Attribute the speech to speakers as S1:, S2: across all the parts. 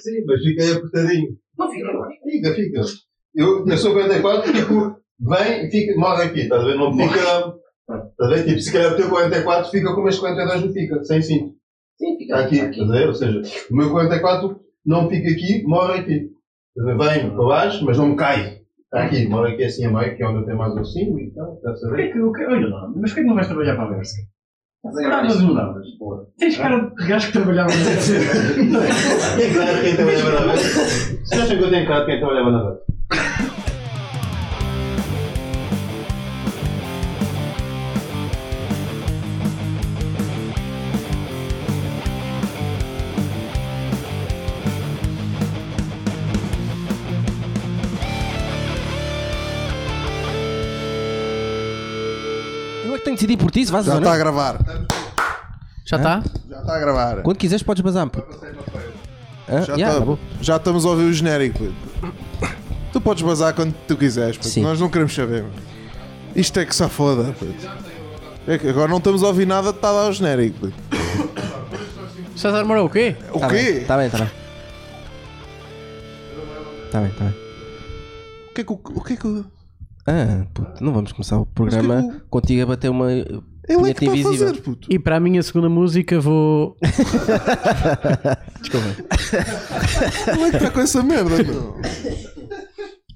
S1: sim, mas fica aí apertadinho.
S2: Não fica, não é?
S1: Fica, fica. Eu, eu sou 44, fico bem e fica, morre aqui, estás a ver? Não fica. Estás a ver? Tipo, se calhar o teu 44 fica com umas 42 não fica, sem cinto.
S2: Sim, fica
S1: Está aqui, estás a ver? Ou seja, o meu 44 não fica aqui, morre aqui. Estás a ver? Vem para baixo, mas não cai. Está aqui, mora aqui assim a meio, que é onde eu tenho mais um 5 e tal, estás a
S3: Por que
S1: ver?
S3: é que, o que- olha lá, mas porquê é que não vais trabalhar para a Versa?
S2: Estás a gravar
S3: Estavas
S2: isto?
S3: mudavas. Tens cara de gajo que trabalhava na Versa.
S1: Quem trabalha quem trabalhava na vez? Vocês acham que eu tenho cara de quem trabalhava na vez?
S4: Eu é que tenho que decidir por ti, se vais
S5: Já tá.
S4: ou
S5: está a
S4: não.
S5: gravar.
S3: É?
S4: Já está?
S5: Já está a gravar.
S4: Quando quiseres podes bazar. Hã?
S5: Já,
S4: Yeah,
S5: tá-
S4: tá bom.
S5: já estamos a ouvir o genérico. puto. Tu podes bazar quando tu quiseres, puto.
S4: Sim.
S5: nós não queremos saber. mano. Isto é que só foda. puto. É que agora não estamos a ouvir nada de estar a dar o genérico. puto.
S6: Estás a armar o quê?
S5: O
S4: Tá
S5: quê?
S4: bem, Tá bem, tá bem. Tá bem, tá bem.
S5: O que é que o, o que é que o-
S4: Ah, puto, não vamos começar o programa
S5: Mas que
S4: contigo a bater uma.
S5: Ele é
S4: punheta
S5: que está a
S4: invisível.
S5: fazer, puto.
S6: E para a minha segunda música vou.
S5: Ele é que está com essa merda, meu.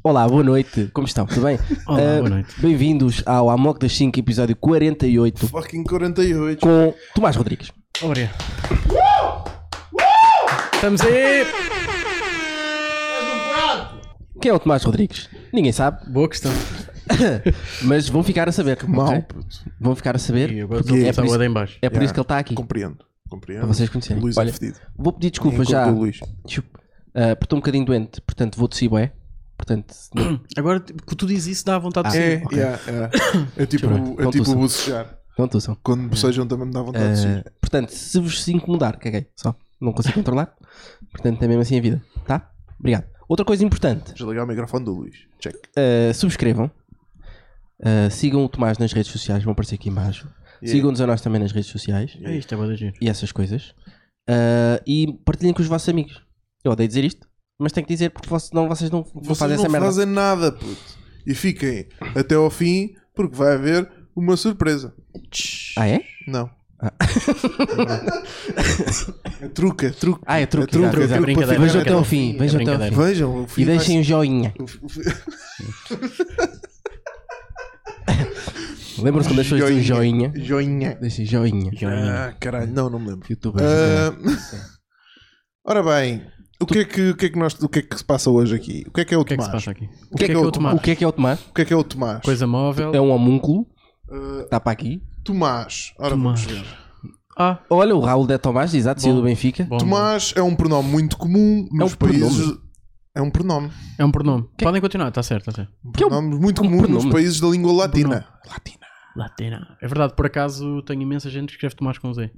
S4: Olá, boa noite. Como estão? Tudo bem?
S6: Olá,
S4: Ah,
S6: boa noite.
S4: Bem-vindos ao Amok das 5, episódio 48,
S5: Fucking 48.
S4: com Tomás Rodrigues.
S6: Óbvio. Estamos aí!
S4: Quem é o Tomás Rodrigues? Ninguém sabe,
S6: Boa questão.
S4: mas vão ficar a saber.
S5: Mal,
S4: ok?
S5: puto.
S4: Vão ficar a saber.
S6: E eu
S4: porque
S6: gosto de
S4: é por,
S6: botar o
S4: isso,
S6: dedo em baixo.
S4: é por
S5: Yeah.
S4: isso que ele está aqui.
S5: Compreendo. Compreendo.
S4: Para vocês conhecerem.
S5: Luís
S4: Olha,
S5: é fedido.
S4: Vou pedir desculpa
S5: Enquanto
S4: já.
S5: o Luís.
S4: Desculpa. Ah, porque estou um bocadinho doente, portanto vou tossir bué. Portanto, não,
S6: Agora tipo, que tu dizes isso dá vontade de
S5: É,
S6: sair.
S5: yeah, yeah. é tipo,
S4: Desculpa.
S5: é tipo
S4: Contusão.
S5: o bocejar.
S4: não tossam.
S5: Quando bocejam também me dá vontade de
S4: Ah,
S5: sujar.
S4: portanto, se vos se incomodar, caguei, só. Não consigo controlar. Portanto, é mesmo assim a vida, tá? Obrigado. Outra coisa importante,
S5: Desligar o microfone do Luís. Check.
S4: ah, subscrevam. Ah, sigam o Tomás nas redes sociais, vão aparecer aqui embaixo. Sigam-nos a nós também nas redes sociais
S6: É isto, é boa de giro.
S4: e essas coisas. Ah, e partilhem com os vossos amigos. Eu odeio dizer isto, mas tenho que dizer porque vos- senão vocês não vão
S5: Vocês
S4: fazer
S5: não
S4: essa merda.
S5: fazem nada, puto. E fiquem até ao fim, porque vai haver uma surpresa.
S4: Ah, é?
S5: Não.
S4: Ah.
S5: é truque, é truque.
S4: Ah, é truque,
S5: É
S4: exato,
S5: truque, é
S4: exato.
S5: truque para
S6: Brincadeira.
S5: ficar
S4: Vejam
S5: até
S4: até
S5: ao
S4: ao
S5: fim.
S4: fim,
S6: É
S4: vejam até ao
S6: brincadeira.
S4: fim.
S5: Vejam, o fim
S4: E
S5: vai
S4: deixem um joinha.
S5: ser- o fi- o fi-
S4: Lembram-se quando as pessoas dizem joinha?
S5: Joinha.
S4: Deixem joinha.
S5: Ah, caralho, não, não me lembro.
S4: Youtuber.
S5: Ah, Ora bem, o que, é que, o, que é que nós, o que é que se passa hoje aqui? O que é que é o,
S6: O que é que
S5: Tomás?
S6: se passa aqui?
S5: O que é que é o Tomás?
S4: O que é que é o Tomás?
S5: O que é que é o Tomás?
S6: Coisa móvel.
S4: É um homúnculo.
S5: Ah,
S4: Está para aqui.
S5: Tomás. Ora,
S6: Tomás.
S5: vamos ver.
S6: Ah,
S4: Olha, o Raul de Tomás, exato, saiu do Benfica.
S6: bom.
S5: Tomás é um pronome muito comum nos
S4: um
S5: países.
S4: pronome?
S5: É um pronome.
S6: É um pronome. Podem continuar, está certo, está certo.
S5: Um
S4: Que é um-
S5: pronome muito
S4: um
S5: comum nos
S4: pronome.
S5: países da língua latina. Latina.
S6: Latina. É verdade, por acaso tenho imensa gente que escreve Tomás com Z.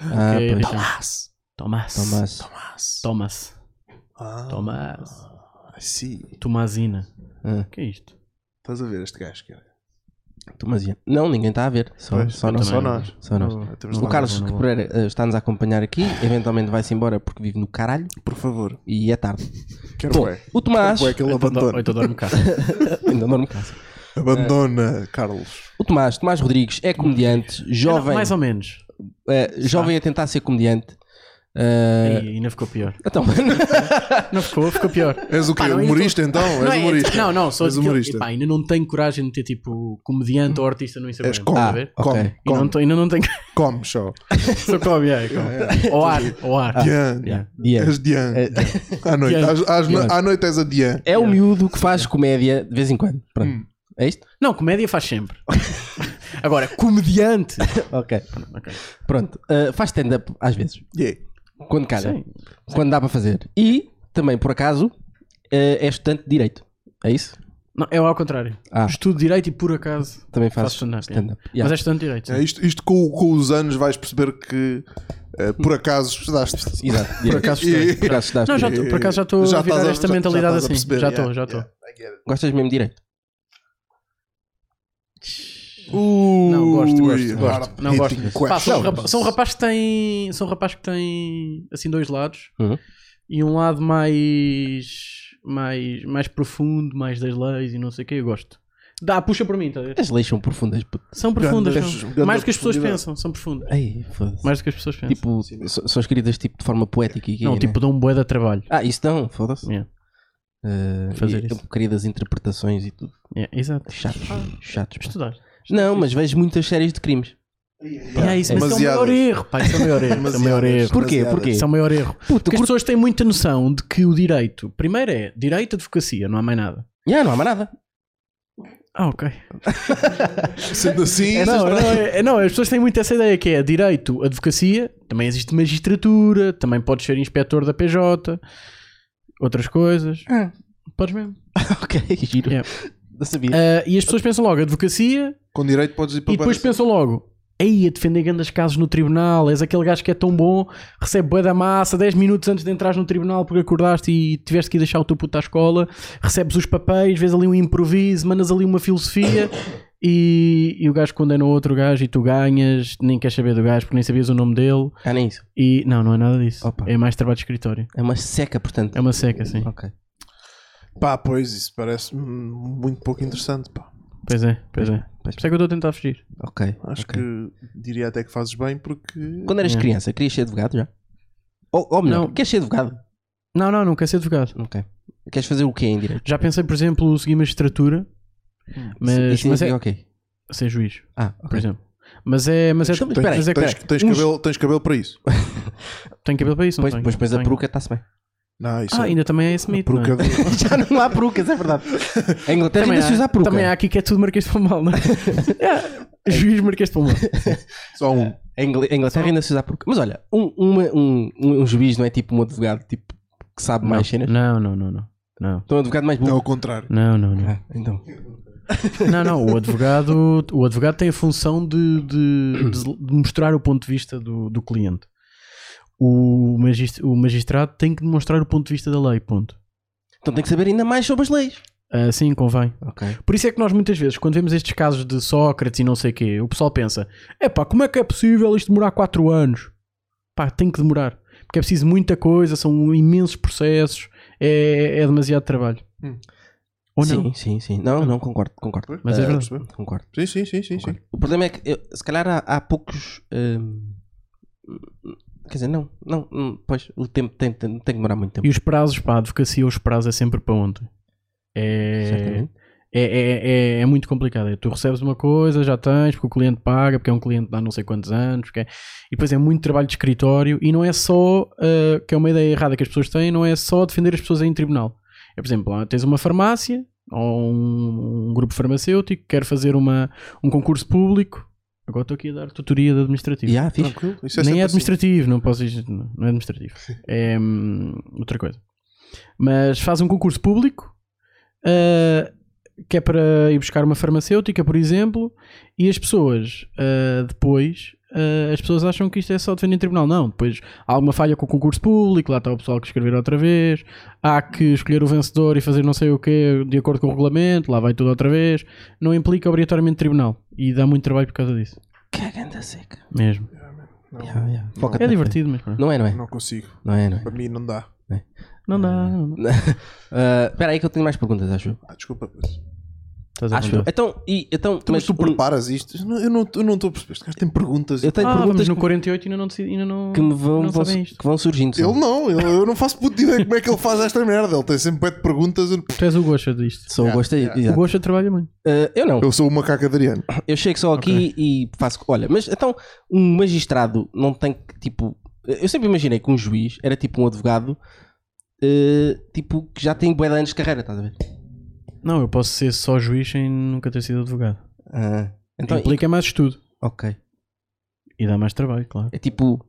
S4: Ah,
S6: Que é
S4: pois.
S6: Tomás. Tomás.
S4: Tomás.
S6: Thomas.
S5: Ah,
S6: Tomás.
S5: I see.
S6: Tomazina.
S4: Ah.
S6: O que é isto?
S5: Estás a ver este gajo, cara.
S4: Tomasia. Ah, Não, ninguém está a ver. Só,
S5: Pois,
S4: só
S6: eu
S4: nós.
S5: Só
S6: Também.
S5: nós.
S4: Só nós.
S5: Ah, temos
S4: O
S5: lá.
S4: Carlos
S6: não, não.
S4: Pereira ah, está-nos a acompanhar aqui. Eventualmente vai-se embora porque vive no caralho
S5: Por favor.
S4: e é tarde.
S5: Quero
S4: Bom,
S5: é.
S4: o Tomás.
S5: Quero é que ele
S6: Ou
S5: abandona.
S6: então dorme cá.
S4: Ainda não me canso.
S5: Abandona, Carlos.
S4: O Tomás, Tomás Rodrigues, é comediante, jovem,
S6: Mais ou É. menos.
S4: ah, jovem a tentar ser comediante. Ah,
S6: E ainda ficou pior.
S4: então,
S6: Não ficou, ficou pior.
S5: És o quê?
S6: Pá, não é
S5: humorista então?
S6: Não,
S5: és
S6: é-
S5: humorista.
S6: não, não, sou
S5: És
S6: daquele-
S5: humorista.
S6: epá, ainda não tenho coragem de ter tipo comediante ou artista no Instagram.
S5: És com.
S6: estás
S5: Ah,
S6: a ver?
S4: ok.
S5: Come,
S6: Ainda Ah, não
S5: come,
S6: tô- Ainda não tenho.
S5: come, só.
S6: Sou Kobe, é. Kobe. Ou ar, ou ar.
S5: Diane.
S6: Ah, yeah. É,
S4: Diane.
S5: És Diane. À noite.
S6: Diane.
S5: Às- às no-
S4: Diane.
S5: À noite és a Diane.
S4: É o miúdo que faz comédia de vez em quando. Pronto.
S5: Hum.
S4: É isto?
S6: Não, comédia faz sempre. Agora, comediante.
S4: Ok.
S6: Ok.
S4: Pronto. Uh, faz stand-up às vezes.
S5: Yeah.
S4: Quando calha.
S6: Sim.
S4: Quando dá para fazer. E também, por acaso, uh, é estudante de Direito. É isso?
S6: Não, é ao contrário.
S4: Ah.
S6: Estudo direito e por acaso.
S4: Também faz
S6: Faço stand-up,
S4: stand-up.
S6: Mas
S4: Yeah.
S6: és tanto direito.
S5: É, isto isto com, com os anos vais perceber que eh, por acaso estudaste.
S4: Exato. Direito.
S6: é acaso
S5: E-
S4: Por acaso estudaste
S6: Não, já
S4: direito.
S6: tô- por acaso já estou
S5: Já
S6: a virar
S5: estás a-
S6: esta
S5: já- já
S6: mentalidade
S5: estás a
S6: assim.
S5: perceber,
S6: já
S5: yeah,
S6: estou, já estou.
S4: Gostas mesmo de Direito?
S6: Não, gosto,
S5: Ui,
S6: gosto.
S5: hard
S6: gosto. Não gosto. Pá,
S5: hitting
S6: sou, um
S5: questions.
S6: rapaz, sou um rapaz que tem. Sou um rapaz que tem assim dois lados.
S4: Uhum.
S6: e um lado mais, mais, mais profundo, mais das leis e não sei o que, eu gosto. Dá, puxa por mim, tá a ver?
S4: As leis são profundas. puto.
S6: São profundas,
S5: Ganda-
S6: são.
S5: ganda
S6: mais do que as pessoas
S5: profundidade.
S6: pensam, são profundas.
S4: Ei, foda-se.
S6: Mais do que as pessoas pensam.
S4: Tipo, so- são escritas tipo, de forma poética. e gay,
S6: não,
S4: né?
S6: tipo, dão um bué de trabalho.
S4: Ah, isso não, foda-se.
S6: Yeah.
S4: Eh,
S6: Fazer
S4: e,
S6: isso.
S4: tipo, Queridas interpretações e tudo.
S6: É, exato.
S4: Chatos,
S6: Ah.
S4: chatos. pá.
S6: Estudar.
S4: Não, mas vejo muitas séries de crimes.
S6: É isso, mas isso é o
S5: Demasiadas.
S6: maior erro, pá, isso é o maior erro. Isso é o maior erro.
S4: Porquê?
S5: demasiadas.
S4: Porquê?
S6: Isso é o maior erro.
S4: Puto,
S6: Porque as
S4: curto...
S6: pessoas têm muita noção de que o direito, primeiro é direito, advocacia, não há mais nada.
S4: Yeah, não há mais nada.
S6: Ah, ok.
S5: Sendo assim,
S6: É, não, não, é- é- não, as pessoas têm muito essa ideia que é direito, advocacia, também existe magistratura, também podes ser inspetor da PJ, outras coisas.
S4: Ah.
S6: Podes mesmo.
S4: ok, giro.
S6: Yeah.
S4: Não sabia.
S6: Ah, e as pessoas pensam logo advocacia
S5: com direito podes ir para
S6: e depois
S5: várias-
S6: pensam logo. Aí a defender grandes casos no tribunal, és aquele gajo que é tão bom, recebe boa da massa 10 minutos antes de entrares no tribunal porque acordaste e tiveste que ir deixar o teu puto à escola, recebes os papéis, vês ali um improviso, mandas ali uma filosofia e, e o gajo condena o outro gajo e tu ganhas, nem queres saber do gajo porque nem sabias o nome dele.
S4: Ah, nem isso.
S6: E não, não é nada disso.
S4: Opa.
S6: É mais trabalho de escritório.
S4: É uma seca, portanto.
S6: É uma seca, sim.
S4: Ok.
S5: Pá, pois isso parece muito pouco interessante, pá.
S6: Pois é, pois é. Por
S4: Pois-
S6: isso é que eu estou a tentar fugir.
S4: Ok.
S5: Acho
S4: ok.
S5: que diria até que fazes bem porque
S4: Quando eras
S6: Yeah.
S4: criança, querias ser advogado já? Ou, ou melhor,
S6: É. Não.
S4: queres ser advogado?
S6: Não, não, não quero ser advogado.
S4: Ok. Queres fazer o quê em direito?
S6: Já pensei, por exemplo, seguir magistratura,
S4: Hum.
S6: mas,
S4: Isso- isso
S6: mas é
S4: significa o quê?
S6: ser juiz.
S4: Ah, ok.
S6: por exemplo. Mas é. Mas é mas
S4: Mas espera aí,
S6: mas é
S5: tens,
S6: que-
S5: tens
S6: uns-
S5: cabelo, tens cabelo para isso.
S6: Tem cabelo para isso, não
S4: Depois,
S6: tem?
S4: depois, depois a
S6: Tem.
S4: peruca é está-se bem.
S5: Não, isso
S6: Ah,
S5: é-
S6: ainda também é esse mito. não é?
S5: peruca do-
S4: Já não há perucas, é verdade. Em Inglaterra
S6: Também,
S4: ainda se usa a
S6: há,
S4: peruca.
S6: também há aqui que é tudo Marquês de Pombal, não é? É, Juiz Marquês de Pombal.
S5: Só um.
S4: Em Ingl- em Inglaterra ainda se usa a peruca. Mas olha, um, uma- um, um, um juiz não é tipo um advogado tipo, que sabe mais cenas.
S6: Não, não, não, não. Não,
S4: Então um advogado mais
S5: É
S4: burro.
S5: ao contrário.
S6: não, não. Não,
S4: Ah, então.
S6: não, não, o, advogado, o advogado tem a função de, de- de- de mostrar o ponto de vista do, do cliente. O, magis- o magistrado tem que demonstrar o ponto de vista da lei, ponto.
S4: Então tem que saber ainda mais sobre as leis.
S6: Ah, sim, convém.
S4: Ok.
S6: Por isso é que nós muitas vezes, quando vemos estes casos de Sócrates e não sei o quê, o pessoal pensa: epá, como é que é possível isto demorar 4 anos? Pá, tem que demorar. Porque é preciso muita coisa, são imensos processos, é, é demasiado trabalho.
S5: Hum.
S6: Ou não?
S4: Sim, sim, sim. Não, não, concordo, concordo.
S6: Mas é
S4: Ah,
S6: verdade.
S4: Concordo.
S5: Sim, sim, sim, sim, sim.
S4: O problema é que, eu- se calhar, há, há poucos. hum, quer dizer, não, não, hum, pois, o tempo tem, tem, tem que demorar muito tempo.
S6: E os prazos, pá, a advocacia, os prazos é sempre para ontem. É,
S4: certamente.
S6: é, é, é, é muito complicado. É, tu recebes uma coisa, já tens, porque o cliente paga, porque é um cliente de há não sei quantos anos, porque é- e depois é muito trabalho de escritório. E não é só, ah, que é uma ideia errada que as pessoas têm, não é só defender as pessoas em tribunal. É, por exemplo, ah, tens uma farmácia ou um, um grupo farmacêutico que quer fazer uma, um concurso público. Agora estou aqui a dar tutoria de administrativo.
S4: E há, fixe.
S5: Tranquilo. Isso é
S6: Nem
S5: sempre
S6: é
S5: assim.
S6: administrativo, não posso dizer. Não, não é administrativo. É hum, outra coisa. Mas faz um concurso público ah, que é para ir buscar uma farmacêutica, por exemplo, e as pessoas ah, depois. ah, as pessoas acham que isto é só defender em tribunal. Não, depois há alguma falha com o concurso público, lá está o pessoal que escrever outra vez, há que escolher o vencedor e fazer não sei o quê de acordo com o regulamento, lá vai tudo outra vez. Não implica obrigatoriamente tribunal e dá muito trabalho por causa disso.
S4: Caganda é seca.
S6: Mesmo.
S4: Yeah, yeah. Foca-te
S6: É
S4: na-
S6: divertido, mas pronto.
S4: Não é, não é?
S5: Não consigo.
S4: Não é, não é?
S5: Para mim não dá.
S6: Não dá, não dá.
S4: Ah, Espera aí que eu tenho mais perguntas, acho eu.
S5: Ah, desculpa. Mas,
S6: Então, Estás à
S4: Acho eu.
S6: vontade.
S4: Então, e, então
S5: mas tu
S4: hum,
S5: preparas isto? Eu não- Eu não estou não estou a perceber. Este gajo tem perguntas.
S4: eu tenho
S6: Ah,
S4: perguntas
S6: vamos no 48 e ainda não decidi, ainda não...
S4: que me vão,
S6: não
S4: vão,
S6: sabem isto.
S4: que vão surgindo. só.
S5: Ele não, eu, eu não faço puta ideia como é que ele faz esta merda. Ele tem sempre bué de perguntas. Eu,
S6: Tu és o Gosha disto.
S4: Sou o
S5: Yeah,
S4: gosto.
S5: yeah.
S6: O
S4: exato.
S6: Gosha trabalha muito.
S4: Ah, eu não.
S5: eu sou o macaco Adriano.
S4: Eu chego só aqui e faço. Olha, mas então um magistrado não tem que, tipo. Eu sempre imaginei que um juiz era tipo um advogado eh, tipo que já tem bué de anos de carreira, estás a ver?
S6: Não, eu posso ser só juiz sem nunca ter sido advogado.
S4: Ah, então,
S6: Implica mais estudo.
S4: ok.
S6: E dá mais trabalho, claro.
S4: É tipo.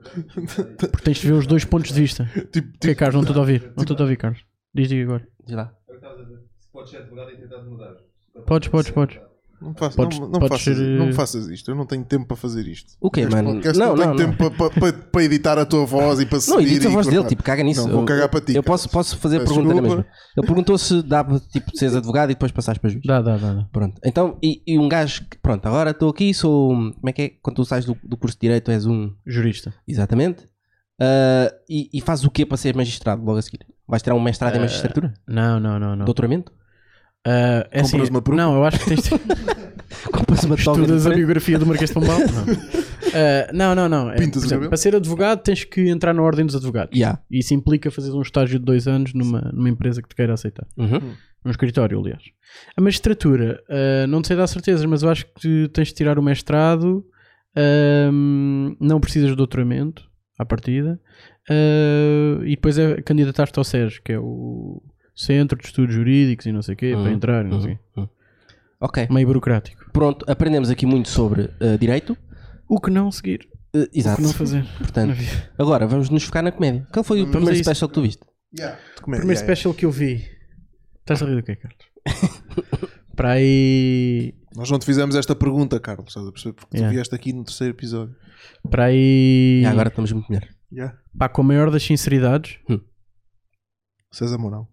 S6: Porque tens de ver os dois pontos de vista.
S5: Tipo,
S6: Ok,
S5: tipo
S6: é Carlos, não estou a ouvir. Não estou a ouvir, Carlos. Diz diga agora.
S4: Diz lá.
S1: Podes ser advogado e tentar mudar.
S6: Podes, podes, podes.
S5: tipo, não, me faças-
S6: Podes-
S5: não, não, me
S6: podes
S5: faças,
S6: ser,
S5: não
S6: eh,
S5: me faças isto. Eu não tenho tempo para fazer isto.
S4: O quê,
S5: Este
S4: mano?
S5: podcast
S4: Não,
S5: tenho
S4: não, não.
S5: tempo para, para- para- para editar a tua voz e para
S4: Não,
S5: subir
S4: edita a
S5: e
S4: voz dele,
S5: cortar.
S4: tipo, caga nisso.
S5: Não, vou
S4: Eu-
S5: cagar para ti.
S4: Eu
S5: cara.
S4: posso, posso fazer a
S5: Peço
S4: pergunta na
S5: desculpa.
S4: mesma. Ele perguntou se dava tipo seres advogado e depois passares para juiz.
S6: Dá, dá, dá. dá.
S4: Pronto. Então, e, e um gajo que, pronto, agora estou aqui, sou. Como é que é? Quando tu sais do, do curso de Direito, és um.
S6: Jurista.
S4: Exatamente. Ah, e, e faz o quê para ser magistrado logo a seguir? Vais tirar um mestrado em magistratura?
S6: Não, não, Ah, não, não.
S4: Doutoramento?
S6: Ah, é assim,
S5: Compras uma peruca?
S6: Não, eu acho que tens de...
S4: Compras uma toga
S6: Estudas a
S4: diferente?
S6: biografia do Marquês de Pombal? Não. Ah, não, não, não. É,
S5: Pintas
S6: por
S5: o
S6: exemplo,
S5: cabelo?
S6: para ser advogado tens que entrar na ordem dos advogados.
S4: Yeah.
S6: E Isso implica fazer um estágio de dois anos numa, numa empresa que te queira aceitar.
S4: Uhum.
S6: Num escritório, aliás. A magistratura, ah, não te sei dar certezas, mas eu acho que tens de tirar o mestrado, ah, não precisas de doutoramento à partida, ah, e depois é candidatar-te ao SES, que é o Centro de Estudos Jurídicos e não sei o quê,
S4: Uhum.
S6: para entrar, e não
S4: Uhum.
S6: sei o quê.
S4: Ok.
S6: Meio burocrático.
S4: Pronto, aprendemos aqui muito sobre ah, direito.
S6: O que não seguir,
S4: Eh,
S6: o
S4: exato.
S6: que não fazer.
S4: Portanto, é,
S6: na vida.
S4: agora vamos nos focar na comédia. Qual foi o
S6: Vamos a
S4: primeiro
S6: isso.
S4: special que tu viste?
S1: Yeah.
S5: Como é-
S6: primeiro
S5: yeah,
S6: special que eu vi. Estás a rir do quê, Carlos? Para aí.
S5: yeah. Nós não te fizemos esta pergunta, Carlos, estás a perceber? Porque
S6: Yeah.
S5: tu vieste aqui no terceiro episódio.
S6: Para aí.
S4: Já agora estamos muito melhor.
S5: Yeah.
S6: Pá, com a maior das sinceridades.
S5: César Mourão.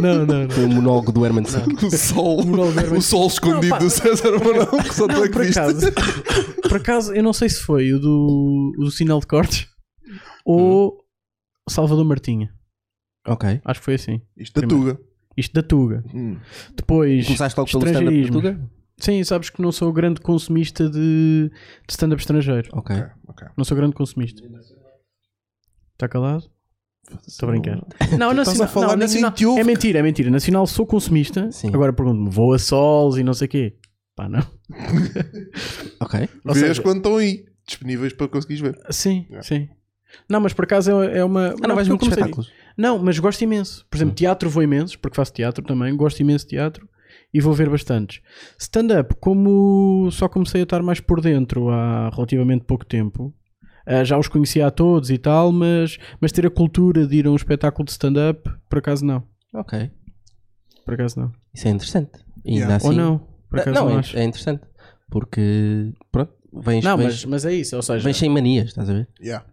S6: Não, não, não.
S4: Foi o monólogo do Herman Sink.
S5: O sol,
S6: monólogo era-
S5: o sol escondido
S6: pá.
S5: do César Mourão, que só tu é que
S6: por
S5: viste.
S6: acaso. Por acaso, eu não sei se foi o do, o do sinal de cortes
S5: Hum.
S6: ou Salvador Martinha.
S4: Ok.
S6: Acho que foi assim.
S5: Isto da Tuga.
S6: Isto da Tuga.
S5: Hum.
S6: Depois.
S4: Começaste logo pelo stand-up de
S6: estrangeirismo.
S4: Portuga?
S6: Sim, sabes que não sou grande consumista de, de stand-up estrangeiro.
S4: Ok.
S5: Ok, Hum, ok.
S6: Não sou grande consumista. Está calado? Estou a brincar. Não,
S5: Estás a falar nisso em te ouve,
S6: é mentira, é mentira. Nacional sou consumista.
S4: Sim.
S6: Agora pergunto-me, vou a sols e não sei o quê. Pá, não.
S4: Ok. Ah,
S6: Ou
S5: Vês
S6: seja-
S5: quando estão aí, disponíveis para conseguires ver.
S6: Sim,
S5: Yeah.
S6: sim. Não, mas por acaso é é uma.
S4: Ah, não, vais
S6: porque eu
S4: muito
S6: comecei-
S4: espetáculos.
S6: Não, mas gosto imenso. Por exemplo, teatro vou imenso, porque faço teatro também. Gosto imenso de teatro e vou ver bastantes. Stand-up, como só comecei a estar mais por dentro há relativamente pouco tempo, ah, já os conhecia a todos e tal, mas, mas ter a cultura de ir a um espetáculo de stand-up, por acaso não.
S4: Ok.
S6: Por acaso não.
S4: Isso é interessante. E
S5: Yeah.
S4: ainda assim...
S6: Ou não. Por
S4: Ah,
S6: acaso
S4: não,
S6: não,
S4: é,
S6: acho.
S4: é interessante. Porque, pronto, vens,
S6: Não, mas,
S4: vens,
S6: mas é isso, ou seja,
S4: vens sem manias, estás a ver?
S5: Yeah.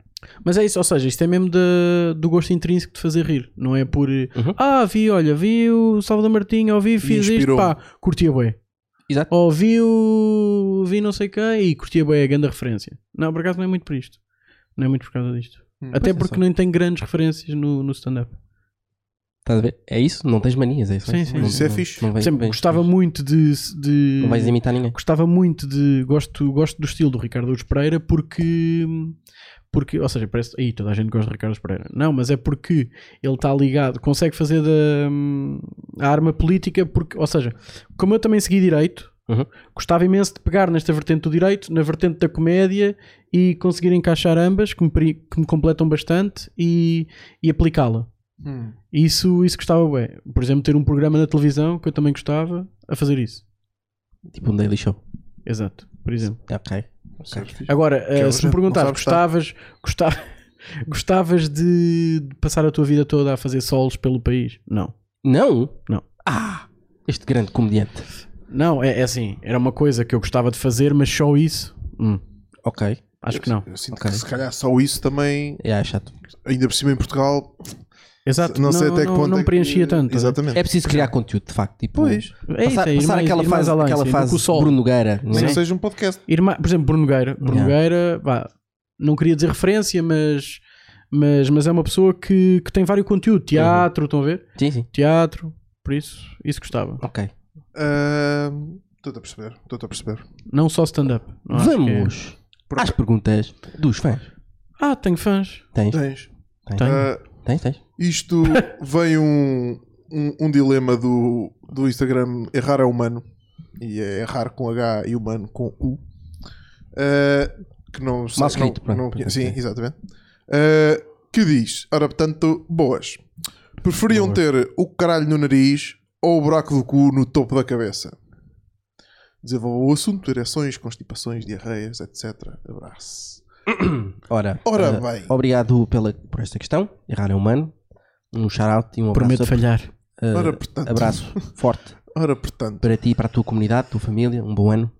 S6: mas é isso, ou seja, isto é mesmo da- do gosto intrínseco de fazer rir, não é por eh,
S4: Uhum.
S6: ah, vi, olha, vi o Salvador Martinho, ouvi, fiz isto,
S5: inspirou-me.
S6: pá, curtia bem,
S4: Ah, Exato.
S6: ou vi o vi não sei quem e curtia bem a grande referência. Não, por acaso não é muito por isto, não é muito por causa disto,
S5: Hum.
S6: até
S4: Pois é,
S6: porque
S4: só.
S6: não tem grandes referências no, no stand-up.
S4: Estás a ver? É isso? Não tens manias, é isso?
S6: Sim,
S4: é
S6: sim.
S4: Não-
S5: Isso é
S4: não-
S5: fixe.
S4: Não
S6: Por
S4: vens,
S6: exemplo,
S4: vens-
S6: gostava muito de, de
S4: Não vais imitar ninguém.
S6: gostava muito de gosto, gosto do estilo do Ricardo Uros Pereira porque porque, ou seja, parece aí toda a gente gosta de Ricardo Uros Pereira. Não, mas é porque ele está ligado, consegue fazer da hum, a arma política porque, ou seja, como eu também segui direito,
S4: Uhum.
S6: gostava imenso de pegar nesta vertente do direito, na vertente da comédia e conseguir encaixar ambas que me, peri- que me completam bastante e, e aplicá-la.
S5: Hum.
S6: Isso, isso gostava bem. Por exemplo, ter um programa na televisão que eu também gostava a fazer isso.
S4: Tipo um daily show.
S6: Exato, por exemplo.
S4: Ok.
S5: Sabes fixe.
S6: Agora, eh,
S5: hoje
S6: se me
S5: não
S6: perguntares,
S5: sabe gostar.
S6: gostavas, gosta- gostavas de de passar a tua vida toda a fazer solos pelo país? Não.
S4: Não?
S6: Não.
S4: Ah! Este grande comediante.
S6: Não, é, é assim, era uma coisa que eu gostava de fazer, mas só isso? Hum,
S4: Ok.
S6: acho que não.
S5: Eu sinto
S4: Ok.
S5: que se calhar só isso também,
S4: É chato.
S5: ainda por cima em Portugal,
S6: Exato,
S5: não sei até que
S6: não-
S5: ponto.
S6: Não
S5: é que-
S6: preenchia tanto. né?
S5: Exatamente.
S4: É preciso criar conteúdo, de facto. Tipo,
S5: Pois.
S6: É isso,
S4: passar,
S6: é ir
S4: passar
S6: mais-
S4: aquela
S6: ir mais
S4: fase,
S6: além,
S4: aquela
S6: sim, do
S4: fase
S6: que o sol.
S4: Bruno Nogueira. não
S5: Nem
S4: é?
S5: que seja um podcast.
S6: Ir mais- por exemplo, Bruno Nogueira. Bruno
S4: Yeah.
S6: Nogueira, vá, não queria dizer referência, mas, mas, mas é uma pessoa que, que tem vários conteúdos.
S4: Uhum.
S6: Teatro, estão a ver?
S4: Sim, sim.
S6: Teatro, por isso, isso gostava.
S4: Ok.
S5: Ah, Estou-te a perceber, estou-te a perceber.
S6: Não só stand-up. não acho que é-
S4: Vamos às perguntas dos fãs.
S6: Ah, tenho fãs.
S4: Tens,
S5: Tens.
S4: tens,
S6: Tenho.
S5: Ah,
S4: tens, tens.
S5: isto vem um, um, um dilema do, do Instagram errar é humano e é errar com H e humano com U Ah, que não sei-
S4: Mal
S5: não-
S4: escrito, pronto, é assim.
S5: não conhe-
S4: pronto,
S5: sim,
S4: ok.
S5: exatamente Ah, que diz, ora portanto boas, preferiam ter o caralho no nariz ou o buraco do cu no topo da cabeça desenvolva o assunto, ereções, constipações diarreias, etc, abraço
S4: Ora,
S5: Ora
S4: eh,
S5: bem.
S4: obrigado pela, por esta questão. Errar é humano. Um shout-out e um abraço.
S6: Prometo falhar.
S4: eh,
S5: Ora, portanto.
S4: abraço forte
S5: ora portanto
S4: para ti e para a tua comunidade, tua família. Um bom ano.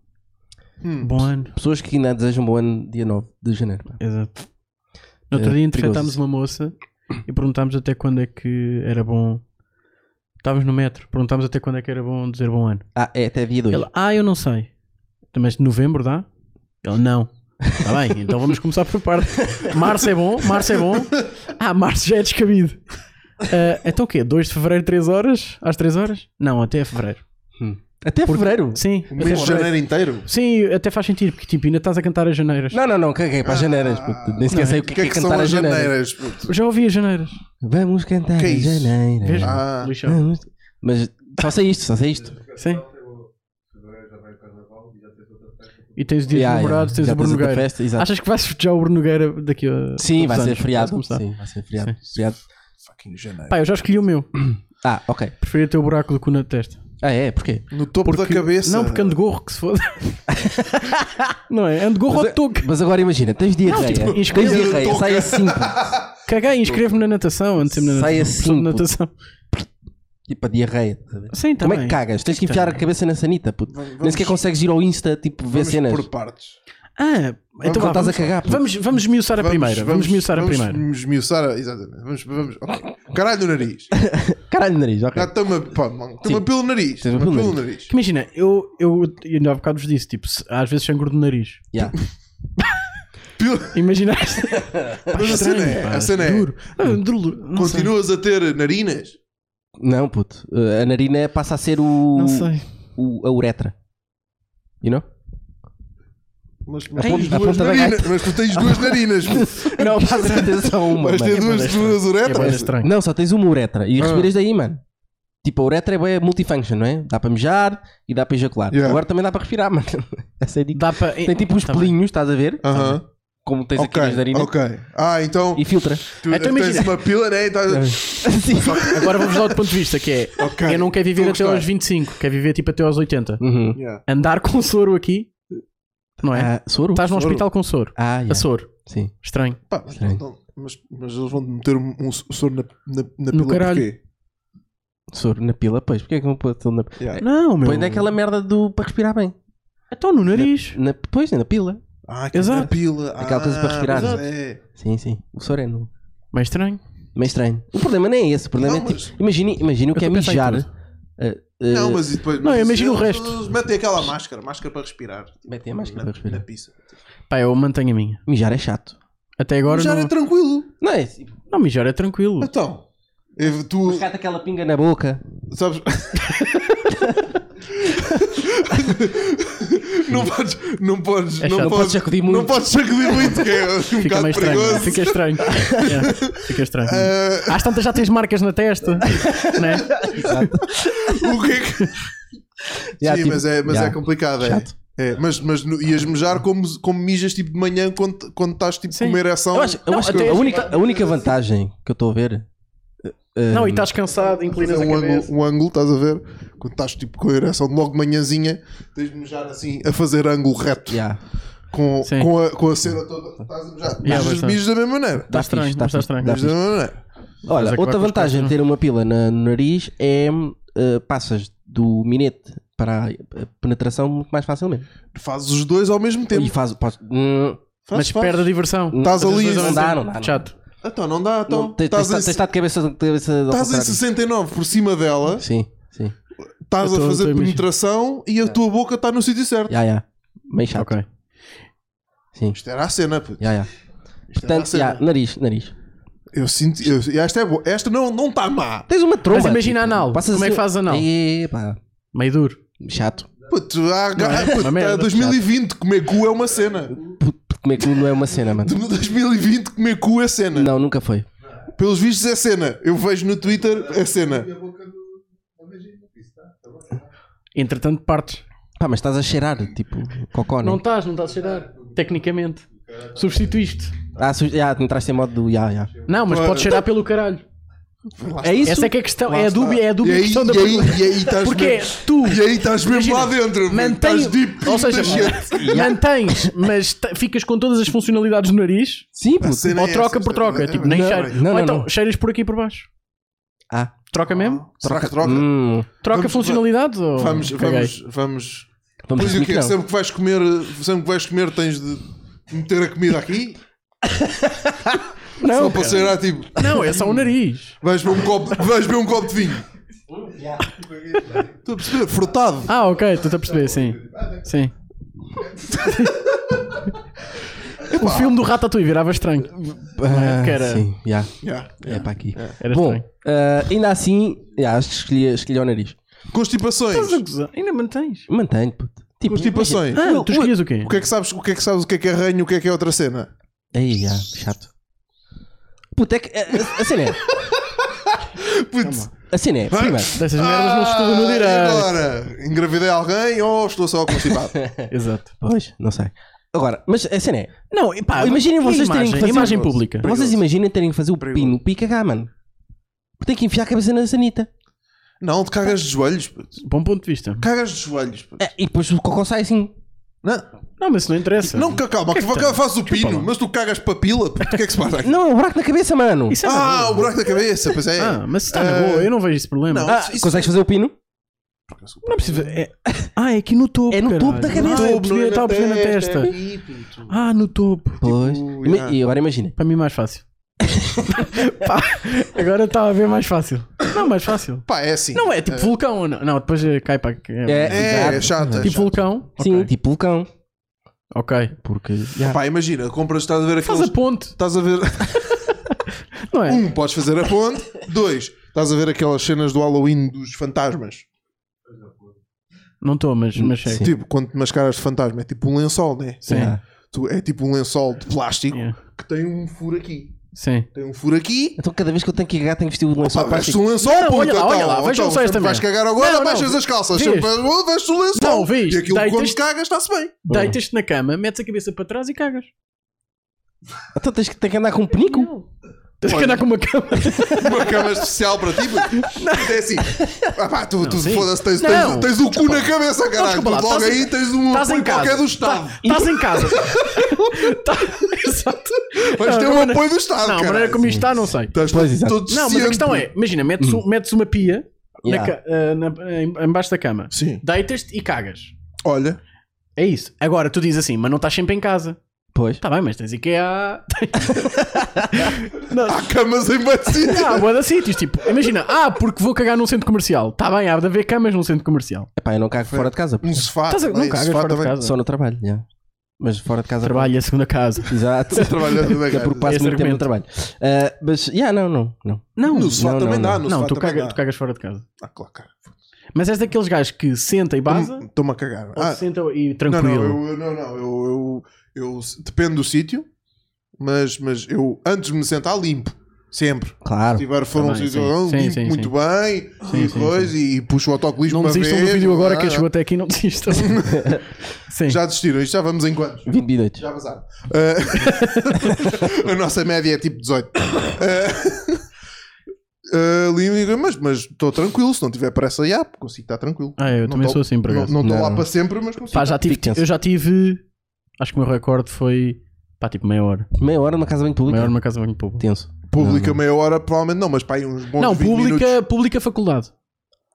S5: hum,
S6: Bom ano.
S4: Pessoas que ainda desejam um bom ano, dia 9 de janeiro. pá.
S6: Exato. No outro dia
S4: É,
S6: entrevistámos
S4: perigoso.
S6: uma moça e perguntámos até quando é que era bom. Estávamos no metro, perguntámos até quando é que era bom dizer bom ano.
S4: Ah, é até dia 2.
S6: Então, Ela, ah, eu não sei. Mas de novembro dá? Ela, não. Está bem, então vamos começar por parte. Março é bom, março é bom. Ah, março já é descabido. Ah, então o quê? 2 de fevereiro, 3 horas? Às 3 horas? Não, até fevereiro.
S4: Até fevereiro?
S6: Sim,
S5: O
S6: até
S5: mês de
S6: fevereiro.
S4: é-
S5: janeiro inteiro?
S6: Sim, até faz sentido, porque tipo, ainda estás a cantar as janeiras.
S4: Não, não, não, caguei para as janeiras. puto. Nem sequer sei o
S5: Ah, O
S4: que,
S5: que é que são
S4: cantar
S5: as
S4: as janeiras.
S5: janeiras? puto?
S6: Já ouvi as janeiras.
S4: Vamos cantar
S5: Que é
S4: as
S5: isso?
S4: janeiras.
S6: Vejo.
S5: Ah.
S6: Lixão.
S4: Vamos- Mas só sei isto, só sei isto.
S6: Sim. E tens o dia
S4: Ya,
S6: dos
S4: ya,
S6: namorados, tens
S4: já
S6: o Bruno
S4: outra
S6: Nogueira.
S4: festa, exato.
S6: Achas que vais festejar o Bruno Nogueira daqui a.
S4: Sim,
S6: poucos
S4: vai ser
S6: anos? Vais
S4: feriado.
S6: começar.
S4: Sim, vai ser feriado. Feriado.
S5: Fucking janeiro.
S6: Pá, eu já escolhi o meu.
S4: Ah, ok.
S6: Preferia ter o buraco do cu na testa.
S4: Ah, é? Porquê?
S5: No topo da cabeça.
S6: Não, porque ando gorro que se foda. não é? Ando gorro ao toque.
S4: Mas agora imagina, tens diarreia.
S6: tipo,
S4: Tens
S6: inscreve-se no
S4: diarreia,
S5: toque.
S4: sai assim. pô.
S6: Caguei, inscrevo-me na natação. Ando sempre na
S4: Sai
S6: natação.
S4: assim,
S6: Sou de
S4: puto.
S6: natação.
S4: Tipo, a diarreia. estás a ver?
S6: Sim,
S4: Como
S6: também.
S4: é que cagas? Tens que enfiar
S6: Então é.
S4: a cabeça na sanita, puto. Nem sequer consegues ir ao Insta, tipo, ver
S5: Vamos
S4: cenas.
S5: por partes.
S6: Ah, então
S4: Quando
S6: vá,
S4: estás
S6: vamos,
S4: a cagar, puto.
S6: vamos, vamos esmiuçar a primeira. Vamos esmiuçar a
S5: vamos
S6: primeira.
S5: esmiuçar a- exatamente. Vamos, vamos. ok. Caralho, o nariz.
S4: Caralho, nariz, ok.
S5: Já toma, pá, mano, toma
S4: Sim.
S5: pelo nariz.
S4: Toma
S5: Toma
S4: pelo
S5: pelo nariz.
S6: Que Imagina, eu, eu, eu ainda há bocado vos disse, tipo, se- às vezes sangro do nariz.
S4: Yeah.
S5: Pelo-
S6: Imaginaste? Pá,
S5: Mas a cena é,
S6: pá,
S5: a cena é.
S6: Duro. Ah, duro, não sei.
S5: Continuas a ter narinas?
S4: Não, puto. Uh, A narina passa a ser o.
S6: Não sei.
S4: o- a uretra. You know?
S5: Mas
S4: A
S5: tens
S4: ponta- a ponta
S5: duas
S4: da
S5: narinas. Mas tu tens duas narinas.
S4: Não, passa atenção uma.
S5: Vais ter
S4: mano.
S5: duas, duas
S6: É bué
S5: uretras.
S6: estranho.
S4: Não, só tens uma uretra.
S5: Ah.
S4: E respiras daí, mano. Tipo, a uretra é bué multifunction, não é? Dá para mijar e dá para ejacular.
S5: Yeah.
S4: Agora também dá para respirar, mano. Essa é a dica.
S6: Dá para...
S4: Tem tipo uns
S6: Tá bem.
S4: pelinhos, estás a ver?
S5: Aham.
S4: Como tens
S5: Ok,
S4: aqui nas narinas.
S5: ok. Ah, então
S4: E filtra.
S5: tu
S6: Então
S5: tens
S6: imagina.
S5: uma pila, né? e estás-
S4: Sim.
S6: Agora vamos dar outro ponto de vista, que é...
S5: Ok.
S6: Eu não quero
S5: Estou
S6: viver
S5: a
S6: até
S5: gostar.
S6: aos 25, quero viver tipo até aos 80.
S4: Uhum.
S5: Yeah.
S6: Andar com soro aqui, não é?
S4: Ah, soro?
S6: Estás num
S5: soro.
S6: hospital com soro. A
S4: Ah, yeah.
S6: soro.
S4: Sim.
S6: Estranho.
S5: Pá, mas,
S4: Estranho.
S5: não- mas, mas eles vão meter um, um soro na, na, na
S6: No
S5: pila
S6: caralho.
S5: porquê?
S4: Soro na pila, pois. Porquê é que não pode ter na pila?
S5: Yeah.
S6: Não, meu.
S4: Põe é naquela merda do. para respirar bem.
S6: Então no nariz.
S4: Na, pois, na pila.
S5: Ah, aquela
S6: Exato.
S5: pila.
S4: Aquela
S5: ah,
S4: coisa para respirar.
S5: pois é.
S4: Sim, sim. O soro é no.
S6: Mais estranho.
S4: Meio estranho. O problema nem é esse. O problema
S5: Não,
S4: é
S5: mas-
S4: tipo. Imagine, imagine o que é
S6: Eu estou a pensar
S4: mijar.
S6: em
S4: eh,
S5: Não, mas e depois.
S6: Não,
S5: mas
S6: imagina o
S5: eles-
S6: resto.
S5: Eles metem aquela máscara, máscara para respirar.
S4: Metem a máscara
S5: na,
S4: para respirar.
S5: Na pizza.
S6: Pá, eu mantenho a minha.
S4: Mijar é chato.
S6: Até agora
S5: Já
S6: não...
S5: é tranquilo.
S4: Não é?
S6: Não, mijar é tranquilo.
S5: Então, eu- tu
S4: Cata aquela pinga na boca.
S5: sabes. não podes, não podes,
S6: É chato.
S5: não,
S6: Não
S5: podes,
S4: podes sacudir muito.
S5: Não podes sacudir muito, que é um
S6: Fica
S5: bocado
S6: meio estranho.
S5: perigoso.
S6: Fica estranho. Yeah, Fica estranho.
S5: Ah,
S6: Às tantas já tens marcas na testa. né?
S5: o que é que-
S4: Já,
S5: Sim,
S4: tipo,
S5: mas, é, mas
S4: já.
S5: é complicado. É.
S4: Chato.
S5: É, mas, mas no- ias mejar como, como mijas tipo de manhã quando, quando estás tipo
S6: Sim.
S5: com uma ereção.
S4: Eu acho, eu
S6: Não,
S4: acho que
S6: até- tipo
S4: a única, a única vantagem que eu estou a ver. eh,
S6: Não, e tá-
S4: eh,
S6: estás cansado,
S5: Fazer
S6: inclinas a
S5: um, ângulo,
S6: cabeça.
S5: um ângulo, estás a ver? Quando estás tipo com a ereção de logo de manhãzinha, tens de mejar assim a fazer ângulo reto
S4: já.
S6: tá
S5: com,
S6: Sim.
S5: com, a, com a cera toda. Estás a mejar.
S6: Yeah,
S5: Mijas,
S6: bastante.
S5: mijas da mesma maneira.
S4: Dá
S6: Está estranho,
S4: fixe,
S6: mas
S4: dá
S6: está
S4: fixe,
S6: estranho.
S4: dá
S5: Mijas da
S4: fixe.
S5: mesma maneira.
S6: Mas é
S4: Olha,
S6: que
S4: outra
S6: vai com os
S4: vantagem de
S6: costas,
S4: ter uma pila na- no nariz é. eh, passas do minete para a a penetração muito mais facilmente.
S5: Fazes os dois ao mesmo tempo.
S4: E faz. Pode, hum,
S5: Fazes,
S6: Mas perde a
S5: fazes.
S6: diversão.
S5: Estás
S4: não- Não
S5: ali,
S4: dá, não dá. não dá.
S6: Chato.
S5: Então, não dá. Então,
S4: Não, tens, tens,
S5: estás,
S4: tens,
S5: em,
S4: estado de cabeça, de cabeça ao
S5: estás em
S4: contrário.
S5: 69 por cima dela,
S4: Sim, sim.
S5: estás
S6: Eu tô-
S5: a fazer
S6: tô a imaginar.
S5: penetração e a tua boca está no sítio certo.
S4: Ya, ya. Meio chato.
S6: Ok.
S4: Sim.
S5: Isto era a cena, puto.
S4: Ya, ya.
S5: Isto era a
S4: Portanto,
S5: cena.
S4: ya, nariz, nariz.
S5: Eu sinto. eu- esta é boa. Esta não não está má.
S4: Tens uma tromba. tipo,
S6: Mas imagina anal.
S4: passas
S6: Como é que fazes anal?
S4: Ih, pá,
S6: Meio duro.
S4: Chato.
S5: Puto, há, há-
S6: Uma
S5: puto, há
S6: merda.
S5: 2020 comer cu é uma cena.
S4: Puto, Como é que não é uma cena, mano?
S5: De 2020 comer cu é cena.
S4: Não, nunca foi.
S5: Pelos vistos é cena. Eu vejo no Twitter é cena.
S6: Entretanto, partes.
S4: Pá, mas estás a cheirar, tipo, cocó,
S6: Não
S4: não?
S6: estás, não estás a cheirar. Tecnicamente. Substituíste.
S4: Ah, su... ya, entraste em modo do ya, ya.
S6: Não, mas
S5: Pá.
S6: podes cheirar pelo caralho.
S4: É isso?
S6: Essa é que é a questão. É a dúvida, é a
S5: E
S6: dúvida
S5: aí,
S6: questão da
S5: e aí,
S6: pergunta.
S5: e aí estás
S6: Porque é
S5: mesmo,
S6: tu.
S5: e aí estás mesmo
S6: Imagina,
S5: lá dentro. mano.
S6: mantém-
S5: Estás deep.
S6: Ou seja, mantens, mas t- ficas com todas as funcionalidades do nariz.
S4: Sim, puto.
S5: cena-
S6: Ou
S5: é
S6: troca
S5: essa,
S6: por
S5: essa
S6: troca.
S5: é-
S6: Tipo, nem
S4: Não,
S6: cheiro.
S4: não,
S6: Ou
S4: não,
S6: então,
S4: não.
S6: cheiras por aqui e por baixo.
S4: Ah,
S6: Troca mesmo?
S5: Será que troca?
S4: hum,
S6: Troca
S5: Vamos-
S6: funcionalidades ou.
S5: Vamos,
S6: Caguei.
S5: vamos, vamos.
S4: vamos
S5: Pois e o
S4: assumir
S5: quê?
S4: que não.
S5: Sempre que vais comer, sempre que vais comer, tens de meter a comida aqui? Só
S6: Não,
S5: para ser ah, tipo,
S6: É não, é só o nariz.
S5: vais beber um copo, vais beber um copo de vinho. Estou a perceber, frotado.
S6: Ah, ok, estou a perceber, sim. Sim. o filme do Ratatouille virava estranho.
S4: Ah,
S6: que era-
S4: Sim, já.
S5: Yeah,
S4: É
S5: yeah.
S4: para aqui.
S6: Era
S4: Bom,
S6: estranho.
S4: ah, ainda assim, já, acho que escolhi, escolhi o nariz.
S5: Constipações.
S6: Estás a gozar? Ainda mantens.
S4: Mantenho, puto. Tipo,
S5: Constipações.
S6: Ah, tu escolhias o quê?
S5: O que é que sabes? O que é que sabes? O que é que é ranho? O que é que é outra cena?
S4: Aí, já, chato. Puto, é que. A, a- a cena é.
S5: Putz.
S4: A cena é. Primeiro,
S6: Dessas merdas não se estuda no
S5: Ah, e
S6: direito.
S5: Agora, engravidei alguém ou estou só constipado?
S6: Exato.
S4: pois, não sei. Agora, mas a cena é.
S6: Não, e
S5: Ah,
S6: pá,
S4: Imaginem
S6: e a
S4: vocês terem
S6: imagem,
S4: que fazer- um
S6: imagem pública.
S5: Perigoso.
S4: Vocês imaginem terem que fazer o
S5: Perigoso.
S4: pino pica cá, mano. Tem que enfiar a cabeça na sanita.
S5: não, te cagas de joelhos, puto.
S6: Bom ponto de vista.
S5: Cagas de joelhos, puto.
S4: É, e depois o cocô sai assim.
S5: Não,
S6: Não, mas isso não interessa.
S5: não ca- calma,
S6: é
S5: que, que faço o pino,
S6: lá.
S5: mas tu cagas papila, puto. O que é que se passa aqui?
S4: Não, é um buraco na cabeça, mano.
S6: Isso é na
S5: Ah,
S6: boa.
S5: o buraco da cabeça, pois é.
S6: Ah, mas está na
S5: Ah,
S6: boa, eu não vejo esse problema.
S5: não.
S6: Ah,
S4: Ah,
S5: isso- Tipo, isso-
S4: consegues fazer o pino?
S6: não é preciso. É... Ah, é aqui no topo.
S4: É no topo da
S6: caralho.
S4: cabeça. É.
S6: Ah, eu percebi, eu estava a perceber na testa. Ah, no topo.
S4: Pois. Ima-
S5: já.
S4: E agora imagina.
S6: Para mim, mais fácil. Pá, agora estava a ver mais fácil. Não, mais fácil.
S5: Pá, é assim.
S6: Não é tipo vulcão. ou Não, não depois eh, cai para.
S4: É,
S5: É, é
S4: exato.
S5: chato. é
S6: tipo
S5: chato.
S6: vulcão.
S4: Sim,
S6: Ok.
S4: tipo vulcão.
S6: Ok.
S4: Porque. já.
S5: Pá, imagina, compras, estás a ver
S6: Faz
S5: aqueles.
S6: a ponte,
S5: Estás a ver.
S6: não é?
S5: Um, podes fazer a ponte. Dois, estás a ver aquelas cenas do Halloween dos fantasmas.
S6: Não estou, mas, mas sei.
S4: Sim.
S5: Tipo, quando te mascaras de fantasma, é tipo um lençol, né?
S6: Sim.
S4: Já.
S5: Tu- É tipo um lençol de plástico
S6: Yeah.
S5: que tem um furo aqui.
S6: Sim.
S5: Tem um furo aqui.
S4: Então cada vez que eu tenho que cagar, tenho que vestir o
S5: Pá,
S4: lençol
S5: vais-te
S4: plástico.
S5: um lençol,
S6: Não, olha lá,
S5: puta,
S6: olha lá,
S5: tal.
S6: vejam só
S5: sempre
S6: esta
S5: Vais
S6: merda.
S5: cagar agora,
S6: Não, não,
S5: baixas as calças. Sempre
S6: viste.
S5: vais- Vais-te o lençol.
S6: Não, viste.
S5: E aquilo quando
S6: Deitas-te-
S5: cagas está-se bem.
S6: Deitas-te na cama, metes a cabeça para trás e cagas.
S4: Então tens que, tens que andar com um penico?
S6: Tens que
S5: Olha.
S6: andar com uma cama.
S5: Uma cama especial para ti. puto. É assim. Ah, pá, tu, tu
S6: sim.
S5: foda-se, tens, tens-
S6: Não.
S5: tens o cu na cabeça, caralho.
S6: desculpa lá,
S5: Tu Logo
S6: estás em-
S5: aí tens um
S6: Estás em
S5: apoio
S6: casa.
S5: qualquer do Estado.
S6: Tá- Estás em casa. Tá- Exato.
S5: Mas
S6: Não,
S5: tem
S6: a
S5: um
S6: maneira-
S5: apoio do Estado,
S6: Não, a
S5: caralho.
S6: maneira como isto está, não sei.
S5: Estás
S4: Pois, exato.
S5: todo
S6: Não, mas a
S5: ciente.
S6: questão é: imagina, metes,
S5: Hum.
S6: um- metes uma pia na
S4: Yeah.
S6: ca- ah, na, em- embaixo da cama,
S5: Sim.
S6: deitas-te e cagas.
S5: Olha,
S6: É isso. Agora tu dizes assim, mas não estás sempre em casa.
S4: Pois.
S6: Está bem, mas tens IKEA.
S5: há camas em bacia.
S6: Ah, boa de sítios. Tipo, imagina, ah, porque vou cagar num centro comercial. Está bem, há de haver camas num centro comercial.
S4: Epá, eu não cago fora de casa.
S5: Um sofá.
S6: Estás a,
S5: também,
S6: não cagas
S5: sofá
S6: fora de
S5: também.
S6: casa.
S4: Só no trabalho, já. Mas fora de casa.
S6: Trabalho é a segunda casa.
S4: Exato.
S5: Trabalhar na
S4: Que é
S5: casa.
S4: porque passo
S6: Esse
S4: muito tempo no trabalho. Ah, mas, já, não, não, não.
S6: Não,
S5: No sofá
S4: Não,
S5: também
S4: não,
S5: dá.
S4: não.
S5: No
S6: não
S5: sofá
S6: tu,
S5: também
S6: caga-
S5: dá.
S6: tu cagas fora de casa.
S5: Ah, claro, cara.
S6: Mas és daqueles gajos que senta
S5: Hum.
S6: e baza,
S5: Estou-me a cagar.
S6: ou
S5: Ah,
S6: senta e
S5: não,
S6: tranquilo.
S5: não, eu, não, não. Eu, eu, eu- depende do sítio, mas, mas eu antes de me sentar limpo. Sempre.
S4: Claro.
S5: Se tiver for um
S6: Também,
S5: sítio,
S6: sim.
S5: eu
S6: Sim,
S5: limpo
S6: sim,
S5: muito
S6: sim.
S5: bem
S6: Sim,
S5: e
S6: sim,
S5: coisa e puxo o autocolismo
S6: Não
S5: para
S6: desistam do
S5: ver,
S6: vídeo agora,
S5: ah,
S6: quem chegou até aqui não desistam. Sim.
S5: Já desistiram, isto já vamos em quantos?
S6: Tipo,
S4: 28.
S5: Já passaram. Ah, a nossa média é tipo 18. Ah, ali eu digo, mas mas estou tranquilo, se não tiver pressa, já, consigo estar tranquilo.
S6: Ah, eu
S5: Não
S6: também
S5: tô-
S6: sou assim, por
S5: Não
S6: acaso.
S5: não estou lá
S4: Não.
S5: para sempre, mas consigo.
S6: Pá, já tive,
S4: Fico tenso.
S6: Tipo, eu já tive. Acho que o meu recorde foi. Pá, tipo meia hora.
S4: Meia hora numa casa bem pública.
S6: Meia hora numa casa bem pública.
S4: Tenso.
S5: Pública meia hora, provavelmente não, mas pá, aí uns bons
S6: Não,
S5: 20 minutos.
S6: pública, pública faculdade.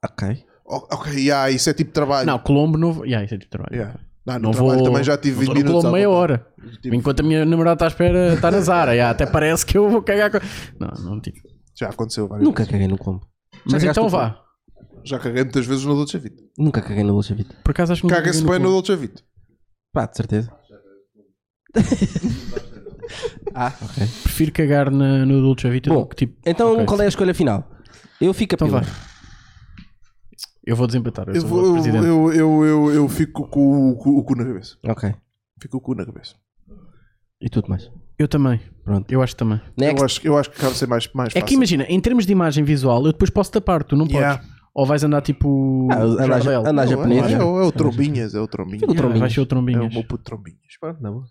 S4: Ok.
S5: O- Ok, já, isso é tipo trabalho.
S6: Não, Colombo não. vou- Yeah, isso é tipo de trabalho.
S5: Já. Não, no
S6: Não
S5: trabalho
S6: vou.
S5: também já tive
S6: não vou
S5: 20
S6: no
S5: minutos.
S6: Colombo
S5: à
S6: meia
S5: vontade. Tipo,
S6: hora.
S5: Tive-
S6: Enquanto a minha namorada está à espera, está na Zara. yeah, até parece que eu vou cagar com. Não, não tive.
S5: Já aconteceu várias
S4: Nunca caguei no combo.
S6: Mas
S4: cagaste
S6: então
S4: no
S6: vá.
S5: vezes. Já caguei muitas vezes no Dolce Vita.
S4: Nunca caguei no Bolsa Vita.
S6: Por acaso acho que nunca
S5: Caga-se
S6: caguei
S5: bem no
S6: Colombo.
S5: Dolce Vita.
S4: Pá, de certeza. ah, ok.
S6: Prefiro cagar na, no Dolce Vita
S4: Bom,
S6: do que tipo.
S4: Então
S6: Ok.
S4: qual é a escolha final? Eu fico a
S6: Então
S4: pila.
S6: vá. Eu vou desempatar. Eu,
S5: Eu,
S6: sou
S5: vou-
S6: o
S5: eu,
S6: presidente.
S5: eu, eu, eu, eu fico com o, cu- o cu na cabeça.
S4: Ok.
S5: Fico com o cu na cabeça.
S4: E tudo mais.
S6: Eu também.
S4: Pronto.
S6: Eu acho que também.
S4: Next.
S5: Eu acho, eu acho que cabe ser mais, mais
S6: Né? É que
S5: fácil.
S6: imagina, em termos de imagem visual, eu depois posso tapar, tu não podes.
S5: Yeah.
S6: Ou vais andar tipo.
S4: Ah, andar-
S6: Jardel.
S4: andar
S5: Não, é-
S4: japonês,
S5: é,
S4: já.
S5: o- é o Trombinhas, é o Trombinhas.
S4: o
S6: Yeah,
S4: Trombinhas.
S6: Vais ser o
S5: É
S6: trombinhas.
S5: o meu puto Trombinhas. Pá,
S4: Não, boa.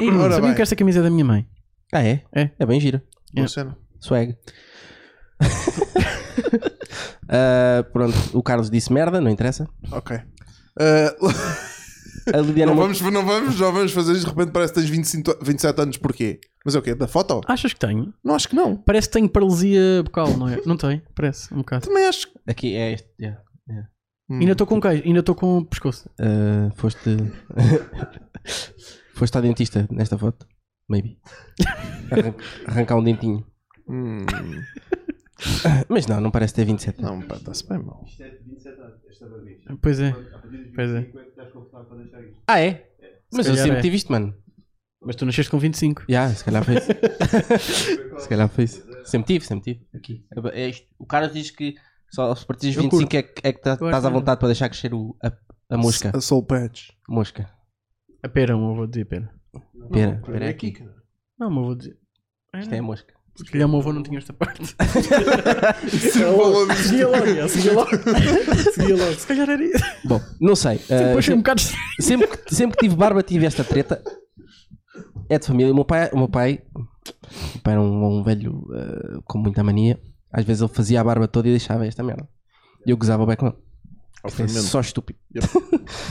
S6: Ei,
S5: Ora
S6: Sabiam
S5: bem.
S6: que esta camisa é da minha mãe?
S4: Ah, é?
S6: É.
S4: bem gira.
S5: Boa
S6: Yeah.
S5: cena.
S4: Swag. Ah, pronto, o Carlos disse merda, não interessa.
S5: Ok.
S4: A
S5: Ah,
S4: Lidiana
S5: não,
S4: Mo-
S5: vamos, não, vamos, não vamos fazer isto. De repente parece que tens 25, 27 anos. Porquê? Mas é o quê? Da foto?
S6: Achas que tenho?
S5: Não, acho que não.
S6: Parece que tenho paralisia bucal, não é? Não tem, parece, um bocado.
S5: Também acho que...
S4: Aqui é este. yeah.
S5: Hum.
S6: Ainda estou com queijo, ainda estou com o pescoço.
S4: Ah, foste. foste à dentista nesta foto? Maybe. Arran- arrancar um dentinho.
S5: Hum,
S4: Mas não, não parece ter 27.
S5: não, pá, está-se bem mal.
S1: Isto é de 27 anos, esta barriga.
S6: Pois é.
S1: A partir dos
S6: Pois é.
S1: 25 é que estás confortável para deixar isto.
S4: Ah, é? Mas eu
S6: calhar
S4: sempre
S6: é.
S4: tive isto, mano.
S6: Mas tu nasceste com 25.
S4: Yeah, se calhar foi isso. se calhar foi isso. Sempre tive, sempre tive. Aqui. É, é isto. O cara diz que só aos partidos
S6: Eu
S4: 25 é, que- é que tá-
S6: Eu
S4: estás
S6: acho
S4: à
S6: que-
S4: vontade para deixar crescer o, a, a mosca.
S5: A Soul Patch.
S4: Mosca.
S6: A pera, eu vou dizer pera.
S4: Pera,
S6: é
S1: é
S4: pera É, aqui.
S6: Não, um mas vou dizer.
S4: Isto é a mosca.
S6: Se calhar o meu avô não tinha esta parte. É
S5: Sempre falou disso.
S6: Seguia logo, é, seguia logo. Seguia logo. Se calhar era isso.
S4: Bom, não sei. ah,
S6: Depois foi um bocado.
S4: sempre, que, sempre que tive barba tive esta treta. É de família. O meu pai, o meu pai, o meu pai era um, um velho eh, com muita mania. Às vezes ele fazia a barba toda e deixava esta merda. E eu gozava bem com ele. Isto é só estúpido.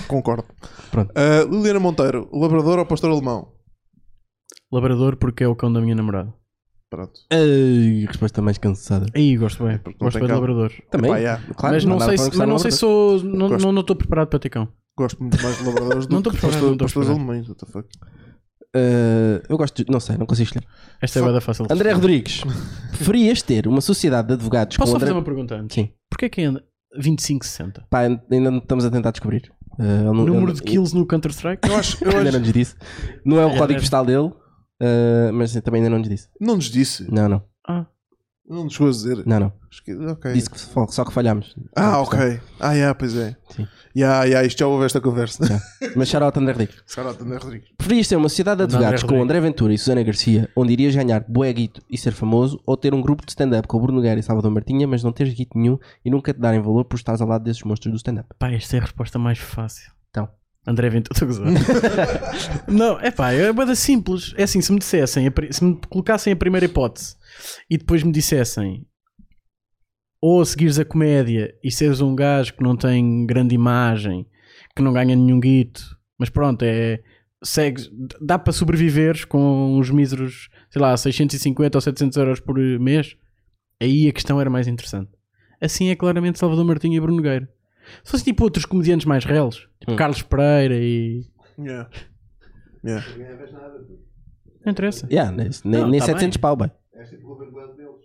S5: Concordo.
S4: Pronto.
S5: Ah, Liliana Monteiro, labrador ou pastor alemão?
S6: Labrador, porque é o cão da minha namorada.
S5: Pronto.
S4: Ai, resposta mais cansada.
S6: Aí, gosto bem.
S5: É porque não
S6: Gosto bem
S5: tem
S6: de
S5: cão.
S6: labrador.
S4: Também.
S5: Epá, yeah,
S4: Claro,
S6: mas não,
S4: dá
S6: sei
S4: para
S6: se,
S4: gostar
S6: mas não
S4: na
S6: sei
S4: outra.
S6: se sou. Não
S5: Gosto.
S6: não- não estou preparado para ter cão.
S5: Gosto muito mais de labradores
S6: Não
S5: do
S6: estou
S5: que
S6: preparado,
S5: pastor-
S6: não estou
S5: pastores
S6: preparado.
S5: alemães. What the fuck?
S4: Eh, eu gosto de, Não sei, não consigo escolher.
S6: Esta é a da fácil.
S4: André Rodrigues, preferias ter uma sociedade de advogados
S6: Posso
S4: com
S6: só
S4: André...
S6: fazer uma pergunta antes?
S4: Sim.
S6: Porquê que anda 25, 60?
S4: Pá, ainda não estamos a tentar descobrir. Eh, ele não-
S6: Número
S4: ele-
S6: de kills no Counter-Strike?
S5: Eu acho, eu
S4: Ainda não
S5: acho...
S4: nos disse. Não é o
S6: É,
S4: código
S6: é.
S4: postal dele, eh, mas também ainda não nos disse.
S5: Não nos disse.
S4: Não, não.
S6: Ah,
S5: Não nos chegou a dizer.
S4: Não, não.
S5: Esque- ok.
S4: Disse que fal- só que falhámos.
S5: Ah, ok. Ah, yeah, pois é.
S4: Sim.
S5: Yeah, yeah, isto já houve esta conversa.
S4: Mas Charlotte André Rodrigues.
S5: Sarata, André Rodrigues.
S4: Preferias ter uma sociedade de
S6: André
S4: advogados com
S6: Rodrigues.
S4: André Ventura e Susana Garcia, onde irias ganhar bué guito e ser famoso, ou ter um grupo de stand-up com o Bruno Guerra e Salvador Martinha, mas não teres guito nenhum e nunca te darem valor por estares ao lado desses monstros do stand-up?
S6: pá, esta é a resposta mais fácil.
S4: Então.
S6: André Ventura, estou a gozar. Não, é pá, é bada simples. É assim, se me dissessem, a pri- se me colocassem a primeira hipótese e depois me dissessem ou seguires a comédia e seres um gajo que não tem grande imagem, que não ganha nenhum guito, mas pronto, é. Segues, dá para sobreviveres com uns míseros, sei lá, 650 ou 700 euros por mês. Aí a questão era mais interessante. Assim é claramente Salvador Martinho e Bruno Nogueira. Se fosse tipo outros comediantes mais reles, tipo
S4: Hum.
S6: Carlos Pereira e.
S5: Yeah. Yeah.
S6: Não interessa.
S4: Yeah, nem nem-
S6: Não,
S4: nem
S6: tá
S4: 700
S6: bem.
S4: pau, bem.
S1: Esta é o governo deles.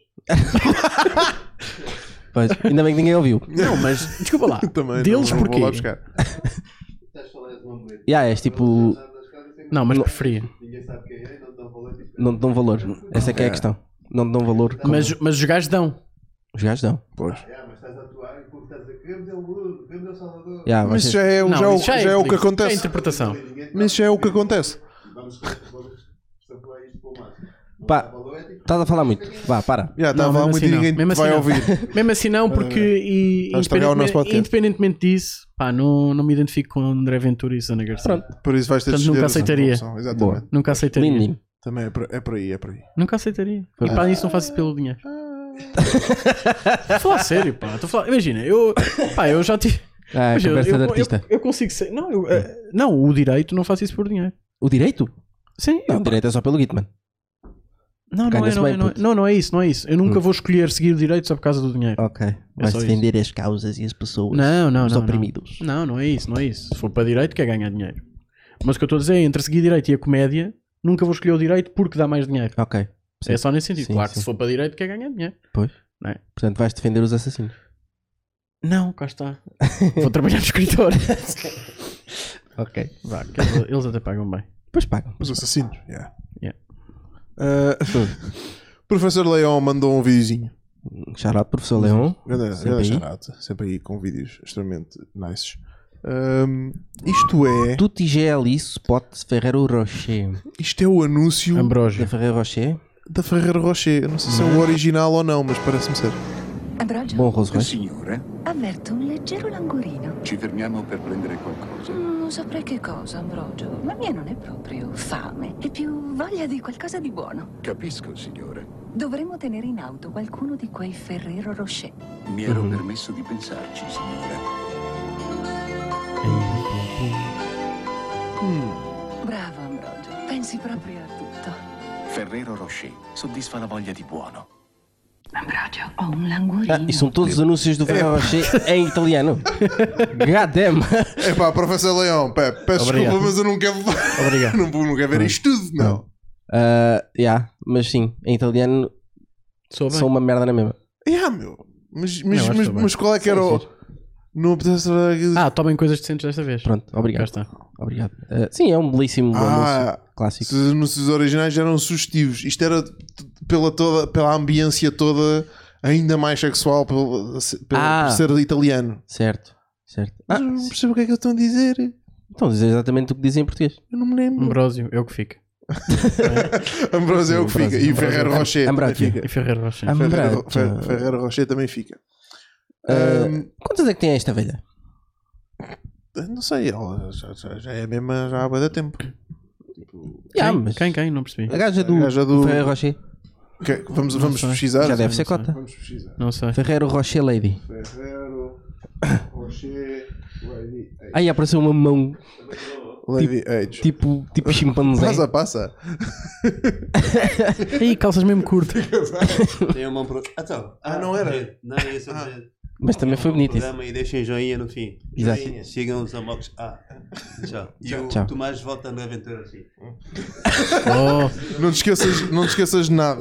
S4: Pois, ainda bem que ninguém ouviu.
S6: Não, mas desculpa lá.
S5: Também
S6: Deles
S5: não, não
S6: porquê?
S5: Vou lá buscar.
S1: Estás falando de nome dele.
S4: Yeah, és tipo.
S6: Não, mas preferia.
S1: Ninguém sabe quem é, não estão falando disso.
S4: Não te dão valor. Essa é que é a questão. Não te dão valor. como-
S6: Mas, mas os gajos dão.
S4: Os gajos dão.
S5: Pois.
S1: Ah, mas estás a atuar e como estás a dizer, queremos é o mundo, queremos é o Salvador.
S4: Yeah,
S5: Mas
S4: vocês-
S5: isso já é, o-
S6: Ah, Não,
S5: já, é o-
S6: isso já é
S5: já é o que
S6: político. É a
S5: acontece.
S6: interpretação.
S1: Ninguém
S5: Mas isso já é o que acontece.
S1: Vamos vamos extrapolar isto para o máximo. Não
S4: Pá.
S1: dá valor ético.
S4: Estás a falar muito. Vá, para.
S5: Já
S6: Não,
S5: estava a
S6: mesmo
S5: tá, muito
S6: assim
S5: e
S6: não.
S5: ninguém
S6: Mesmo assim
S5: vai
S6: não.
S5: ouvir.
S6: Mesmo assim, não, porque e,
S5: Estás a estragar é o nosso
S6: independentemente,
S5: podcast.
S6: independentemente disso, pá, não, não me identifico com André Ventura e Sana Garcia.
S4: Pronto.
S5: Por isso vais ter
S6: Portanto,
S5: de
S6: nunca
S5: escolher
S6: aceitaria.
S5: essa opção, Exatamente.
S4: Boa.
S6: Nunca aceitaria.
S4: Lindo.
S5: Também é por, é por aí, é por aí.
S6: Nunca aceitaria. E pá, isso não faço isso pelo dinheiro. Estou a falar sério, pá. Estou a falar- Imagina, eu, pá, eu já tive.
S4: Ah,
S6: Imagina,
S4: conversa
S6: eu,
S4: de
S6: eu-
S4: artista.
S6: Eu, consigo ser. Não, eu, eh, não, o direito não faço isso por dinheiro.
S4: O direito?
S6: Sim,
S4: Não,
S6: eu-
S4: o direito é só pelo Gitman.
S6: não, não, é,
S4: ganha-se
S6: não, é,
S4: bem, Hum.
S6: não, é,
S4: puto.
S6: não, não é isso, não é isso. Eu nunca vou escolher seguir direito só por causa do dinheiro.
S4: Ok.
S6: Vai-se É só isso. defender
S4: as causas e as pessoas.
S6: Não, não, não. não.
S4: oprimidos.
S6: Não, não é isso, não é isso. Se for para direito, quer ganhar dinheiro. Mas o que eu estou a dizer é entre seguir direito e a comédia, nunca vou escolher o direito porque dá mais dinheiro.
S4: Ok. Sim.
S6: É só nesse sentido.
S4: Sim,
S6: claro, que
S4: sim.
S6: se for para direito, quer ganhar dinheiro.
S4: Portanto, vais defender os assassinos.
S6: Não, cá está. Vou trabalhar no escritório.
S4: Ok.
S6: Vá, que eles- eles até pagam bem.
S4: Depois pagam.
S5: Os assassinos. Yeah.
S6: Yeah.
S5: Ah, professor Leão mandou um videozinho.
S4: Charlotte, professor Leão.
S5: Grande,
S4: Sempre
S5: grande
S4: aí.
S5: charada, sempre aí com vídeos extremamente nices. Ahm, isto é.
S4: Tutti GLI Spot Ferreiro Rocher.
S5: Isto é o anúncio
S4: De
S6: Ambrógio.
S4: Ferreiro Rocher.
S5: da Ferreira Rocher. Eu Não sei se é
S4: Hum.
S5: o original ou não, mas parece-me ser.
S2: Ambrogio,
S4: Bom Rolls Royce.
S7: Signore,
S2: avverto un leggero languorino.
S7: ci fermiamo per prendere qualcosa.
S2: Non saprei che cosa, Ambrogio, ma mia non è proprio fame, è più voglia di qualcosa di buono.
S7: Capisco, signore.
S2: Dovremmo tenere in auto qualcuno di quei Ferrero Rocher.
S7: Mi ero permesso di pensarci, signore.
S2: Bravo, Ambrogio, pensi proprio a tutto.
S7: Ferrero Rocher soddisfa la voglia di buono.
S2: Ambrogio, ho un
S4: Ah,
S2: languorino.
S4: e são todos os anúncios do Ferreiro Rocher em italiano. God damn.
S5: É pá, professor Leão, pá, peço
S4: Obrigado.
S5: desculpa, mas eu não quero.
S4: Obrigado.
S5: não, vou, não quero ver isto tudo, não.
S4: Ah, yeah, mas sim, em
S5: Tá
S4: italiano
S6: Sou bem.
S4: são uma merda na mesma.
S5: Yeah, meu. Mas, mas,
S6: Não, acho
S5: mas,
S6: que tá bem.
S5: mas qual é que era o. Não apetece.
S4: Ah,
S6: Ah, um- tomem coisas decentes desta vez.
S4: Pronto,
S6: Cá
S4: obrigado. Eh,
S6: está.
S4: Obrigado. Ah, sim, é um belíssimo anúncio.
S5: Ah,
S4: clássico.
S5: Os anúncios originais eram sugestivos. Isto era t- pela, toda, pela ambiência toda ainda mais sexual pelo, pela-
S4: Ah.
S5: por ser italiano.
S4: Certo, certo. Ah,
S5: Mas eu não percebo o que é que eles estão a dizer. Eu
S4: então dizem exatamente o que dizem em português.
S5: não me lembro.
S6: Ambrósio é o que fica.
S5: Ambrosio é o que
S4: Ambrósio,
S5: fica. E o
S4: Ambrósio.
S5: Ferreiro Rocher também
S4: Ambrósio.
S5: fica.
S6: E Ferreiro Rocha.
S4: Ah,
S5: Ferreiro,
S4: Ambrado.
S5: Fer- Ferreiro Rocher também fica.
S4: Ah,
S5: Ahm,
S4: Quantas é que tem esta velha?
S5: não sei, ela já, já- já é a mesma já há bué de tempo.
S6: Quem?
S4: Ah, mas-
S6: quem? é? Quem? Não percebi.
S4: A gaja do,
S5: A gaja do-
S4: Ferreiro Rocher.
S5: Que- vamos
S6: Não
S5: vamos
S6: sei.
S5: pesquisar.
S4: Já deve
S6: não
S4: ser
S6: sei.
S4: cota.
S5: Vamos pesquisar.
S6: Não sei.
S4: Ferreiro Rocher Lady.
S5: Ferreiro Rocher Lady Age.
S4: Aí apareceu uma mão
S5: Lady Age.
S4: tipo, tipo chimpanzé.
S5: Passa, passa.
S6: Aí calças mesmo curtas.
S8: Tem a mão pro... Ah, tá.
S5: Ah, não era?
S8: Não, é isso.
S5: Ah.
S8: é
S4: Mas também foi bonito isso.
S8: programa e deixem joinha no fim.
S4: Exato.
S8: Joinha. Sigam os amocos. Ah, tchau. E o
S4: Tchau.
S8: Tomás volta na aventura assim.
S6: Oh,
S5: Não te esqueças, não te esqueças de nada.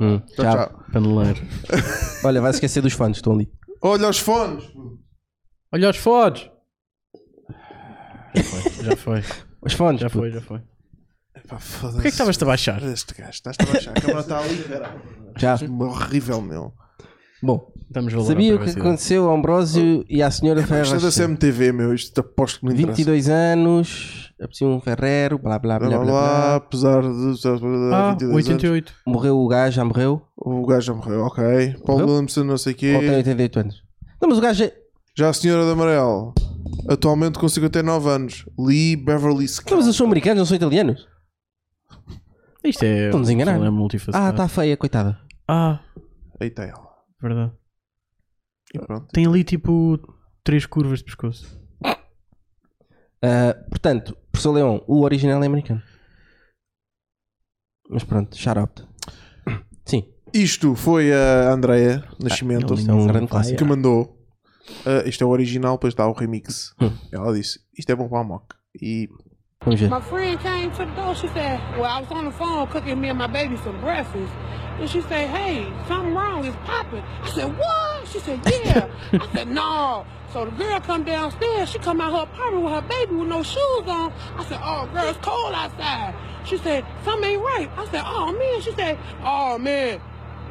S4: Hum,
S5: Tchau,
S4: tchau.
S5: tchau.
S6: paneleiro.
S4: Olha, vai esquecer dos fãs, estão ali.
S5: Olha os fones.
S6: Olha os fodes. Já foi,
S4: Os fones.
S6: já foi, já
S4: pô.
S6: foi. Já foi.
S5: Epá, foda-se.
S6: Porquê é que estavas-te a baixar?
S5: Este gajo, estás a baixar. A câmera está ali, caralho.
S4: Já.
S5: Horrível, meu.
S4: Bom,
S6: Estamos a valorar
S4: sabia
S6: a
S4: o que
S6: privacidade.
S4: aconteceu ao Ambrósio e à senhora Ferreiro
S5: Isto é da
S4: Rocher?
S5: CMTV, meu. Isto aposto que não interessa.
S4: 22 anos, apareceu um Ferrero, blá blá blá
S5: Blá,
S4: blá. blá,
S5: blá, apesar de.
S6: Ah,
S5: 22 anos.
S6: 88.
S4: Morreu o gajo, já morreu.
S5: O gajo já morreu, ok. Paulo
S4: Morreu?
S5: Williamson, não sei o
S4: Ou tem
S5: quê.
S4: 88 anos? Não, mas o gajo é.
S5: Já a senhora de amarelo, atualmente com 59 anos. Lee Beverly
S4: Não, mas
S5: Scott.
S4: eles são americanos, não são italianos.
S6: Isto é.
S4: Estão-nos a enganar.
S6: é
S4: Ah,
S6: multifacetado.
S4: está feia, coitada.
S6: Ah,
S5: Aí está ela.
S6: verdade.
S5: E pronto.
S6: Tem ali tipo três curvas de pescoço.
S4: Ah, portanto, professor Leão, o original é americano. Mas pronto, xarope. Sim,
S5: Isto foi a Andrea Nascimento
S4: isto é um grande clássico.
S5: que mandou. Ah, isto é o original, depois está o remix.
S4: Hum.
S5: Ela disse: Isto é bom para a moca. E
S4: Vamos ver.
S9: My friend came to the door. She said, Well, I was on the phone cooking me and my baby some breakfast. And she said, Hey, something wrong. It's popping. I said, What? She said, Yeah. I said, No. So the girl come downstairs. She come out her apartment with her baby with no shoes on. I said, Oh, girl, it's cold outside. She said, Something ain't right. I said, Oh, man. She said, Oh, man.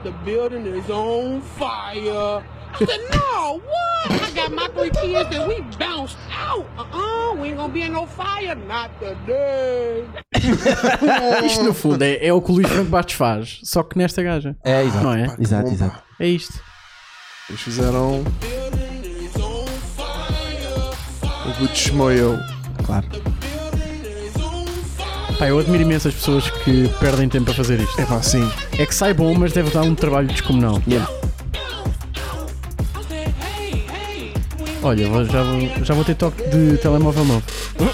S9: The building is on fire. I said, no, what? I got my three kids and we bounced out. Uh-uh, we ain't gonna be in no fire, not today.
S6: Isto no fundo é, é o que o Luís Franco Bastos faz, só que nesta gaja.
S4: É, exato.
S6: Não é?
S4: Exato, exato.
S6: É isto.
S5: eles fizeram o
S9: Building is on fire.
S5: Good Shmoyo.
S4: Claro.
S6: Pá, eu admiro imenso as pessoas que perdem tempo a fazer isto.
S5: É pá, sim.
S6: É que sai bom, mas deve dar um trabalho descomunal.
S9: I said, hey, hey. we ain't
S6: Olha, vou- já vou, já vou ter toque de telemóvel novo.
S9: Uh-uh,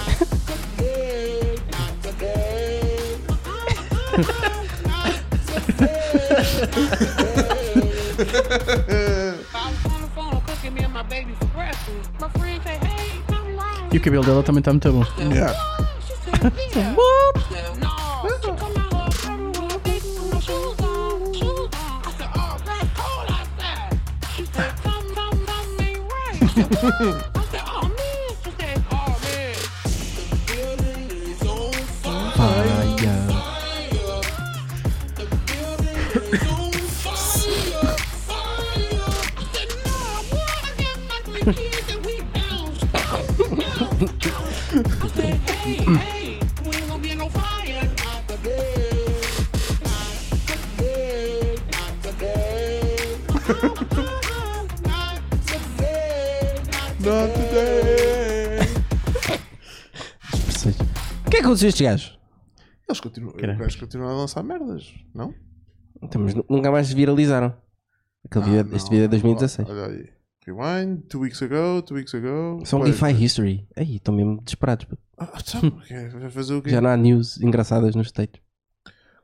S9: I was on the phone cooking me and my baby some breakfast. My friend said, hey, something wrong.
S6: E o cabelo dela também está muito bom.
S5: Yeah.
S9: She said, yeah. what? I said, no. She come out her apartment with her baby with no shoes on. Shoes on. I said, oh, girl, it's cold outside. She said, something, something, something ain't right. I said, what? I said, oh, man. She said, oh, man. The building is on fire.
S4: Faia.
S5: Not today.
S4: Expressões. O que é que aconteceu a estes gajos?
S5: Eles continuam, o
S6: Caramba.
S5: gajo continua a lançar merdas, não?
S4: Estamos, Então, nunca mais viralizaram. Aquele vídeo-
S5: Ah,
S4: este vídeo é
S5: não.
S4: 2016.
S5: Olha aí. Rewind, two weeks ago, two weeks ago.
S4: São
S5: Ué,
S4: DeFi History. Aí, estão mesmo desesperados. pô.
S5: ah, então, o quê? Vai fazer o quê?
S4: Já não há news engraçadas nos States.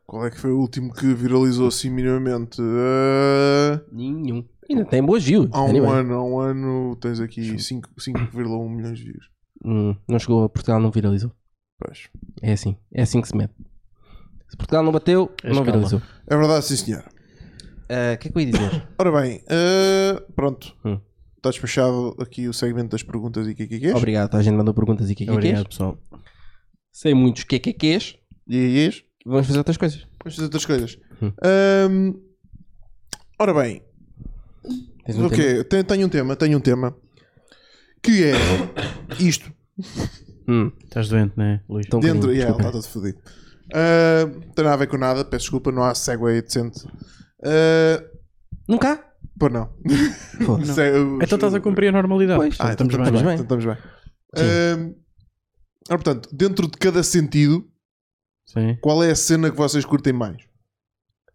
S5: Qual é que foi o último que viralizou assim minimamente? Ah,
S4: Nenhum. Ainda tem boas views.
S5: há um
S4: anyway.
S5: ano, há um ano tens aqui cinco- 5,1 milhões de views.
S4: Hum, não chegou a Portugal, não viralizou.
S5: Pois.
S4: É assim. É assim que se mete. Se Portugal não bateu,
S6: É
S4: não
S6: escala.
S4: viralizou.
S5: É verdade, sim senhor.
S4: Ah, O que é que eu ia dizer?
S5: Ora bem, ah, pronto.
S4: Hum.
S5: Está despachado aqui o segmento das perguntas e que é que é?
S4: tá? Obrigado, a gente mandou perguntas e que é que é que é.
S6: pessoal.
S4: Sem muitos que é que é que és.
S5: E aí, és?
S4: Vamos fazer outras coisas.
S5: Vamos fazer outras coisas.
S4: Hum.
S5: Ahm, ora bem,
S4: Tens um
S5: o quê? Tenho, tenho um tema, tenho um tema. Que é isto.
S4: tema? Hum,
S6: Estás doente, não é, Luís?
S4: então,
S5: Dentro,
S4: Carlinhos,
S5: yeah, ele
S4: desculpa.
S5: está todo fodido. Ah, não tem nada a ver com nada, peço desculpa, não há segue decente. Ah,
S4: Nunca? há?
S5: pois não.
S4: Foda-se.
S5: Se- os-
S6: Então estás a cumprir a normalidade.
S4: Pois.
S6: Ah, estamos
S5: então
S6: bem.
S5: Então estamos bem. Ah, ora, portanto, dentro de cada sentido,
S6: Sim.
S5: qual é a cena que vocês curtem mais?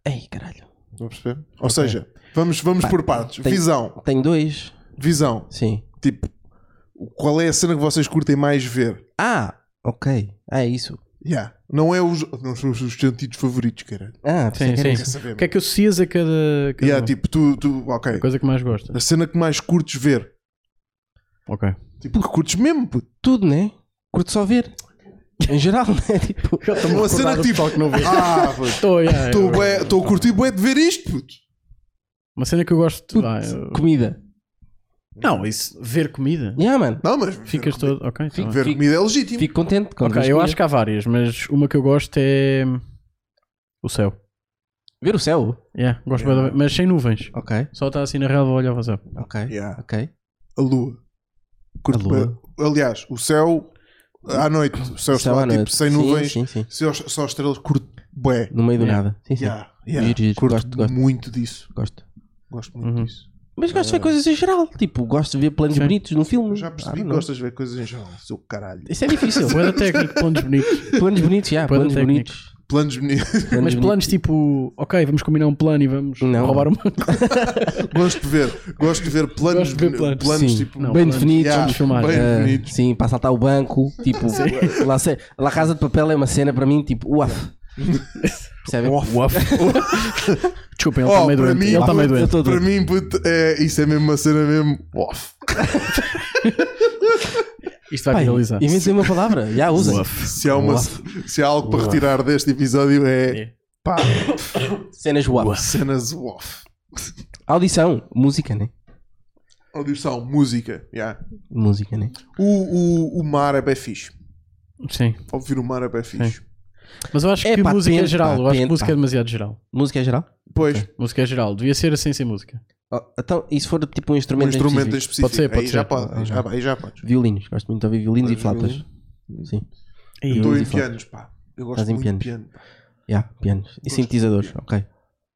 S4: Ei, caralho.
S5: Estão a perceber? Ou seja, vamos, vamos
S4: Pá,
S5: por partes.
S4: tem-
S5: Visão,
S4: Tenho dois.
S5: visão.
S4: Sim.
S5: Tipo, qual é a cena que vocês curtem mais ver?
S4: Ah, ok. Ah, é isso.
S5: Yeah. Não é os, não são os seus sentidos favoritos, caralho.
S4: Ah,
S6: Sim,
S4: pensei que era
S6: sim.
S5: Quer
S4: isso.
S5: saber?
S6: O que é que associas a cada, cada
S5: Yeah,
S6: uma?
S5: tipo, tu, tu, ok.
S6: A coisa que mais gostas?
S5: A cena que mais curtes ver.
S6: Ok.
S5: Tipo, que curtes mesmo, puto.
S4: Tudo, né? Curto só ver. Em geral, né? Tipo,
S5: Uma cena que tipo. Ah, puto.
S6: Estou, yeah,
S5: Estou
S6: eu-
S5: bué- Estou a curtir bué de ver isto, puto.
S6: Uma cena que eu gosto.
S4: Puto,
S6: Ah, eu-
S4: comida.
S6: Não, isso. Ver comida.
S4: Yeah, mano.
S5: Não, mas.
S6: Ficas todo. Ok, tá bem.
S5: Ver
S4: Fico-
S5: comida é legítimo.
S4: Fico contente quando
S6: Ok,
S4: vejo
S6: eu
S4: comida.
S6: acho que há várias, mas uma que eu gosto é. O céu.
S4: Ver o céu.
S6: Yeah, gosto bué de ver, mas sem nuvens.
S4: Ok,
S6: Só está assim na real, vou olhar para o céu.
S4: ok,
S5: Yeah.
S4: ok. é
S5: A lua. Curto
S4: A lua.
S5: bué- Aliás, o céu à noite. O céu está
S4: Céu à
S5: lá, tipo,
S4: noite.
S5: sem
S4: Sim,
S5: nuvens.
S4: Sim, sim.
S5: Só, só estrelas, curto bué.
S4: No meio do
S6: Yeah.
S4: nada. Sim, sim.
S5: Yeah, yeah.
S4: Giro, giro.
S5: Curto
S4: Gosto, gosto.
S5: muito disso.
S4: Gosto.
S5: Gosto muito
S6: Uhum.
S5: disso.
S4: Mas gosto de ver coisas em geral. Tipo, gosto de ver planos
S6: Sim.
S4: bonitos num filme.
S5: Eu já
S4: Ah,
S5: percebi que
S4: não.
S5: gostas de ver coisas em geral. Seu caralho.
S4: Isso é difícil.
S6: Boa da técnica, planos bonitos.
S4: planos bonitos, já.
S6: Plano
S4: planos
S6: técnico.
S4: bonitos.
S5: Planos bonitos.
S4: Planos
S6: Mas
S4: bonitos.
S6: planos tipo, ok, vamos combinar um plano e vamos
S4: Não.
S6: roubar um uma.
S5: gosto de ver. Gosto de ver planos.
S6: Gosto de ver
S5: boni-
S6: planos.
S4: Sim.
S5: tipo.
S6: Não,
S4: bem
S6: planos-
S4: definidos.
S5: Yeah,
S6: vamos filmar.
S5: Bem
S4: Ah,
S5: definidos.
S4: sim, para saltar o banco. Tipo, La, Se- La Casa de Papel é uma cena para mim, tipo, uaf. Percebem?
S6: Uaf. Desculpem, ele
S5: Oh,
S6: está meio
S5: para
S6: doente.
S5: mim-
S6: ele está meio
S4: Eu
S6: doente.
S4: tô
S5: Para
S4: doente.
S5: mim, puto, é, isso é mesmo uma cena mesmo. Off.
S6: Isto vai
S4: Pai,
S6: viralizar.
S4: Inventem uma palavra. Já usem.
S6: Uaf.
S5: Se há, uma, se há algo para retirar deste episódio é.
S6: É.
S5: Pá,
S4: Cenas uaf.
S5: cenas off.
S4: Audição. Música, né?
S5: Audição, música. yeah.
S4: Música, né?
S5: O, o, o mar é bem fixe.
S6: Sim.
S5: Ouvir o mar é bem fixe.
S6: Mas eu acho
S4: É
S6: que
S4: pá,
S6: música é
S4: penta,
S6: geral. Eu acho que
S4: penta.
S6: música é demasiado geral.
S4: Música em geral?
S5: Pois, um
S6: Música é geral. Devia ser assim sem música.
S4: Oh, então, e se for tipo um
S5: um
S4: instrumento, em
S5: instrumento em
S4: específico?
S5: específico.
S6: Pode ser,
S5: aí
S6: pode
S5: já
S6: ser.
S5: pode. Aí já, aí já podes.
S4: Violinos. Gosto muito de ouvir violinos e
S5: Podes
S4: flautas. Sim.
S6: Ei,
S5: Estou em
S4: e flautas.
S5: pianos, pá. Eu gosto
S4: Estás em
S5: muito de piano. pá.
S4: Yeah, pianos. E sintetizadores, ok.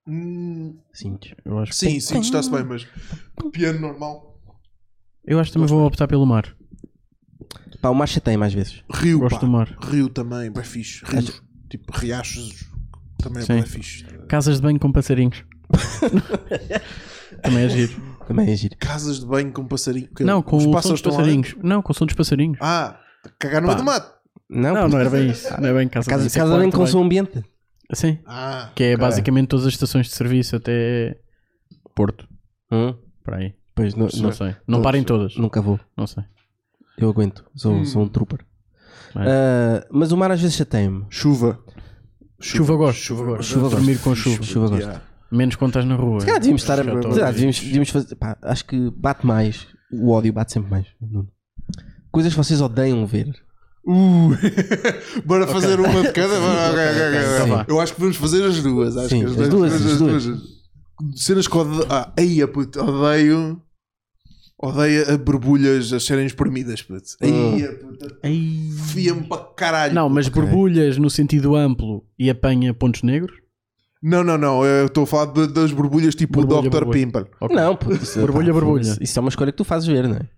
S5: Hum,
S4: Cintos.
S6: Eu acho,
S5: sim, sim, está-se bem, mas piano normal.
S6: eu acho que também vou optar pelo mar.
S4: Pá, o marcha tem mais vezes.
S5: Rio,
S6: Gosto
S5: pá.
S6: do mar.
S5: Rio também, bem fixe. Rios, tipo riachos, também é
S6: Sim.
S5: bem fixe.
S6: Casas de banho com passarinhos. Também é giro.
S4: Também é giro.
S5: Casas de banho com passarinho. que
S6: Não, com
S5: os
S6: o som
S5: pássaros
S6: dos
S5: estão lá
S6: passarinhos. Não, com o som dos passarinhos.
S5: dentro. Ah, cagar no meio do mato.
S4: Não,
S6: Não,
S4: pô,
S6: não era bem isso. Não é bem casa
S4: Casa,
S6: isso é
S4: casa bem
S6: quarto
S4: com o
S6: banho.
S4: seu ambiente.
S6: Sim.
S5: Ah,
S6: Que é basicamente todas as estações de serviço até Porto.
S4: Hum?
S6: Para aí.
S4: Pois, não,
S6: Não sei. Não parem todas.
S4: nunca vou.
S6: Não sei.
S4: Eu aguento. Sou, sou um trooper.
S6: Mas-
S4: Ah, mas o mar às vezes chateia-me.
S5: chuva.
S6: Chuva gosto.
S5: Chuva
S6: Chuva gosto.
S5: gosto.
S6: Chuva Dormir com chuva.
S4: Chuva gosto.
S5: Yeah.
S6: Menos quando estás na rua.
S4: Se calhar devíamos estar a.
S6: Chuva
S4: se calhar
S6: gosto.
S4: devíamos, devíamos fazer. Pá, acho que bate mais. O ódio bate sempre mais. Nuno. Coisas que vocês odeiam ver.
S5: Uh, bora fazer uma de cada. Bora, ok, ok, ok, ok.
S4: Sim. Tá bem.
S6: Então
S5: Eu acho que vamos fazer as duas. Acho
S4: Sim,
S5: que as,
S4: as
S5: duas,
S4: duas,
S5: as
S4: as
S5: duas. Cenas que odeio. Ah, eia, puto, odeio. Odeio a borbulhas a serem espremidas, puto.
S6: Uh.
S5: Eia, puto.
S6: Ei.
S5: Fia-me para caralho.
S6: Não, mas borbulhas no sentido amplo e apanha pontos negros.
S5: Não, não, não. Eu estou a falar de- das borbulhas tipo o
S6: Borbulha,
S5: Dr.
S6: borbulha.
S5: Pimple.
S6: Ok.
S4: Não, pô, isso, é
S6: Borbulha, borbulha.
S4: Isso, isso é uma escolha que tu fazes ver, não é?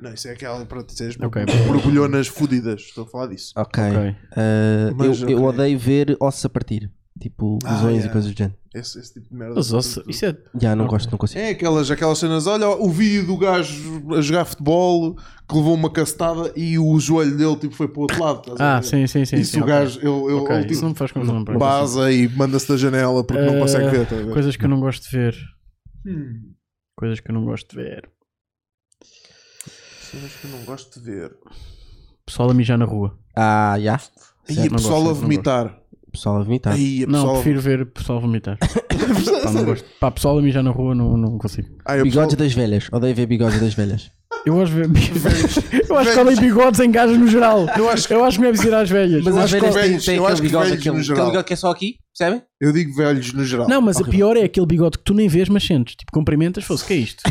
S5: Não, isso é aquela para dizer
S6: Ok.
S5: borbulhonas fodidas. Estou a falar disso.
S4: Ok.
S6: Ok.
S4: Ah, eu-
S5: Mas,
S4: eu,
S5: ok.
S4: odeio ver ossos a partir. Tipo,
S5: Ah,
S4: lesões
S5: yeah.
S4: e coisas do género.
S5: Esse, esse tipo de merda.
S6: Mas, nossa, isso é
S4: Já, não gosto, não consigo.
S5: É aquelas, aquelas cenas, olha o vídeo do gajo a jogar futebol que levou uma castada e o joelho dele tipo, foi para o outro lado. estás a
S6: Ah,
S5: ver?
S6: sim, sim, sim.
S5: Isso
S6: sim,
S5: o
S6: ok.
S5: gajo, ele, ele,
S6: Ok,
S5: ele,
S6: Isso
S5: tipo,
S6: não me faz confusão. por acaso.
S5: baza e manda-se da janela porque não
S6: Eh,
S5: consegue ver. estás a ver?
S6: Coisas que eu não gosto de ver. Coisas que eu não gosto de ver.
S5: Cenas que eu não gosto de ver.
S6: Pessoal a mijar na rua.
S4: Ah, já.
S5: E
S6: Certo,
S5: a
S6: não gosto,
S5: pessoal a
S6: não
S5: vomitar.
S4: Pessoal tá. a vomitar.
S5: Aí, a
S6: Não,
S5: pessoal...
S6: prefiro ver pessoal vomitar. Pá, não gosto. Pá, pessoal a mijar na rua não, não consigo.
S5: Ai, a pessoal-
S4: Bigodes das velhas. Odeio ver bigodes das velhas.
S6: Eu acho, eu acho que além de bigodes em gajos no geral.
S5: Eu acho que-
S6: eu acho que não é preciso às velhas.
S4: Mas
S5: Eu
S4: às
S5: acho que
S4: vezes tem,
S5: velhos-
S4: tem
S5: eu
S4: aquele
S5: acho que
S4: bigode,
S5: velhos
S4: aquele,
S5: no geral.
S4: aquele bigode que é só aqui, percebem?
S5: Eu digo velhos no geral.
S6: Não, mas a pior é aquele bigode que tu nem vês, mas sentes. Tipo, cumprimentas, fosse, que é isto?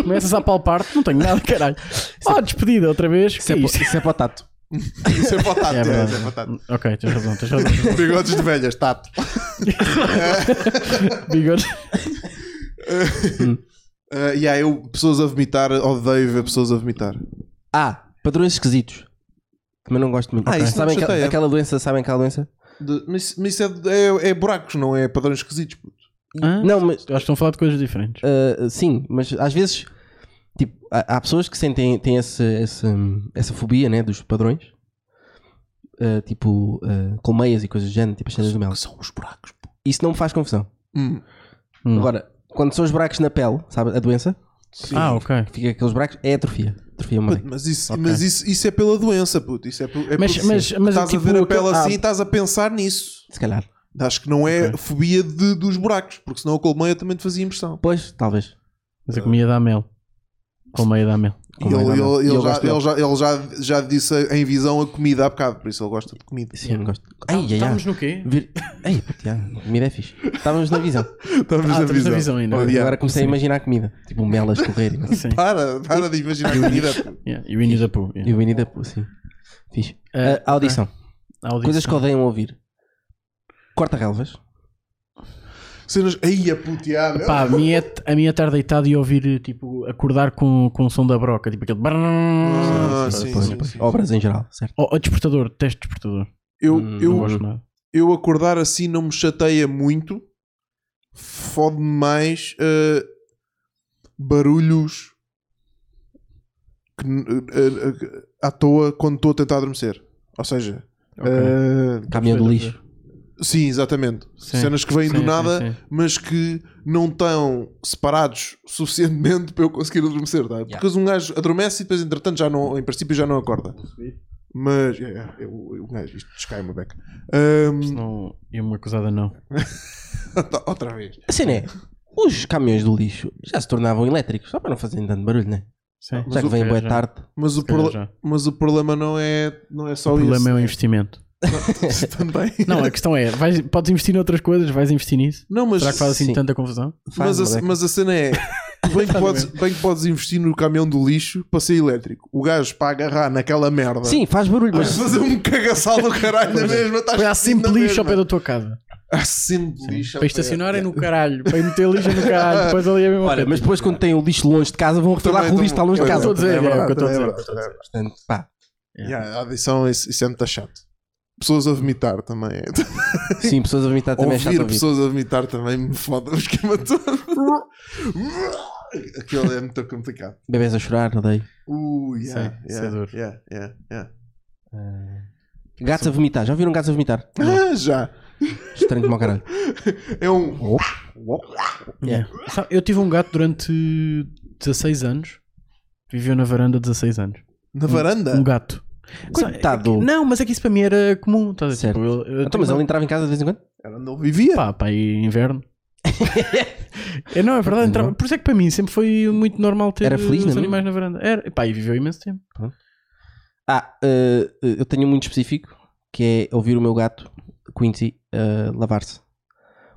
S6: Começas a palpar-te, não tenho nada, caralho. Oh, despedida outra vez, que
S4: Isso
S6: é
S4: é, po-
S6: isto?
S4: isso é para o tato.
S5: Isso é potato.
S6: É
S5: é,
S6: verdade.
S5: isso é potato.
S6: Ok, tens razão, tens razão.
S5: Bigodes de velhas, tato.
S6: Bigode.
S5: Uh, e aí, eu, pessoas a vomitar, odeio ver pessoas a vomitar.
S4: Ah, padrões esquisitos. Também não gosto muito.
S5: Ah, isso não
S4: sabem
S5: me
S4: aquela,
S5: chateia.
S4: aquela doença, sabem aquela doença?
S5: De- mas mas isso é, é- é buracos, não é padrões esquisitos. puto.
S6: Hã?
S4: Não, mas
S6: Eu acho que estão a falar de coisas diferentes.
S4: Uh, sim, mas às vezes tipo, há, há pessoas que sentem têm esse, esse, hum, essa fobia né, dos padrões, Uh, tipo uh, colmeias e coisas do género, tipo as cenas do mel. São os buracos. Isso não me faz confusão.
S5: Hum.
S6: Hum.
S4: Agora, quando são os buracos na pele, sabe a doença?
S5: Assim.
S6: Ah, ok.
S4: que Fica aqueles buracos, é atrofia. Atrofia
S5: Puto,
S4: maligna.
S5: Mas, isso,
S6: Ok.
S5: mas isso, isso é pela doença, puto. Isso é, por- é
S6: Mas-
S5: porque
S6: mas- mas
S5: estás
S6: tipo,
S5: a ver a
S6: aquele-
S5: pele
S6: ah.
S5: assim e estás a pensar nisso.
S4: Se calhar.
S5: Acho que não é
S6: Ok.
S5: fobia de- dos buracos, porque senão a colmeia também te fazia impressão.
S4: Pois, talvez.
S6: Mas a comida dá mel. Colmeia dá mel.
S5: Ele,
S4: Colmeia dá
S5: ele-
S4: mel. E
S5: ele
S4: eu
S5: já,
S4: gosto dele.
S5: ele já- ele já- já disse em visão a comida há bocado, por isso ele gosta de comida.
S4: Sim, eu gosto. Ai, ai, ai.
S6: no quê?
S4: Vir- Ei, puto, já, comida é fixe. Estávamos na visão.
S5: Estamos
S6: Ah, estamos na visão ainda.
S5: Oh, yeah.
S4: Agora comecei a imaginar comida. Tipo, melas correr. e-
S6: Sim.
S5: Para, para de imaginar comida. puto.
S6: Yeah, E o Winnie the Pooh.
S4: E
S6: yeah.
S4: o Winnie the Pooh, sim. Fixe.
S6: Ah,
S4: Ah, audição.
S6: Audição.
S4: Coisas que odeiam ouvir. Corta relvas.
S5: Cenas. Ai, a puto, yeah, meu.
S6: Pá, a minha, é, a minha é estar deitado e ouvir, tipo, acordar com, com o som da broca, tipo aquele. brrrr.
S5: Ah, sim,
S4: Pois,
S5: sim,
S4: pois.
S5: sim.
S4: Obras em geral, certo?
S6: Ou ou despertador, teste despertador.
S5: Eu,
S4: Hum,
S5: eu,
S6: Não gosto nada.
S5: eu acordar assim não me chateia muito. Fode-me mais eh, barulhos que, eh, eh, à toa quando estou a tentar adormecer. Ou seja,
S6: Ok.
S5: eh,
S4: Caminhão do lixo.
S5: sim, exatamente.
S6: Sim.
S5: Cenas que vêm
S6: Sim,
S5: do
S6: sim,
S5: nada,
S6: sim.
S5: mas que não estão separados suficientemente para eu conseguir adormecer. Tá? Porque um gajo adormece e depois, entretanto, já não, em princípio já não acorda. Mas, é, é, eu- eu- um gajo, isto descai uma beca. Ahm,
S6: Não, e uma acusada não.
S5: Tá, Outra vez.
S4: A cena é, os caminhões do lixo já se tornavam elétricos, só para não fazerem tanto barulho, né?
S6: Sim.
S4: Já que vem boa
S6: Já.
S4: tarde.
S5: Mas o,
S6: Se calhar
S5: proble-
S6: já.
S5: mas o problema não é, não é só
S6: O problema é
S5: isso.
S6: o investimento.
S5: Isso também.
S6: Não, a questão é: vais- podes investir noutras coisas, vais investir nisso?
S5: Não, mas,
S6: Será que faz assim
S4: sim.
S6: tanta confusão?
S4: Faz,
S5: mas, a,
S4: moleque.
S5: mas a cena é. Bem que, podes, bem que podes investir no caminhão do lixo para ser elétrico. O gajo para agarrar naquela merda.
S4: Sim, faz barulho,
S5: Mas
S4: mas
S5: fazer um cagaçal do caralho na mesma. estás
S6: é. Foi há sempre
S5: na
S6: lixo ao
S5: mesma.
S6: pé da tua casa.
S5: Há sempre lixo. tá
S6: Para
S5: ao pé.
S6: estacionar é no caralho. Para ir meter lixo é no caralho. Depois ali é mesmo.
S4: Olha, mas depois quando têm o lixo longe de casa vão revelar que o
S5: tipo- Também
S4: lixo está longe de
S5: também-
S6: Eu estou
S4: casa.
S6: a dizer,
S5: também
S6: é o que eu
S5: verdade,
S6: estou a
S5: também
S6: dizer.
S5: verdade, também é verdade.
S4: Portanto, pá,
S5: Yeah, A adição, isso isso é muito chato. Pessoas a vomitar também. é.
S4: sim, pessoas a vomitar também é chato
S5: ouvir
S4: ouvir.
S5: pessoas a vomitar também me foda o esquema todo. Aquilo é muito complicado.
S4: Bebês a chorar, odeio.
S5: Ui, yeah,
S6: Sim, isso é
S5: yeah,
S6: duro.
S5: yeah, yeah, yeah.
S4: Gatos a vomitar, já viram gatos a vomitar?
S5: Ah, já.
S4: Estranho como ao caralho.
S5: É um.
S4: Yeah.
S6: Sabe, Eu tive um gato durante 16 anos. Viveu na varanda 16 anos.
S5: Na varanda?
S6: Um gato.
S4: Coitado.
S6: Sabe, é que- Não, mas é que isso para mim era comum. Estás a dizer,
S4: Certo.
S6: tipo, eu- eu
S4: Então, mas
S6: tenho-
S4: ele entrava em casa de vez em quando?
S5: Era onde ele vivia.
S6: Pá, pá, e inverno. é, não, é verdade. entrava- Por isso é que para mim sempre foi muito normal ter
S4: Era feliz, não
S6: os
S4: é
S6: animais na varanda. Era, pá, e viveu imenso tempo.
S4: Ah, eh, eh, eu tenho um muito específico que é ouvir o meu gato, Quincy, eh, lavar-se.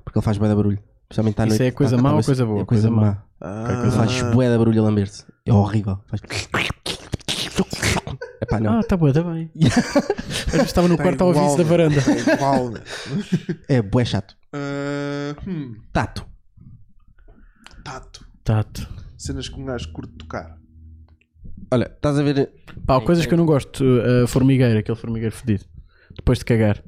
S4: Porque ele faz bué da barulho. Principalmente à
S6: Isso
S4: noite.
S6: é coisa
S4: Tá- tá
S6: má ou
S4: cabeça-
S6: coisa boa?
S4: É coisa
S6: Coisa má. Ah.
S4: má. Ele faz bué da barulho a lamber-se. É horrível. Faz... Epá, não.
S6: Ah, tá boa, tá bem. Eu estava no
S5: Tá
S6: quarto ao
S5: igual,
S6: aviso da
S5: né?
S6: varanda.
S5: É igual, né?
S4: É bué chato.
S5: Ah, hum,
S4: Tato.
S5: tato.
S6: Tato.
S5: Cenas que um gajo curte tocar.
S4: Olha, estás a ver...
S6: Pá, coisas que eu não gosto. uh, formigueiro, aquele formigueiro fedido. Depois de cagar.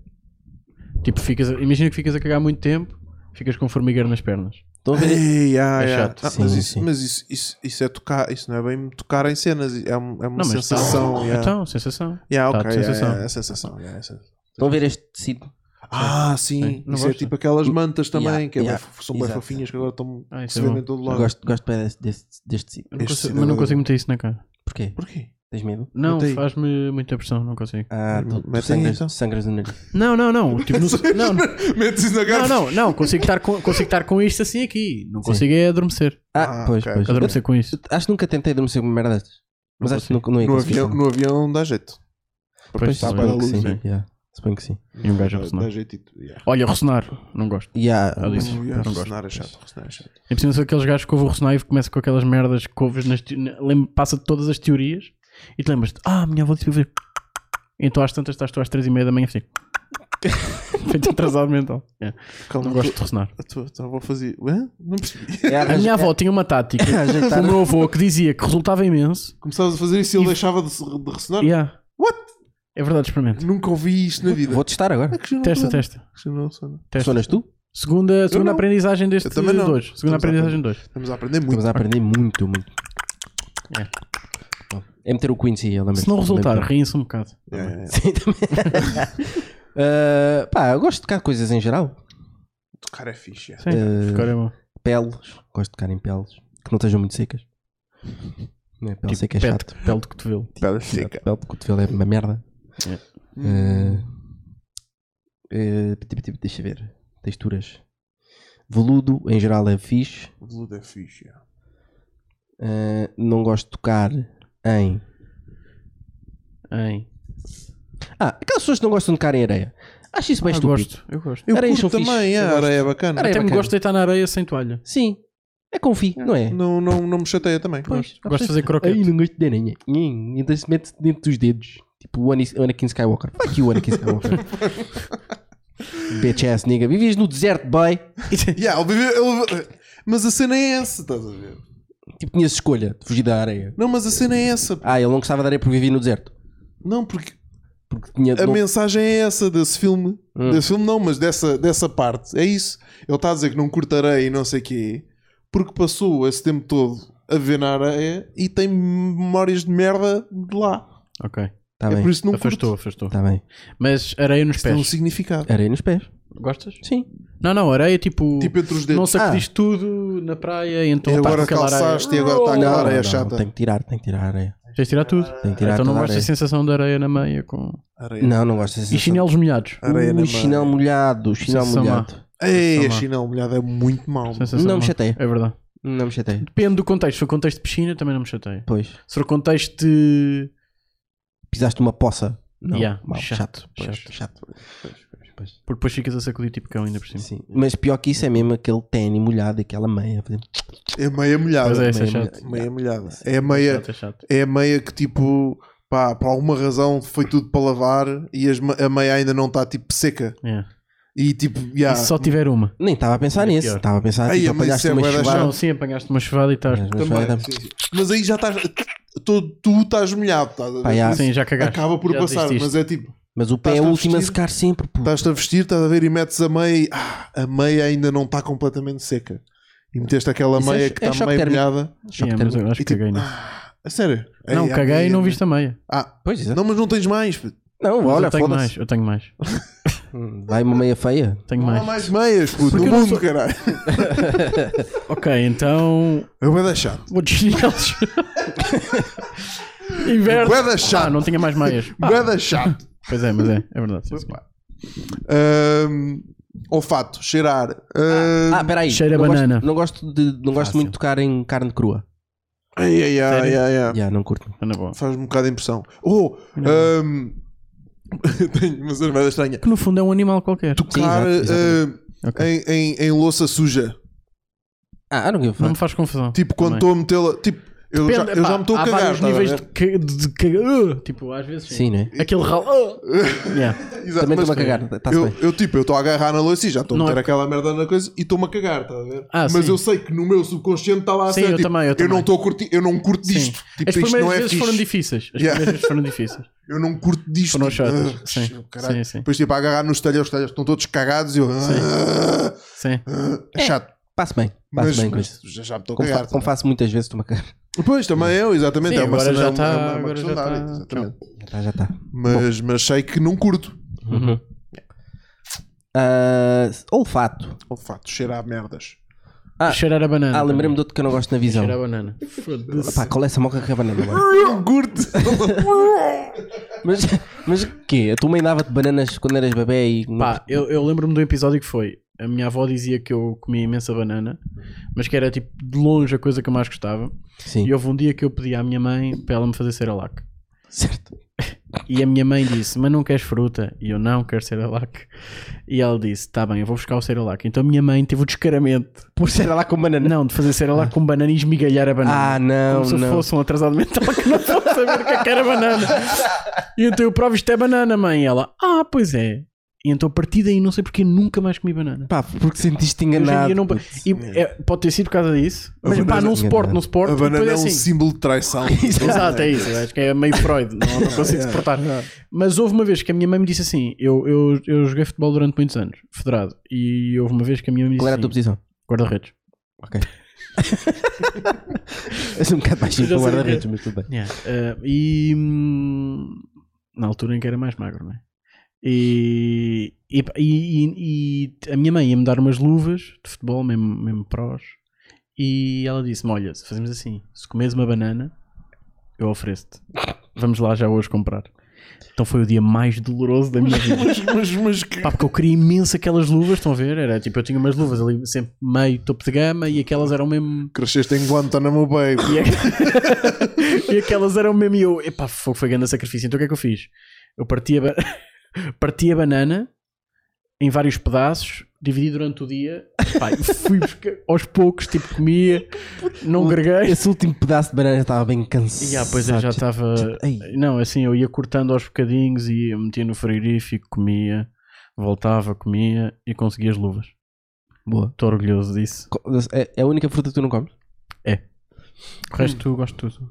S6: Tipo, ficas, a- imagina que ficas a cagar muito tempo, ficas com um formigueiro nas pernas.
S4: Estão a ver...
S5: Ei, ah,
S6: É
S5: ah.
S6: chato.
S5: Ah,
S4: Sim,
S5: mas isso,
S4: sim.
S5: mas isso, isso, isso é tocar, isso não é bem tocar em cenas, é, um- é uma
S6: Não, mas tá.
S5: sensação. yeah.
S6: Então, sensação.
S5: Yeah,
S6: Tá,
S5: ok,
S6: de
S5: yeah,
S6: sensação.
S5: yeah, é sensação, yeah, é sensação.
S4: Estão a ver este tecido?
S5: Ah, sim,
S6: Sim, não
S5: isso é
S6: gosta?
S5: tipo aquelas mantas
S4: Hum,
S5: também,
S4: Yeah,
S5: que é bem
S4: yeah,
S5: fo- são bem
S4: exato.
S5: fofinhas, que agora estão
S6: Ah,
S5: que
S6: isso
S5: se
S6: é
S5: vendem
S6: bom.
S5: em todo
S4: Eu
S5: lado.
S4: gosto, gosto bem desse, desse, deste tecido.
S6: Eu não
S5: Este
S6: consigo-
S5: cidadão
S6: mas não
S5: é
S6: consigo meter isso na cara.
S4: Porquê?
S5: Porquê?
S4: Tens medo?
S6: Não,
S5: Mete aí.
S6: faz-me muita pressão, não consigo.
S4: Ah, tu, tu
S5: Mete aí,
S4: sangras,
S5: então.
S4: sangras no nariz.
S6: Não, não, não. Tipo, no- não, não,
S5: Metes isso na
S6: não,
S5: cara.
S6: não, não. Consigo estar com, consigo estar com isto assim aqui. Não consigo é adormecer.
S4: Ah,
S5: Ah,
S4: pois,
S5: ok,
S4: pois.
S6: Adormecer com isto.
S4: Eu- Acho que nunca tentei adormecer com uma merda destas. Mas acho que não, não ia
S5: No
S4: conseguir.
S5: avião, no avião dá jeito.
S6: Pois,
S5: está
S6: sim,
S5: para a
S4: Suponho
S5: luz.
S4: que
S5: né?
S4: sim. yeah. Suponho que sim.
S6: E um gajo a
S5: Dá-
S6: ressonar.
S5: Dá jeitito. Yeah.
S6: Olha, ressonar. Não gosto.
S4: Yeah,
S6: Ah, disse.
S5: Uh,
S6: Pois,
S5: yeah,
S6: não gosto.
S5: ressonar é chato, ressonar é chato.
S6: É preciso ser aqueles gajos que ouvem o ressonar e começam com aquelas merdas que ouves nas te- na- lem- passa de todas as teorias e te lembras-te, ah, minha avó disse para eu fazer. Então às tantas estás tu às três e meia da manhã assim. Feito atrasado mental. É.
S5: Calma,
S6: Não
S5: a
S6: gosto de
S5: tua-
S6: ressonar.
S5: A tua, a tua avó fazia. Hã? Não percebi.
S4: É
S6: A é
S4: arranjar-
S6: minha avó tinha uma tática
S4: Ajeitar.
S6: o meu avô que dizia que resultava imenso.
S5: Começavas a fazer isso e ele
S6: E-
S5: deixava de, se- de ressonar.
S6: Yeah.
S5: What?
S6: É verdade, experimenta.
S5: Nunca ouvi isto na vida. É
S4: Vou testar agora.
S5: Que já não
S6: Testa,
S5: sono,
S6: testa.
S5: que já não sono.
S6: testa.
S4: Sonas tu?
S6: Segunda, segunda
S5: não.
S6: aprendizagem deste
S5: Eu também não.
S6: dois. Segunda
S5: Estamos a
S6: aprendizagem dois.
S5: Estamos a aprender muito.
S4: Estamos a aprender muito, muito. É meter o Quincy, eu lembro.
S6: Se não resultar, riem-se um bocado.
S5: Yeah, yeah, yeah.
S4: Sim, também. Ah, pá, eu gosto de tocar coisas em geral.
S5: Tocar é fixe. yeah.
S6: Sim,
S4: Eh,
S6: ficar é bom.
S4: Peles. Gosto de tocar em peles. Que não estejam muito secas. Não é, pele
S6: Tipo,
S4: seca é
S6: pele-
S4: chato.
S6: Pele de cotovelo.
S5: Pele seca.
S4: Pele de cotovelo é uma merda. Ah,
S5: Hum.
S4: Eh, eh, tipo, tipo, deixa ver. Texturas. Veludo, em geral, é fixe.
S5: O veludo é fixe. yeah.
S4: Eh, não gosto de tocar em.
S6: Hein.
S4: Ah, aquelas pessoas que não gostam de tocar em areia. Acho isso bem
S6: Ah,
S4: estúpido.
S6: gosto, eu gosto.
S5: Eu
S4: Areias
S5: curto
S4: são fixe,
S5: também,
S4: eu
S5: yeah,
S4: gosto.
S5: areia é bacana.
S4: Areia
S6: Até me
S4: bacana.
S6: gosto de deitar na areia sem toalha.
S4: Sim. É confi, não é?
S5: Não, não, não me chateia também.
S4: Pois,
S6: Ah, Gosto de fazer croquete.
S4: Aí não gosto de aranha. Hum, Então se mete dentro dos dedos. Tipo o Ani- o Anakin Skywalker. Vai aqui o Anakin Skywalker. Bitch ass nigga. Vivias no deserto, boy.
S5: Yeah, ele vive- ele- Mas a cena é essa, estás a ver?
S4: Tipo, tinhas escolha de fugir da areia.
S5: Não, mas a cena é essa.
S4: Ah, ele não gostava da areia porque vivia no deserto.
S5: Não, porque
S4: Porque tinha.
S5: a
S4: não-
S5: mensagem é essa desse filme.
S4: Hum.
S5: Desse filme não, mas dessa, dessa parte. É isso. Ele está a dizer que não curtarei e não sei quê, porque passou esse tempo todo a ver na areia e tem memórias de merda de lá.
S6: Ok.
S4: Tá
S5: é
S4: bem.
S5: por isso que não
S6: afastou,
S5: curto.
S6: afastou.
S4: Tá bem.
S6: Mas areia nos
S5: Isso tem um
S6: pés.
S5: significado.
S4: Areia nos pés.
S6: Gostas?
S4: Sim.
S6: Não, não, areia
S4: É.
S6: tipo.
S5: Tipo entre os dedos.
S6: não
S4: Ah.
S6: sacudiste tudo na praia e então
S5: E
S6: tá
S5: agora
S6: com aquela
S5: calçaste
S6: areia.
S5: e agora está
S4: Não,
S5: aquela
S4: não,
S5: areia é
S4: não,
S5: chata.
S4: Tem que tirar, tem que tirar a areia.
S6: Tens de tirar tudo.
S4: Tem que Ah, tirar
S6: então não
S4: toda a
S6: gostas da
S4: areia.
S6: sensação de areia na meia com.
S5: Areia.
S4: Não, não gosto dessa
S6: E chinelos molhados.
S5: Areia na
S4: Ui, chinelo molhado, chinelo
S6: Sensação má.
S4: molhado.
S5: Ei,
S6: Sensação
S5: a
S6: má.
S5: chinela molhada é muito mau.
S6: Sensação
S4: Não me
S6: má.
S4: chateia.
S6: É verdade.
S4: Não me chatei.
S6: Depende do contexto. Se for contexto de piscina, também não me chateia.
S4: Pois.
S6: Se for contexto de.
S4: Pisaste uma poça. Não,
S6: Yeah,
S4: mal,
S6: chato,
S4: chato, pois,
S6: chato.
S4: chato.
S6: Porque depois ficas a sacudir tipo cão ainda por cima.
S4: Sim. Mas pior que isso é mesmo aquele ténis molhado, aquela meia. por exemplo.
S5: É meia molhada.
S6: Mas é, isso é
S4: meia
S6: chato.
S5: Meia molhada. É a meia,
S6: Chato, é chato.
S5: é a meia que tipo, pá, por alguma razão foi tudo para lavar e as me- a meia ainda não está tipo seca.
S6: Yeah.
S5: E tipo,
S6: E
S5: já.
S6: se só tiver uma.
S4: Nem estava a pensar
S6: É
S4: nisso.
S6: pior.
S4: Estava a pensar
S5: Ai,
S4: tipo,
S5: mas
S4: apanhaste
S5: isso é
S4: uma
S5: bué da
S4: chuvada.
S5: chato.
S6: Não, sim, apanhaste uma chuvada e estás.
S4: mas- é mas
S5: Também,
S4: vai-
S5: sim, sim. Mas aí já estás. todo- Tu estás molhado, estás a ver?
S4: Pá, já.
S5: Por isso
S6: Sim, já cagaste.
S5: Acaba por
S6: Já
S5: passar,
S6: desististe.
S5: mas é tipo,
S4: Mas o pé é
S5: Estás-te
S4: o
S5: a
S4: último a
S5: vestir?
S4: secar sempre, pô.
S5: estás-te a vestir, estás a ver e metes a meia e ah, a meia ainda não está completamente seca. E meteste aquela
S4: Isso é
S5: meia
S4: cho-
S5: que
S4: é
S5: está
S4: choque
S5: meio
S4: térmico.
S5: molhada.
S4: Choque
S6: Yeah, mas eu
S4: térmico.
S6: acho que
S5: E tipo,
S6: caguei nisso.
S5: A sério?
S6: Não,
S5: Ei, a
S6: caguei e
S5: meia-
S6: não viste a meia.
S5: Ah,
S4: Pois, exato.
S5: não, mas não tens mais. puto.
S4: Não,
S6: Mas
S4: olha,
S6: eu tenho mais,
S4: foda-se.
S6: eu tenho mais.
S4: Hum, Vai uma meia feia.
S6: Tenho
S5: Não
S6: mais.
S5: há mais meias, puto,
S6: Porque
S5: no
S6: eu não
S5: mundo,
S6: sou-
S5: caralho.
S6: Ok, então.
S5: Eu vou deixar.
S6: Vou de chinelos. Inverno.
S5: Bué da chato.
S6: Ah, não tinha mais meias. Ah,
S5: Bué da chato.
S6: pois é, mas é, é verdade. sim, sim.
S5: Ahm, olfato, cheirar. Ahm,
S4: Ah, peraí.
S6: Cheira a
S4: não gosto-
S6: banana.
S4: Não gosto, de, não gosto
S6: Fácil.
S4: muito de tocar em carne crua.
S5: ai, ai, ai,
S6: ah. sério?
S5: ai, ai.
S4: Já, não curto.
S6: Ah, na boa.
S5: Faz-me um bocado de impressão. Oh, ahm, tenho uma cena bué da estranha.
S6: Que no fundo é um animal qualquer.
S5: Tocar
S4: exato, exatamente.
S5: ahm,
S6: Ok.
S5: em, em, em louça suja.
S4: Ah, I don't give a
S6: Não me
S4: fuck.
S6: faz confusão.
S5: Tipo, quando
S6: Também.
S5: estou a metê-la. Tipo, eu já,
S6: Depende,
S5: eu
S6: pá,
S5: já me estou a
S6: há
S5: cagar.
S6: vários
S5: estás a
S6: níveis
S5: ver?
S6: de ca- de, de cagar. Tipo, às vezes sim.
S4: Sim, né?
S6: Aquele ralo. ah. Yeah.
S5: Exato,
S4: Também
S5: mas
S4: estou-me a cagar, tá-se
S5: Eu,
S4: bem.
S5: eu, tipo, eu estou a agarrar na louça e já estou a
S6: Não
S5: meter
S6: é-
S5: aquela merda na coisa e estou-me a cagar, estás a ver?
S6: Ah,
S5: Mas
S6: sim.
S5: eu sei que no meu subconsciente está lá a
S6: Sim,
S5: ser,
S6: eu
S5: tipo,
S6: também, eu também.
S5: não estou a curtir, eu não curto
S6: Sim.
S5: disto. Tipo,
S6: As
S5: isto
S6: primeiras
S5: não é
S6: vezes
S5: fixe.
S6: foram difíceis. As
S5: Yeah.
S6: primeiras vezes foram difíceis.
S5: Eu não curto disto.
S6: Foram
S5: tipo,
S6: chatas.
S5: ah,
S6: Sim,
S5: caralho.
S6: sim, sim.
S5: Depois, tipo, a agarrar nos telhas, os telhas estão todos cagados e eu. ah,
S6: Sim.
S5: ah, é chato.
S4: Passo bem.
S5: Mas,
S4: Passo bem com
S5: mas
S4: isso.
S5: já, já me estou a
S4: Como, fa-
S5: cagar.
S4: como faço muitas vezes, estou-me a cagar.
S5: Pois, também eu, exatamente.
S6: Sim,
S5: é uma
S6: agora
S5: cena,
S6: já
S5: é uma-
S6: tá-
S5: é uma
S6: agora
S5: questão
S6: já
S5: de área,
S6: tá-
S5: exatamente.
S4: Já está, já tá. está.
S5: Mas, mas sei que não curto.
S4: Uhum. Ah, olfato.
S5: O Oh, fato, cheira a merdas.
S4: Ah.
S6: Cheirar a banana.
S4: Ah, lembrei-me de outro que eu não gosto na visão.
S6: Cheirar a banana. Foda-se.
S4: Pá, qual é essa moca que é a banana? mano?
S5: Eu não curto.
S4: Mas, mas o quê? A tua mãe dava-te bananas quando eras bebê e.
S6: Pá, eu, eu lembro-me de um episódio que foi A minha avó dizia que eu comia imensa banana, mas que era tipo de longe a coisa que eu mais gostava.
S4: Sim.
S6: E houve um dia que eu pedi à minha mãe para ela me fazer cerelac.
S4: Certo.
S6: E a minha mãe disse: Mas não queres fruta? E eu não quero cerelac. E ela disse: Tá bem, eu vou buscar o cerelac. Então a minha mãe teve o descaramento
S4: Por ser lá com banana.
S6: não, de fazer cerelac com banana e esmigalhar a banana.
S4: Ah, não,
S6: Como se eu
S4: não.
S6: fosse um atrasado mental que não fosse saber o que é que era banana. E então eu provo isto é banana, mãe. E ela, ah, pois é. E então a partir daí não sei porque nunca mais comi banana.
S4: Pá, porque sentiste
S6: Hoje em dia
S4: enganado.
S6: não-
S4: putz.
S6: e, é, pode ter sido por causa disso, mas
S5: banana-
S6: pá, não suporto, não suporto.
S5: A
S6: E depois
S5: banana é
S6: assim.
S5: um símbolo de traição.
S6: Exato, é isso. Eu Acho que é meio Freud, não, não consigo
S4: É.
S6: suportar. Mas houve uma vez que a minha mãe me disse assim: eu, eu, eu joguei futebol durante muitos anos, federado. E houve uma vez que a minha mãe me
S4: Qual era a
S6: disse
S4: tua
S6: assim,
S4: posição?
S6: guarda-redes.
S4: És um bocado baixinho
S6: Já
S4: para o
S6: sei o
S4: guarda-redes, mas tudo bem.
S6: Eh, e hum, na altura em que era mais magro, não é? E, e, e- e- e a minha mãe ia-me dar umas luvas de futebol, mesmo, mesmo prós, e ela disse-me: Olha, se fazemos assim, se comes uma banana, eu ofereço-te. Vamos lá já hoje comprar. Então foi o dia mais doloroso da minha vida.
S5: mas, mas, mas que.
S6: Pá, porque eu queria imenso aquelas luvas, estão a ver? Era tipo, eu tinha umas luvas ali sempre meio topo de gama e aquelas eram mesmo.
S5: Cresceste em Guantanamo Bay.
S6: E, a- e aquelas eram mesmo. E eu, epá, fogo, foi grande sacrifício. Então o que é que eu fiz? Eu parti a, ba- parti a banana em vários pedaços, dividi durante o dia. Epá, e fui buscar aos poucos, tipo, comia, não greguei.
S4: Esse último pedaço de banana estava bem cansado.
S6: E ah, pois eu já estava.
S4: Tipo, Ei.
S6: Não, assim, eu ia cortando aos bocadinhos e eu metia no frigorífico, comia, voltava, comia e conseguia as luvas.
S4: Boa.
S6: Estou orgulhoso disso.
S4: Co- É é a única fruta que tu não comes?
S6: O
S4: Hum.
S6: resto eu gosto de tudo.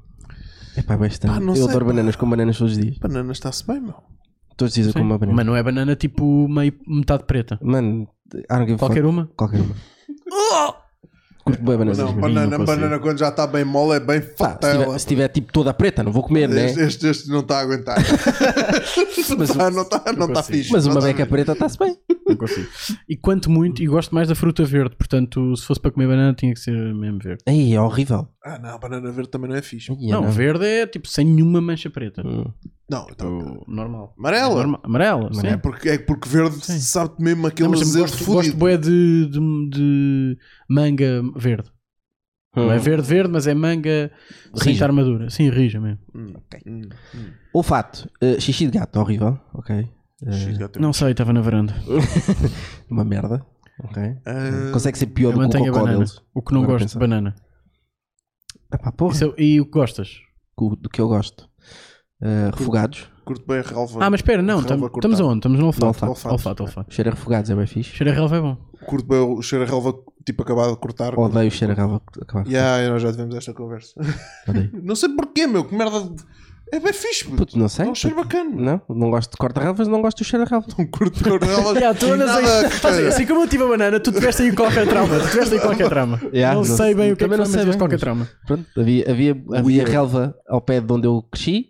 S4: É pá, bastante.
S5: Pá, Ah, não
S4: eu
S5: sei,
S4: adoro
S5: pá.
S4: bananas com bananas todos os dias.
S5: Banana está-se bem, meu.
S4: Todos os dias eu como uma banana.
S6: Mas não é banana tipo meio metade preta.
S4: Mano, I don't give a fuck.
S6: Qualquer um. uma.
S4: Qualquer uma. Curto bem bananas.
S5: Oh! Não,
S4: mesmo.
S5: banana,
S4: consigo.
S5: banana quando já está bem mole é bem
S4: Pá, se
S5: fatela.
S4: tiver, se tiver, tipo toda preta, não vou comer, né?
S5: Este, este, este não está a aguentar.
S4: Mas,
S5: Ah, não está não tá
S6: consigo.
S5: fixe.
S4: mas uma
S5: não tá
S4: beca Ah,
S5: fixe.
S4: preta está-se bem.
S6: Não consigo. e quanto muito, e gosto mais da fruta verde. Portanto, se fosse para comer banana, tinha que ser mesmo verde.
S4: Ei, é horrível.
S5: Ah, não, banana verde também não é fixe.
S4: Ei, é
S6: não, verde é tipo sem nenhuma mancha preta.
S4: Hum.
S5: Não, então.
S6: Tipo, normal.
S5: Amarela.
S6: Norma- Amarela, sim.
S5: É porque, é porque verde
S6: Sim.
S5: sabe-te mesmo
S6: Não,
S5: aquele
S6: mas também
S5: desejo
S6: gosto, gosto bué de, de, de manga verde. Não é verde, verde, mas é manga sem
S4: Hum. Rija.
S6: estar madura. Sim, rija mesmo.
S5: Hum,
S4: Olfato. Uh, xixi de gato, horrível. Ok.
S6: Não sei, estava na varanda.
S4: Uma merda. Ok.
S5: Ah,
S4: Consegue ser pior
S6: Eu
S4: do que
S6: mantenho
S4: o
S6: a
S4: cocó
S6: banana.
S4: deles.
S6: O que não
S4: Agora
S6: gosto
S4: pensar.
S6: de banana.
S4: Ah, pá, porra.
S6: Isso é- e o que gostas?
S4: cu- Do que eu gosto. Uh, refogados.
S5: Curto bem a relva.
S6: Ah, mas espera, não,
S5: relva
S6: tam-
S5: cortada.
S6: estamos onde? Estamos no
S4: No
S6: olfato.
S4: olfato.
S6: Olfato, olfato. olfato.
S4: Cheiro a refogados é bem fixe.
S6: Cheiro a relva é bom.
S5: Curto bem o cheiro a relva, tipo, acabado de cortar.
S4: Odeio o cheiro a relva. Acabar.
S5: Ya, nós já tivemos esta conversa.
S4: Odeio.
S5: Não sei porquê, meu. Que merda. de- É bem fixe, puto.
S4: Puto, não sei.
S5: É um cheiro
S4: puto.
S5: bacana.
S4: Não, não gosto de corta-relvas, não gosto do cheiro a relva.
S5: Um curto de relva.
S6: Yeah, tu andas aí,
S5: Nada que
S6: assim,
S5: tenha.
S6: assim como eu tive a banana, tu tiveste aí qualquer trauma. Tu tiveste aí qualquer trauma.
S4: Yeah,
S6: não,
S4: não-
S6: sei bem o que é que
S4: também não
S6: não
S4: sei
S6: sei, mas
S4: bem,
S6: qualquer
S4: mas-
S6: trauma.
S4: Pronto, havia, havia, havia relva ao pé de onde eu cresci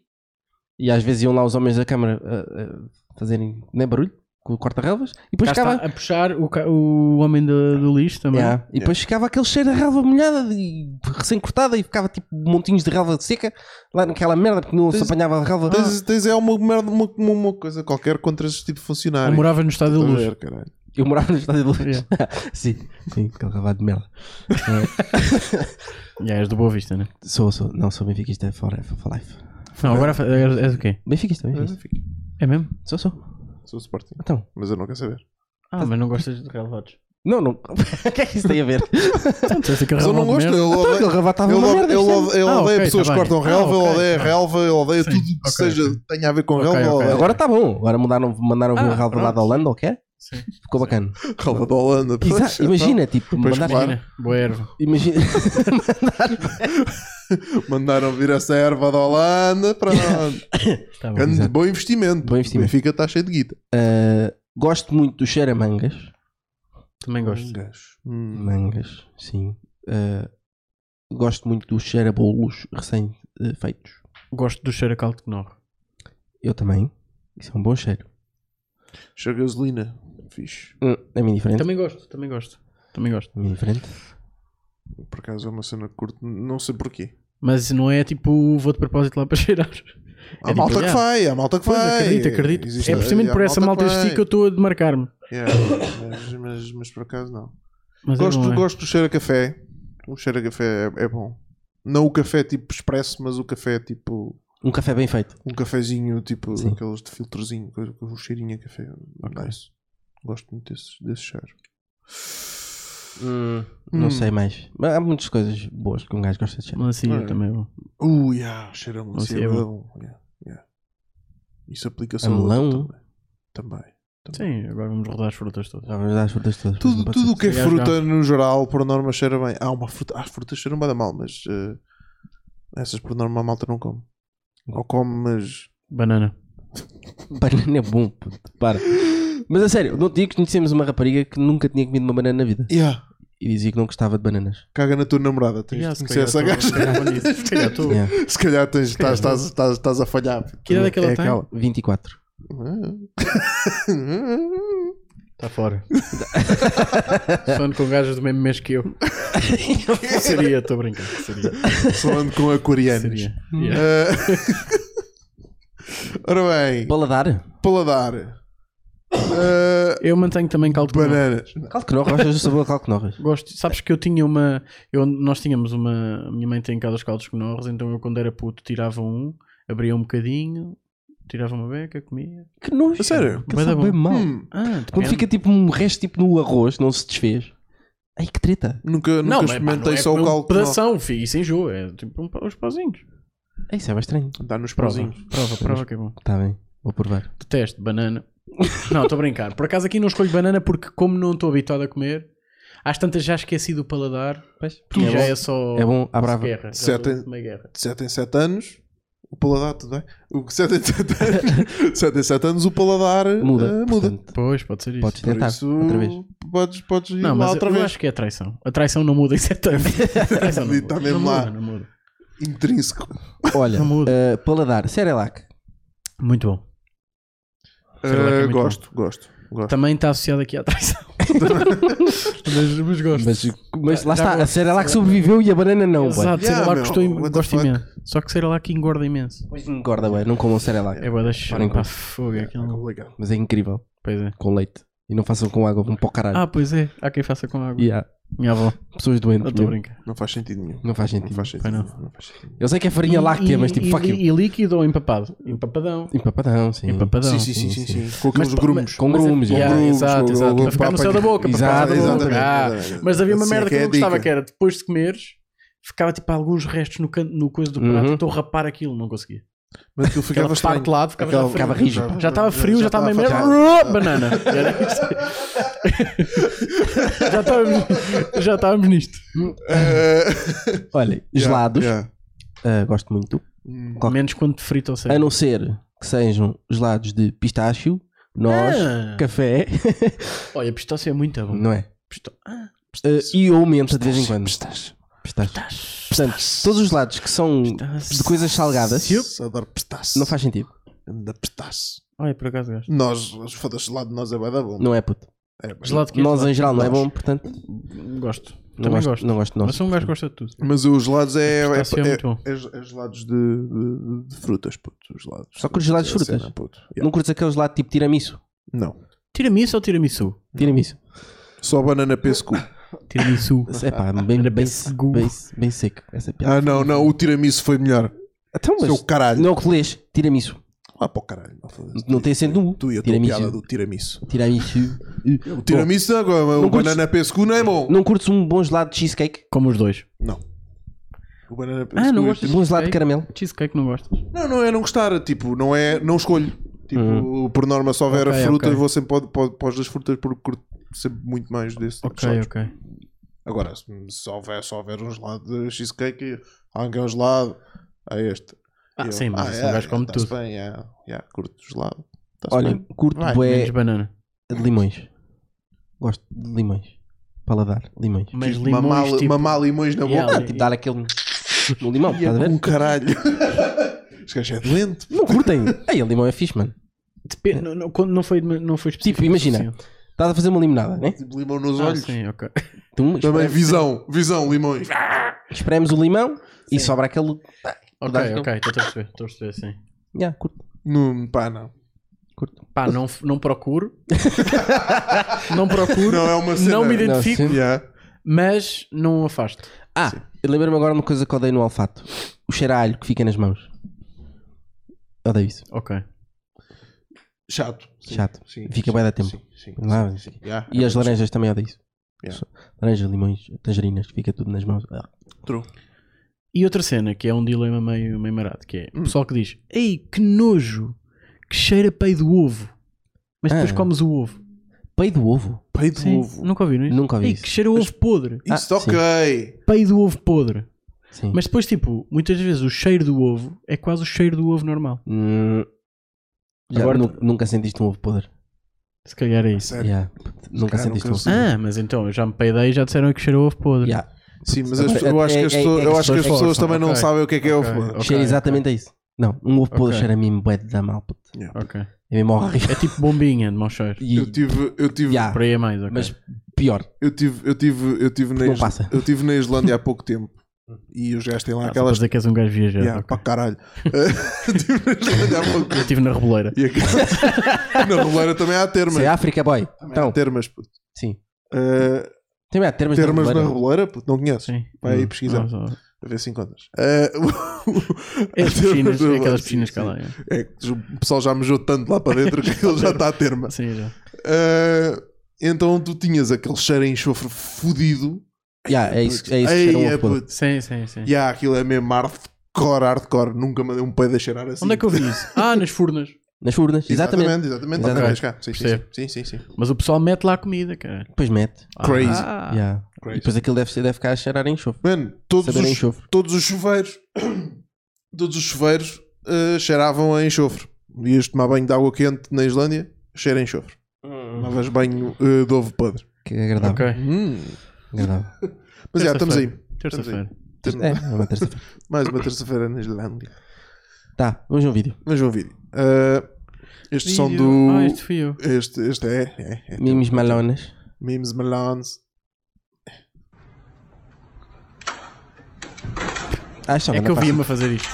S4: e às vezes iam lá os homens da câmara ah, ah, fazerem nem barulho com o corta-relvas e depois
S6: Cá está
S4: chegava.
S6: a puxar o, ca- o homem do, do lixo também.
S4: Yeah, E depois chegava aquele cheiro de relva molhada e recém-cortada e ficava tipo montinhos de relva seca lá naquela merda porque não se
S5: Tens-
S4: apanhava a relva. Ah.
S5: Tens, tens é uma merda, uma, uma- uma coisa qualquer contra esse tipo de
S6: Eu
S5: funcionário.
S6: morava no estado da
S5: Estás a
S6: luz.
S5: ver, caralho.
S4: Eu morava no estádio de luz. sim, sim, aquele relvado de merda.
S6: Yeah, és do Boa Vista, né?
S4: Sou, sou, não, sou benfiquista forever for life.
S6: Não, agora fa- és, és o quê?
S4: Benfiquista,
S5: Mas,
S4: benfiquista.
S5: enfim,
S6: É mesmo?
S4: Sou, sou.
S5: Sou Sporting.
S4: Então,
S5: Mas eu não quero saber.
S6: Ah, mas não gostas de relevados.
S4: não, não. O que é que isso tem a ver?
S5: Mas eu não gosto. Eu
S4: Então, aquele
S5: odeio,
S4: relvado estava
S5: eu
S4: uma
S5: odeio,
S4: merda.
S5: eu
S4: isto é-
S5: odeio- eu
S6: Ah,
S5: odeio
S6: ok,
S5: pessoas
S6: tá
S5: que
S6: bem.
S5: cortam
S6: Ah,
S5: relva, eu
S6: ok,
S5: odeio
S6: tá bem.
S5: relva, eu odeio
S6: Sim,
S5: tudo que
S6: ok,
S5: seja,
S6: sim.
S5: tenha a ver com
S6: Ok,
S5: relva, eu
S6: ok.
S5: odeio.
S4: Agora está bom. Agora mandaram, mandaram
S6: Ah,
S4: um relva lá
S6: pronto.
S4: da Holanda, ou quê?
S6: Sim.
S4: Ficou bacana.
S5: Relva da Holanda. pois,
S4: Exato,
S5: então,
S4: imagina, tipo,
S5: Pois,
S4: mandar,
S5: claro.
S6: né? Boa erva.
S4: imagina,
S5: Mandaram vir essa erva da Holanda. Pronto.
S6: Tá bom.
S5: Grande,
S4: Exato.
S5: bom investimento.
S4: Bom investimento.
S5: Benfica está cheio de guita.
S4: eh, gosto muito do cheiro a mangas.
S6: Também gosto.
S5: Hum.
S4: Mangas, sim. Ah, gosto muito do cheiro a bolos recém-feitos.
S6: Gosto do cheiro a caldo de Knorr.
S4: Eu também. Isso é um bom cheiro.
S5: Cheiro de gasolina. Fixe.
S4: Hum, é bem diferente.
S6: Também gosto, também gosto. Também gosto.
S4: É bem diferente.
S5: Por acaso é uma cena que curto, não sei porquê.
S6: Mas não é tipo, vou de propósito lá para cheirar.
S5: Há malta que
S6: faz.
S5: vai, há malta que
S6: Pois,
S5: vai.
S6: acredito, acredito.
S5: Existe-
S6: é precisamente
S5: há
S6: por essa malta
S5: que vai.
S6: que eu estou a demarcar-me.
S5: Yeah, mas, mas, mas por acaso não.
S6: Mas é
S5: Gosto,
S6: bom, é?
S5: gosto do cheiro a café. O cheiro a café é, é bom. Não o café tipo expresso, mas o café tipo.
S4: Um café bem feito.
S5: Um cafezinho tipo
S4: Sim.
S5: aqueles de filtrozinho, coisa com um cheirinho a café. Nice. Gosto muito desse, desse cheiro.
S4: Não
S5: Hum.
S4: sei mais. Mas há muitas coisas boas que um gajo gosta de chamar.
S6: Melancia
S5: Olha.
S6: também é bom.
S5: Uh, yeah, cheiro a melancia.
S6: Melancia é
S5: bom. Yeah, yeah. Isso aplica-se
S4: A
S5: ao outro
S4: melão?
S5: também. também.
S6: Sim, agora vamos rodar as frutas todas. Ah,
S4: Já vamos dar as frutas todas. mas não
S5: Tudo,
S4: pode
S5: tudo o
S4: ser.
S5: que é
S6: Se calhar
S5: fruta no geral, por norma, cheira bem. Há uma fruta, há frutas que cheiram bem da mal, mas eh, essas por norma a malta não come. Ou come, mas.
S6: Banana.
S4: Banana é bom, puto, para. Mas a sério, no outro dia conhecemos uma rapariga que nunca tinha comido uma banana na vida
S5: Yeah,
S4: e dizia que não gostava de bananas.
S5: caga na tua namorada. Tens
S6: Yeah,
S5: de conhecer essa
S6: calhar tô-
S5: gaja.
S6: se calhar vou
S5: É.
S6: nisso. Se calhar estou.
S4: Yeah.
S5: Se calhar tens,
S6: calhar
S5: estás, estás, estás, estás a falhar. é?
S6: Que idade é que ela tem?
S4: 24.
S6: Está fora. Sonho com gajas do mesmo mês que eu. seria, estou a brincar. Seria.
S5: Falando com aquarianos.
S6: Seria. Yeah.
S5: Eh, Ora bem,
S4: Paladar?
S5: paladar. Eh,
S6: Eu mantenho também caldo com nata.
S5: bananas.
S4: Calquenorras, gostas do sabor de calquenorras?
S6: Gosto. Sabes que eu tinha uma. Eu, nós tínhamos uma. a Minha mãe tem cá dos caldos com nós, então eu quando era puto tirava um, abria um bocadinho, tirava uma beca, comia.
S4: Que nojo.
S5: A sério?
S4: Que
S6: Mas é bom.
S4: sabe bem mal.
S5: Hum,
S6: Ah,
S4: Quando
S6: depende.
S4: fica tipo um resto tipo no arroz, não se desfez. Ai que treta.
S5: nunca nunca
S6: mas, pá, não
S5: experimentei
S6: é
S5: só
S6: comer
S5: o
S6: um
S5: caldo.
S6: pedação, filho, isso enjoa. É tipo um, pa- uns pauzinhos.
S4: Ai, Isso é bem estranho.
S5: Dá nos
S6: Prova,
S5: pauzinhos.
S6: prova, prova que é bom.
S4: Está bem, vou provar.
S6: Detesto banana. Não, estou a brincar. Por acaso aqui não escolho banana porque, como não estou habituado a comer, às tantas já esqueci do paladar.
S4: Pois,
S6: E
S4: é,
S6: já
S4: bom,
S6: é só.
S4: é bom à brava.
S6: Guerra. Já
S5: Certo.
S6: sou uma guerra.
S5: de 7 em 7 anos, o paladar, tudo bem? O 7 em 7 anos, de sete em sete anos o paladar eh,
S4: Muda.
S5: muda.
S4: portanto,
S6: Pois, pode ser isso.
S4: podes
S5: Por
S4: tentar
S5: isso,
S4: outra vez.
S5: Podes, podes ir
S6: Não,
S5: lá
S6: mas
S5: outra
S6: eu
S5: vez.
S6: acho que é traição. A traição não muda em sete anos. A traição não muda.
S5: Está mesmo
S6: Não
S5: lá.
S6: muda, não muda.
S5: Intrínseco.
S4: Olha,
S6: Não muda.
S4: eh, paladar, Cerelac.
S6: Muito bom. Sei lá que é
S5: Eh,
S6: muito
S5: gosto, gosto, gosto.
S6: Também está associado aqui à traição. mas, mas gosto.
S4: Mas, mas lá
S6: Já
S4: está,
S6: vou-
S4: a Cerelac sobreviveu e a banana não, bué.
S6: Exato, sei
S5: Yeah,
S6: lá,
S5: meu,
S6: gostou, im-
S5: what the
S6: gosto
S5: fuck?
S6: imenso. Só que sei lá que engorda imenso.
S4: Pois engorda, bué, não comam Cerelac.
S6: É boa da chão,
S4: Parem com
S6: pá,
S4: isso.
S6: fogo.
S5: É
S6: Aquilo...
S5: complicado.
S4: Mas é incrível,
S6: Pois é.
S4: com leite. E não façam com água, vão para o caralho.
S6: Ah, pois é. Há quem faça com água.
S4: E há
S6: Minha avó.
S4: pessoas doentes.
S6: Eu estou a
S4: mesmo.
S6: brincar.
S5: Não faz sentido nenhum.
S4: Não faz sentido.
S5: Não faz sentido.
S6: Pois não.
S5: nenhum, não faz sentido.
S4: Eu sei que é farinha láctea, mas tipo,
S6: e,
S4: fuck you.
S6: e, e líquido ou empapado? Empapadão.
S4: Empapadão, sim.
S6: Empapadão.
S5: Sim, sim, sim, sim, sim, Com aqueles
S6: Mas-
S5: grumos.
S4: Com
S6: Mas é-
S4: grumos,
S6: yeah,
S4: yeah.
S5: grumos,
S6: exato,
S5: com
S6: exato.
S5: grumos
S6: Para ficar no
S5: para
S6: céu da boca. para
S4: apanhar-
S6: ficar no céu da
S4: Exato,
S6: boca.
S5: exatamente.
S6: Ah, Mas havia uma
S5: Assim é
S6: merda que
S5: que
S6: eu
S5: é
S6: não
S5: a
S6: gostava
S5: dica.
S6: que era depois de comeres, ficava tipo alguns restos no, canto, no coisa do prato.
S4: Uhum.
S6: Estou a rapar aquilo, não conseguia.
S5: Mas aquilo
S6: Ficava
S5: ficava
S6: Aquela parte de
S5: estranho.
S6: lado, ficava já
S5: Aquela-
S6: frio.
S4: ficava rígido.
S6: Já estava frio, já estava meio
S5: estava
S6: merda.
S5: fatiado.
S6: Banana. Era isto. já, estávamos, já estávamos nisto.
S5: Eh,
S4: Olha,
S5: yeah,
S4: gelados,
S5: yeah.
S4: ah, gosto muito.
S5: Hum,
S4: Qual- É
S6: Menos quando frito ou
S4: A
S6: seja.
S4: não ser que sejam gelados de pistácio, noz,
S6: Ah,
S4: café,
S6: olha, pistócia é muito bom.
S4: não é?
S6: Pistó- ah,
S4: Ah, e ou menta de vez em quando. Pistácio.
S6: tá.
S4: Portanto, todos os lados que são
S6: Pistácio.
S4: de coisas salgadas
S5: Adoro pistache.
S4: não faz sentido.
S5: Anda pistache.
S6: Olha, por acaso gosto.
S5: Nós, foda-se, gelado de nós é bué da bom.
S4: Não é puto.
S5: É bué da
S6: Gelado que é
S4: Nós
S6: gelado.
S4: em geral não é
S5: Noz.
S4: bom, portanto,
S6: Gosto.
S4: não
S6: Também
S4: gosto,
S6: gosto.
S4: não gosto de nós.
S6: Mas sou um gajo que gosta de tudo.
S5: Mas os gelados é. é,
S6: Pistache é
S5: é,
S6: muito bom.
S5: é- é gelados de, de- de frutas, puto. Os gelados.
S4: Só que os gelados de
S5: É a
S4: frutas?
S5: cena, puto.
S4: Não
S5: Yeah.
S4: curtes aqueles lá tipo tiramisu?
S5: Não.
S6: Tiramisu ou tiramisu?
S4: Tiramisu.
S5: Só banana pesco.
S6: Tiramisu.
S4: É pá, bem,
S6: Era
S4: bem,
S6: bem
S4: bem,
S6: seguro.
S4: bem seco essa piada.
S5: ah, não, não. O tiramisu foi melhor.
S4: então, mas
S5: Seu caralho.
S4: não é o que lês, tiramisu.
S5: Ah, para o caralho. Não, foda-se.
S4: Não tem sentido nenhum.
S5: Tu e a tua
S4: Tiramisu.
S5: piada do tiramisu.
S4: Tiramisu.
S5: O tiramisu, agora, o
S4: curtes-
S5: banana pesco não é bom.
S4: Não curtes um bom gelado de cheesecake?
S6: Como os dois.
S5: Não. O banana pesco.
S6: Ah, não
S5: é
S6: gostas?
S5: tipo-
S4: Um bom gelado de caramelo?
S6: Cheesecake não gostas.
S5: Não, não é não gostar. Tipo, não é. Não escolho. Tipo, por norma, se houver
S6: Ok,
S5: a fruta,
S6: ok.
S5: vou sempre para, para, para os das frutas porque curto sempre muito mais desse. tipo de
S6: Ok,
S5: gelados.
S6: ok.
S5: Agora, se se houver, se houver um gelado de cheesecake, alguém um gelado, é este.
S6: Ah,
S5: Eu,
S6: sim, mas isso um
S5: é,
S6: gajo
S5: é,
S6: come
S5: tá-se
S6: tudo.
S5: Bem, é, é, curto gelado. Tá-se
S4: Olha,
S5: bem.
S4: curto
S5: Vai,
S4: bué
S6: Menos banana.
S4: de limões. Gosto de limões. Paladar, limões.
S6: Mas
S5: Tipo,
S6: limões,
S5: mamar,
S6: tipo...
S5: mamar limões na
S6: Yeah.
S5: boca.
S4: Ah, tipo, dar aquele no limão,
S5: E
S4: estás a
S5: é com
S4: ver?
S5: caralho. Este gajo é doente.
S4: Não curtem. Aí, o limão é fixe, mano.
S6: Depende, não, não, quando não foi, não foi específico.
S4: Tipo, imagina.
S6: o suficiente.
S4: Estás a fazer uma limonada, né?
S5: Tipo, limão nos
S6: Ah,
S5: olhos.
S6: sim, ok.
S4: Tu
S5: Também
S4: espreme-
S5: visão, visão, limões.
S4: espremes o limão e sobra aquele.
S6: Ok,
S4: Dás-lhe
S6: então. ok, estou a perceber, estou a perceber, sim.
S4: Yeah, curto,
S5: Não, pá, não.
S4: curto.
S6: Pá, não, f- não procuro. não procuro.
S5: Não é uma cena.
S6: Não me identifico,
S4: Não, sim.
S5: Yeah.
S6: mas não afasto.
S4: Ah, eu lembro-me agora de uma coisa que odeio no olfato: o cheiro a alho que fica nas mãos. Odeio isso.
S6: Ok.
S5: Chato. Sim,
S4: Chato.
S5: Sim,
S4: Fica
S5: sim,
S4: bué da tempo.
S5: Sim, sim,
S4: Ah,
S5: sim, sim. Yeah,
S4: E
S5: é
S4: as
S5: muito
S4: laranjas também odeio isso.
S5: Yeah.
S4: Só- Laranjas, limões, tangerinas, fica tudo nas mãos. Ah,
S6: E outra cena que é um dilema meio, meio marado, que é o pessoal que diz: Ei, que nojo! Que cheira a peido ovo. Mas depois
S4: Ah.
S6: comes o ovo.
S4: Peido do ovo.
S5: Peido
S6: Sim,
S5: ovo.
S6: Nunca ouviram isso?
S4: Nunca ouvi
S6: Ei,
S4: isso.
S6: que cheira a ovo podre.
S4: Ah,
S5: Isso, ok.
S6: Peido ovo podre.
S4: Sim.
S6: Mas depois, tipo, muitas vezes o cheiro do ovo é quase o cheiro do ovo normal.
S4: Hum, já
S6: Agora-
S4: nu- nunca sentiste um ovo podre.
S6: Se calhar é isso.
S5: Sério.
S4: Yeah. Nunca
S5: calhar
S4: sentiste
S5: nunca
S4: um ovo
S5: senti.
S4: podre.
S6: Ah, mas então, eu já me peidei e já disseram que cheira a ovo podre.
S4: Yeah.
S5: Ah. Sim, mas as
S4: É-
S5: pessoas- eu acho
S4: é-
S5: que as
S4: é-
S5: pessoas,
S4: é
S5: eu
S4: que
S5: acho que as
S4: esforço,
S5: pessoas também não
S6: ok.
S5: sabem o que é que é
S6: Ok,
S5: ovo.
S6: ok.
S4: Cheira exatamente a isso. Não, um ovo podre
S6: Ok.
S4: cheira a mim bué de dar mal. puto.
S6: Ok.
S4: É mesmo horrível.
S6: É tipo bombinha de mau cheiro.
S4: E-
S5: Eu tive, eu tive,
S4: Yeah.
S6: Por aí é mais, ok.
S4: Mas pior.
S5: eu tive, eu tive, eu tive na,
S4: Não
S5: Is-
S4: passa.
S5: eu tive na Islândia há pouco tempo. E os gajos têm lá
S6: Ah,
S5: aquelas.
S6: aquelas... dizer que és um gajo viajado.
S5: Yeah,
S6: ok.
S5: Para caralho. Eu tive na Islândia há pouco
S6: Eu
S5: tempo.
S6: estive na reboleira.
S5: E aquelas- na Roleira também há termas.
S4: Isso é África, boy. Então,
S5: Há termas, puto.
S4: sim.
S5: Uh,
S4: Também há termas, na
S5: termas na
S4: Ribeira.
S5: Roleira, puto, não conheces?
S6: Sim.
S5: Vai aí
S6: Hum.
S5: pesquisar.
S6: Ah, só-
S5: A ver se encontras. Eh,
S6: É as
S5: termas
S6: piscinas,
S5: do-
S6: é aquelas
S5: sim,
S6: piscinas
S5: sim.
S6: que há lá. é.
S5: É que o pessoal já mijou tanto lá para dentro que ele já está a terma.
S6: Sim, já.
S5: Eh, então tu tinhas aquele cheiro a enxofre fudido.
S4: Yeah, é isso, é isso que
S5: Ei,
S4: cheira um ovo
S5: é,
S4: podre.
S5: puto.
S6: Sim, sim, sim.
S5: Yeah, aquilo é mesmo hardcore, hardcore. Nunca mandei um peido a cheirar assim.
S6: Onde é que eu vi isso? Ah, nas furnas.
S4: Nas urnas, exatamente.
S5: Exatamente, exatamente.
S4: Exatamente.
S5: Ok, cá. Sim, sim,
S6: Percebo.
S5: sim, sim, sim, sim.
S6: Mas o pessoal mete lá a comida, cara.
S4: Depois mete.
S5: Crazy.
S6: Ah,
S4: Yeah. E
S5: Crazy.
S4: depois aquilo deve, ser- deve ficar a cheirar a enxofre.
S5: Mano, todos
S4: Saber a
S5: os,
S4: enxofre.
S5: todos os chuveiros todos os chuveiros eh, cheiravam a enxofre ias tomar banho de água quente na Islândia cheira a enxofre
S6: Hum.
S5: tomavas banho eh, de ovo podre
S4: Que é agradável.
S6: Ok.
S4: agradável.
S5: Uhum. mas já, estamos aí
S6: Terça-feira.
S5: Temos-
S4: É, é uma terça
S5: mais uma terça-feira na Islândia
S4: Tá, vamos a um vídeo.
S5: mas um vídeo Eh, estes são
S6: Vídeo.
S5: do
S6: Ah, este fui eu.
S5: este, este é, é, é.
S4: Mimis malonas.
S5: Memes Melons
S4: Ah, isto
S6: É
S4: uma
S6: que eu
S4: pasta.
S6: vi-me a fazer isto.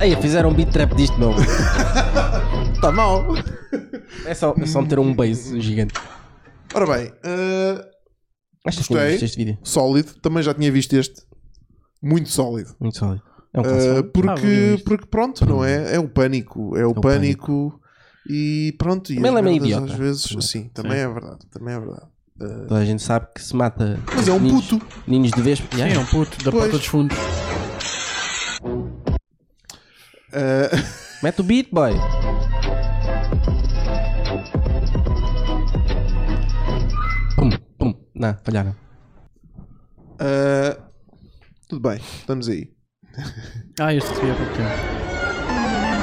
S4: Ei, fizeram um beat trap disto, meu.
S5: está Tá mal
S4: É só, é só meter um bass gigante.
S5: ora bem eh,
S4: Achas que
S5: Gostei.
S4: não viste este vídeo? é
S5: sólido também já tinha visto este muito sólido
S4: Muito sólido. É um
S5: Uh,
S4: clássico.
S6: Ah, viu
S5: porque,
S6: isto.
S5: porque pronto, não é? É o pânico, é o,
S4: o
S5: pânico, e pronto. E
S4: Também
S5: as
S4: ela é meio
S5: merdas
S4: idiota.
S5: Às vezes, sim, também é verdade, também é verdade. Uh,
S4: Toda a gente sabe que se mata.
S5: mas é um
S4: ninhos-
S5: puto.
S4: Ninhos de vespa.
S6: Sim, é um puto da
S5: Pois.
S6: porta dos fundos.
S5: Uh,
S4: Mete o beat, boy. Pum, pum. Não, falharam.
S5: uh, tudo bem, estamos aí.
S6: Ah, este fui eu há pouco tempo.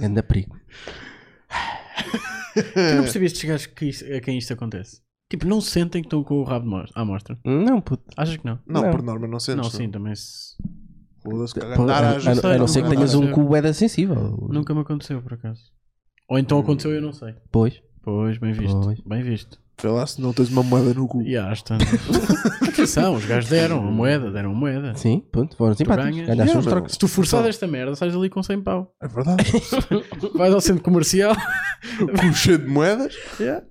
S4: Anda perigo.
S5: É.
S6: Tu não percebi estes gajos que isso- a quem isto acontece? Tipo, não sentem que estão com o rabo de mos- à mostra.
S4: Não, puto.
S6: Achas que não?
S5: Não,
S4: Não.
S5: por norma, não sentes.
S6: não,
S5: não.
S6: sim, também. se-
S5: Foda-se, cagar
S4: Pô,
S5: na
S4: a, a-
S5: aragem,
S4: a- a não ser que tenhas um
S6: Aconteceu.
S4: cu da sensível.
S6: Nunca me aconteceu, por acaso. Ou
S5: Hum.
S6: então aconteceu e eu não sei.
S4: Pois.
S6: Pois, bem visto.
S4: Pois.
S6: Bem visto.
S5: Sei lá, se não tens uma moeda no cu.
S6: E há as tantas. Atenção, os gajos deram a moeda, deram a moeda.
S4: Sim, pronto. Foram simpáticos.
S6: ganhas.
S4: Ganhaste
S5: Yeah,
S4: uns
S5: meu.
S4: trocos.
S6: Se tu forçares esta merda, sais ali com 100 pau.
S5: É verdade.
S6: Vais ao centro comercial.
S5: cu cheio de moedas.
S6: Yeah.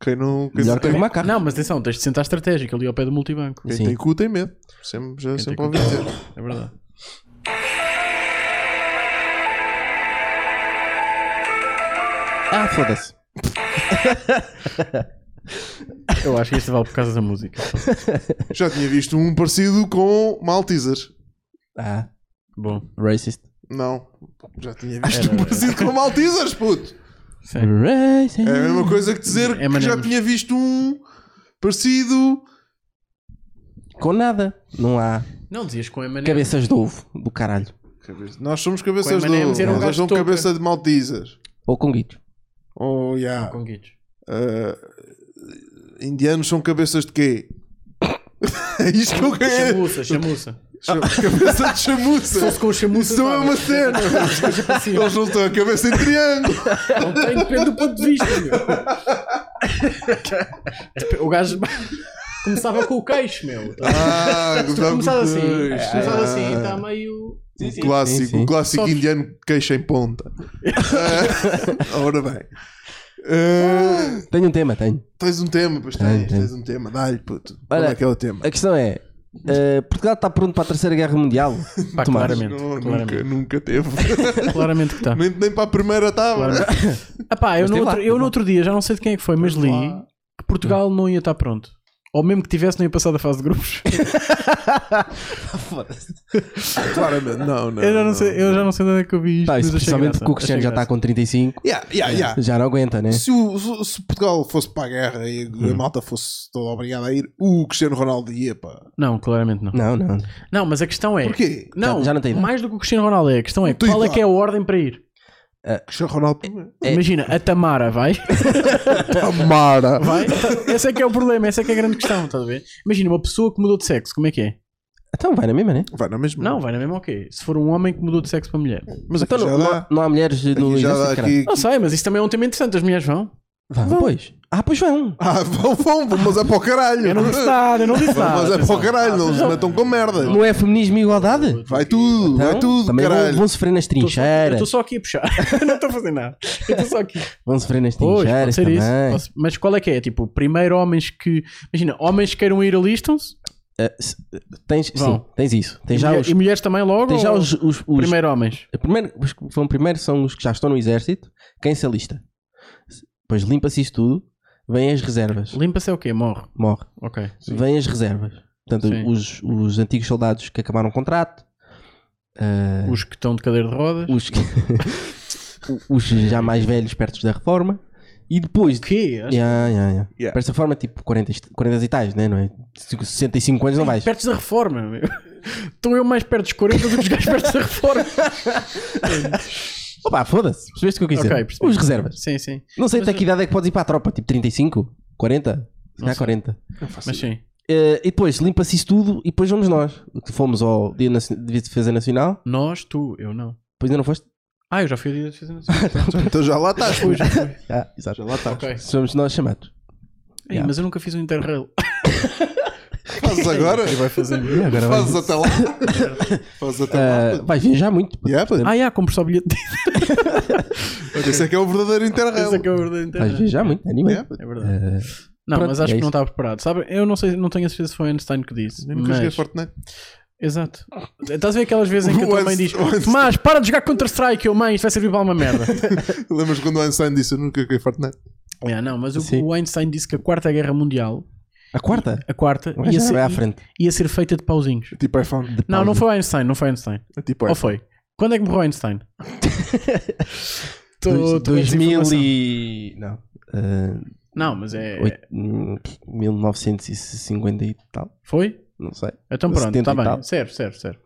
S5: Quem não, quem
S4: Melhor
S5: não
S4: que
S5: tem,
S4: arrumar carro.
S6: Não, mas atenção, tens de sentar estratégico ali ao pé do multibanco.
S5: quem
S4: Sim.
S5: tem cu tem medo. Sempre, já sempre
S6: tem
S5: ouvi
S6: cu-
S5: dizer.
S6: É verdade.
S4: Ah, foda-se.
S6: Eu acho que isto vale por causa da música.
S5: Já tinha visto um parecido com Malteser.
S4: Ah,
S6: Bom,
S4: racist.
S5: Não, já tinha visto um parecido com Maltesers, puto.
S6: sim.
S4: Racist.
S5: É a mesma coisa que dizer que já
S6: M&Ms.
S5: tinha visto um parecido.
S4: Com nada. Não há.
S6: Não dizias com a maneira.
S4: Cabeças de ovo do caralho.
S5: Nós somos cabeças de
S6: Com M&Ms
S5: ovo,
S6: era um
S5: eles
S6: gajo
S5: são
S6: touca.
S5: cabeça de Maltesers.
S4: Ou com guitos.
S5: Oh, yeah. Uh,
S6: Com guitos.
S5: Indianos são cabeças de quê? É isto que eu quero.
S6: Chamuça, chamuça.
S5: Cabeça de
S6: Se
S5: chamuça.
S6: fosse com chamuça.
S5: Isso não é uma cena. Eles não estão a cabeça em triângulo.
S6: Tipo assim, Não tem, depende do ponto de vista, meu. Dep- O gajo começava com o queixo, meu.
S5: Ah,
S6: Se tu
S5: gostava
S6: começas
S5: dos
S6: assim,
S5: dois.
S6: se começares assim,
S5: Ah.
S6: está meio.
S5: Um clássico,
S4: Sim, sim.
S5: um clássico
S6: Só-
S5: indiano que queixa em ponta. Ah, Ora bem. Ah,
S4: Tenho um tema, tenho.
S5: tens um tema, pois
S4: Tenho,
S5: tens,
S4: tenho.
S5: tens um tema, dá-lhe puto.
S4: Olha,
S5: Olha, aquele tema.
S4: A questão é: eh, Portugal está pronto para a Terceira Guerra Mundial?
S6: Pá,
S4: Tomás.
S6: claramente,
S5: Não,
S6: claramente, Tá.
S5: nunca, nunca teve.
S6: claramente que está.
S5: nem, nem para a primeira estava.
S6: Ah pá, eu,
S4: Mas
S6: no
S4: tem lá,
S6: outro,
S4: tem
S6: eu
S4: lá.
S6: no outro dia já não sei de quem é que foi, mas li que Portugal não ia estar pronto. Ou mesmo que tivesse, não ia passar da fase de grupos.
S5: Claramente, não, não.
S6: eu, já não sei, eu já não sei de onde é que eu vi isto.
S4: Tá,
S6: mas
S4: isso,
S6: achei
S4: principalmente
S6: graça,
S4: porque o Cristiano
S6: achei
S4: já tá- está
S6: graça.
S4: com 35,
S5: Yeah, yeah, yeah.
S4: já não aguenta,
S6: É.
S4: né?
S5: Se, o, se- se Portugal fosse para a guerra e
S6: Hum.
S5: a malta fosse toda obrigada a ir, o Cristiano Ronaldo ia para.
S6: Não, claramente não.
S4: Não, não.
S6: Não, mas a questão é.
S5: Porquê?
S6: Não,
S4: Já- já não tem né? idade.
S6: mais do que o Cristiano Ronaldo é. A questão é
S5: Não tem
S6: qual é
S5: idade.
S6: que é a ordem para ir. É.
S5: Cristiano Ronaldo primeiro.
S6: Imagina, a Tamara vai.
S5: Amara.
S6: Vai. Esse é que é o problema, essa é que é a grande questão, estás a ver? Imagina, uma pessoa que mudou de sexo, como é que é?
S4: Então vai na mesma, né?
S5: Vai na mesma.
S6: Não, vai na mesma ok. Se for um homem que mudou de sexo para mulher.
S5: mas aqui
S4: Então
S5: já
S4: não, não,
S5: dá.
S4: há- não há mulheres no
S5: Aqui já dá
S4: exército, caralho.
S5: aqui.
S6: Não sei, mas isso também é um tema interessante. As mulheres vão.
S4: Vão, pois. Ah, pois vão.
S5: Ah, vão, vão, vão, mas é para o caralho.
S6: Eu não disse nada, eu não disse nada.
S5: Mas é para o caralho, não se metam com merda.
S4: Não é feminismo e igualdade?
S5: Vai tudo, vai
S4: Então,
S5: é tudo,
S4: também vão,
S5: caralho.
S4: vão sofrer nas
S6: Eu tô só- Eu
S4: trincheiras.
S6: estou só aqui a puxar. Eu não estou a fazer nada. Eu estou só aqui.
S4: Vão sofrer nas
S6: Pois, pode
S4: trincheiras
S6: ser
S4: também.
S6: isso. Posso- Mas qual é que é? Tipo, primeiro homens que. Imagina, homens que queiram ir alistam-se.
S4: Ah, se- tens,
S6: Vão.
S4: sim, tens isso.
S6: E,
S4: Tens já
S6: mulher-
S4: os.
S6: e mulheres também logo?
S4: Tens já
S6: ou
S4: os, os, os-
S6: Primeiro homens.
S4: primeiro- os que vão primeiro são os que já estão no exército. Quem se alista? Depois limpa-se isso tudo. Vêm as reservas.
S6: Limpa-se é o quê? Morre.
S4: Morre.
S6: Ok.
S4: vêm as reservas. Portanto,
S6: Sim.
S4: os, os antigos soldados que acabaram o contrato, ah,
S6: Os que estão de cadeira de rodas.
S4: os, que- os já mais velhos perto da reforma, e depois.
S6: O quê? Acho-
S4: Yeah, yeah, yeah.
S5: Yeah.
S4: Para essa forma, tipo 40, est- 40 e tais, né? não é? 65 anos não vais.
S6: Perto da reforma. meu. Estou eu mais perto dos 40 do que os gajos perto da reforma.
S4: Opa, foda-se. Percebeste o que eu quis dizer?
S6: Ok, percebi.
S4: os reservas.
S6: Sim, sim.
S4: Não sei
S6: Mas
S4: até que
S6: eu-
S4: idade é que podes ir para a tropa, tipo 35, 40, se calhar 40.
S6: Mas sim.
S4: Ah, e depois limpa-se isso tudo e depois vamos nós. Fomos ao Dia Nacio- de Defesa Nacional,
S6: Nós, tu, eu não.
S4: depois ainda não foste?
S6: Ah, eu já fui a dia de fazer nacional.
S5: Então já lá estás.
S6: Fui, já fui.
S4: Ah, exato.
S5: Já lá estás.
S6: Ok.
S4: Somos nós chamados.
S6: Ei,
S4: Yeah.
S6: Mas eu nunca fiz um interrail.
S5: Fazes agora?
S6: Vai fazer.
S4: Agora vais-
S5: Fazes até lá. Fazes até Tá lá.
S4: Ah, vais viajar muito.
S5: Yeah, puto.
S6: Ah, já, compro só bilhete.
S5: Esse é que é o verdadeiro
S6: Essa é
S5: interrail.
S6: que é a verdade.
S4: Vais viajar muito, anima.
S5: Yeah, puto.
S6: É verdade.
S4: Ah,
S6: Não,
S4: Pronto,
S6: mas acho que
S4: é
S6: não
S4: isso.
S6: estava preparado. Sabe, eu não sei, não tenho a certeza se foi Einstein que disse.
S5: Nem nunca joguei
S6: Mas...
S5: Fortnite.
S6: Exato. Estás a ver aquelas vezes em que a tua
S5: O
S6: mãe diz:
S5: Einstein- o Einstein-
S6: Mas para de jogar Counter-Strike, eu mãe, isto vai servir para uma merda.
S5: Lembras quando o Einstein disse eu nunca joguei Fortnite?
S6: Ah, não, mas
S4: Sim.
S6: o, o Einstein disse que a quarta guerra mundial,
S4: A quarta?
S6: a quarta,
S4: Mas
S6: ia
S4: já
S6: ser,
S4: vai à frente.
S6: ia ser feita de pauzinhos.
S5: assim, Tipo iPhone.
S4: De
S6: Não, não
S4: pausa.
S6: foi o Einstein, não foi o Einstein.
S5: É Tipo
S6: Ou
S5: iPhone.
S6: foi? Quando é que morreu Einstein? Tô-
S4: Dois-
S6: tô com essa
S4: 2000
S6: informação.
S4: e. Não. Ah,
S6: Não, mas é.
S4: oito- hum, 1950 e tal.
S6: Foi?
S4: Não sei.
S6: Então pronto,
S4: 70
S6: está
S4: e
S6: bem.
S4: tal.
S6: Serve, serve, serve.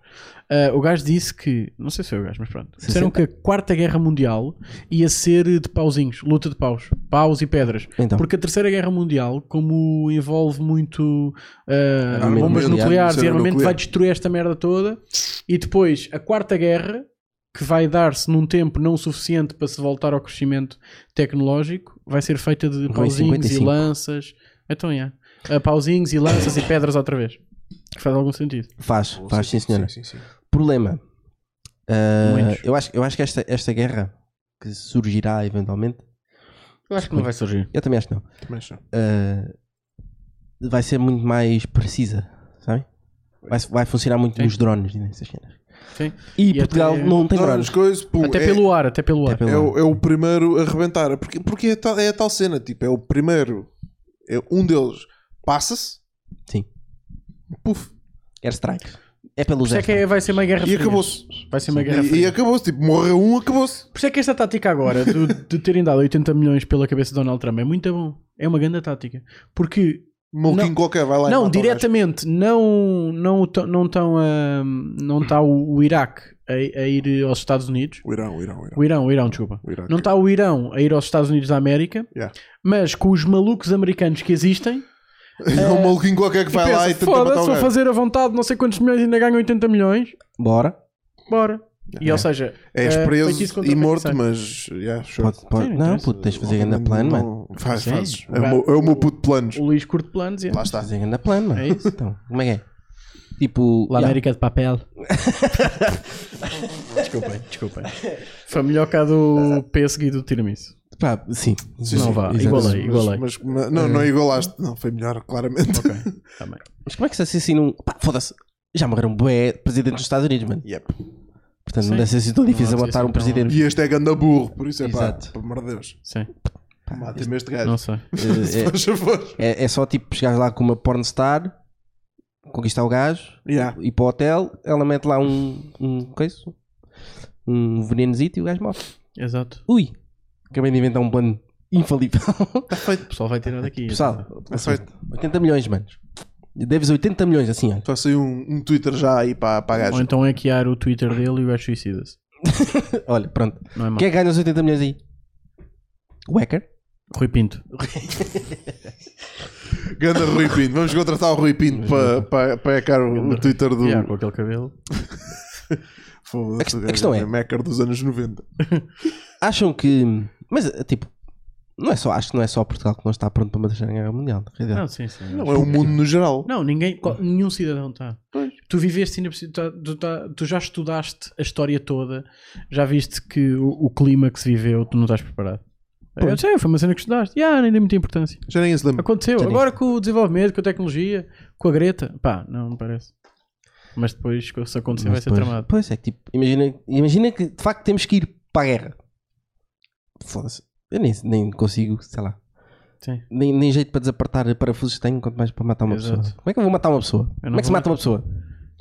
S6: Ah, o gajo disse que. Não sei se foi o gajo, mas pronto. Disseram
S4: 60?
S6: que a quarta guerra mundial ia ser de pauzinhos luta de paus. Paus e pedras.
S4: Então.
S6: Porque a terceira guerra mundial, como envolve muito ah,
S4: Armamento
S6: bombas
S4: nuclear,
S6: nucleares e
S5: cena
S6: armamento,
S5: nuclear.
S6: vai destruir esta merda toda. E depois a quarta guerra. Que vai dar-se num tempo não suficiente para se voltar ao crescimento tecnológico, vai ser feita de
S4: em
S6: pauzinhos e
S4: 55.
S6: lanças. Então, yeah. Ah, pauzinhos e lanças e pedras outra vez. Que faz algum sentido.
S4: Faz, faz, sim, senhora.
S5: Sim, sim, sim.
S4: Problema. Ah,
S6: Muitos.
S4: eu, acho, eu acho que esta, esta guerra que surgirá eventualmente.
S6: Eu acho que não vai surgir.
S4: Eu também acho que não.
S5: Também são.
S4: ah, vai ser muito mais precisa, sabem? Vai, vai funcionar muito
S6: Sim.
S4: nos drones e nessas cenas.
S6: Sim.
S4: E,
S6: E
S4: Portugal
S6: até-
S4: não tem
S5: Não,
S4: drones.
S5: as coisas, pô,
S6: até
S5: é,
S6: pelo ar, até pelo
S4: Até
S6: ar.
S4: pelo
S5: é
S4: ar.
S5: o, é o primeiro a arrebentar. Porque, porque é, tal, é a tal cena, tipo, é o primeiro. É, um deles passa-se.
S4: Sim.
S5: Puf.
S4: Airstrikes. É pelos
S6: Por isso é que é-
S4: airstrikes.
S6: vai ser uma guerra
S5: E
S6: fria.
S5: acabou-se.
S6: Vai ser uma guerra
S5: E, e
S6: fria.
S5: acabou-se. Tipo, morreu um, acabou-se.
S6: Por isso é que esta tática agora do- de, terem dado 80 milhões pela cabeça de Donald Trump é muito bom. É uma grande tática. Porque,
S5: Maluquinho qualquer, vai lá. e
S6: não,
S5: mata o gajo.
S6: diretamente, não não estão não tão a- não está o, o Iraque a, a ir aos Estados Unidos.
S5: O Irão, o Irão, o Irão.
S6: O Irão, o Irão, desculpa.
S5: O Iraque.
S6: Não está o Irão a ir aos Estados Unidos da América,
S5: Yeah.
S6: mas com os malucos americanos que existem,
S5: É um maluquinho qualquer que vai
S6: pensa,
S5: lá e tenta matar
S6: Foda-se,
S5: o
S6: vou
S5: gajo.
S6: fazer a vontade não sei quantos milhões e ainda ganho 80 milhões.
S4: Bora.
S6: Bora. E ou seja,
S5: És
S6: eh, feitiço
S5: É preso
S6: contra
S5: e morto,
S6: feitiçaria.
S5: mas. Yeah, sure.
S4: Pode, pode.
S6: Sim,
S4: não,
S6: não interessa.
S4: puto, tens de fazer grande plano, mano.
S5: Não- Faz,
S6: Sim.
S5: fazes. É o meu- é o meu puto de planos.
S6: O Luís curto planos e
S5: Lá está.
S4: Fazer grande plano, mano.
S6: É isso.
S4: Então, como é que é? Tipo,
S6: La
S4: yeah.
S6: América de papel. desculpem, desculpem. Foi melhor que a do PSG e do tiramisu.
S4: Pá, sim.
S5: Sim,
S6: não
S5: sim.
S6: vá,
S4: exato. É.
S6: igualei,
S5: Mas-
S6: igualei.
S5: mas- mas- não, não igualaste. Não, foi melhor, claramente.
S6: Ok, tá bem.
S4: Mas como é que se assassinam. Pá, foda-se. Já morreram bué presidente dos Estados Unidos, mano.
S5: Yep.
S4: Portanto,
S6: Sim.
S4: não deve ser assim tão
S6: Não
S4: difícil
S6: deve ser
S4: matar um
S6: assim tão-
S4: presidente.
S5: E este é ganda burro, por isso é pá,
S4: Exato.
S5: pelo amor de Deus.
S6: Sim,
S4: Ah,
S5: Mata-me este
S6: não
S5: gajo.
S6: sei.
S4: Eh,
S5: Faz favor.
S4: É, é- é só tipo chegares lá com uma pornstar, conquistar o gajo,
S5: Yeah.
S4: ir para o hotel, ela mete lá um. um que é isso? Um venenozito e o gajo morre.
S6: Exato.
S4: Ui! Acabei de inventar um plano infalível.
S6: O pessoal vai tirar daqui.
S4: Pessoal,
S5: Aceito.
S4: 80 milhões, manos. Deves 80 milhões, assim, olha.
S5: Faça aí um, um Twitter já aí para, para a
S6: Ou
S5: gaja.
S6: então é hackear o Twitter dele e o gajo suicida-se.
S4: Olha, pronto.
S6: Não é mal.
S4: Quem é que ganha os 80 milhões aí? O hacker?
S6: Rui Pinto.
S5: Ganda Rui Pinto. Vamos contratar o Rui Pinto para, para, para ecar o, o Twitter
S4: Hum.
S5: do.
S6: Yeah, com aquele cabelo.
S5: Foda-se, o
S4: A
S5: gajo
S4: questão é-
S5: é Macker dos anos 90.
S4: Acham que. Mas, eh, tipo, não é só, acho que não é só Portugal que não está pronto para uma terceira guerra mundial. na realidade.
S6: Não, sim, sim.
S5: Não é o mundo no geral.
S6: Não, ninguém,
S4: Hum.
S6: qual- nenhum cidadão está. Tu viveste ainda por cima, tá- tu, tá- tu já estudaste a história toda, já viste que o, o clima que se viveu, tu não estás preparado. Eu sei, foi uma cena que estudaste. Ah, nem dei muita importância.
S5: Já ninguém se lembra.
S6: Aconteceu.
S4: Hum. Sim.
S6: Agora com o desenvolvimento, com a tecnologia, com a Greta. Pá, não me parece. Mas depois, se acontecer, vai
S4: Mas
S6: ser
S4: depois-
S6: tramado.
S4: Pois é, que tipo, imagina, imagina que de facto temos que ir para a guerra. Foda-se. Eu nem, nem consigo, sei lá.
S6: Sim.
S4: Nem, nem jeito para desapertar parafusos tenho, quanto mais para matar uma
S6: Exato.
S4: pessoa. Como é que eu vou matar uma pessoa?
S6: não
S4: Como é que se
S6: vou
S4: mata uma pessoa?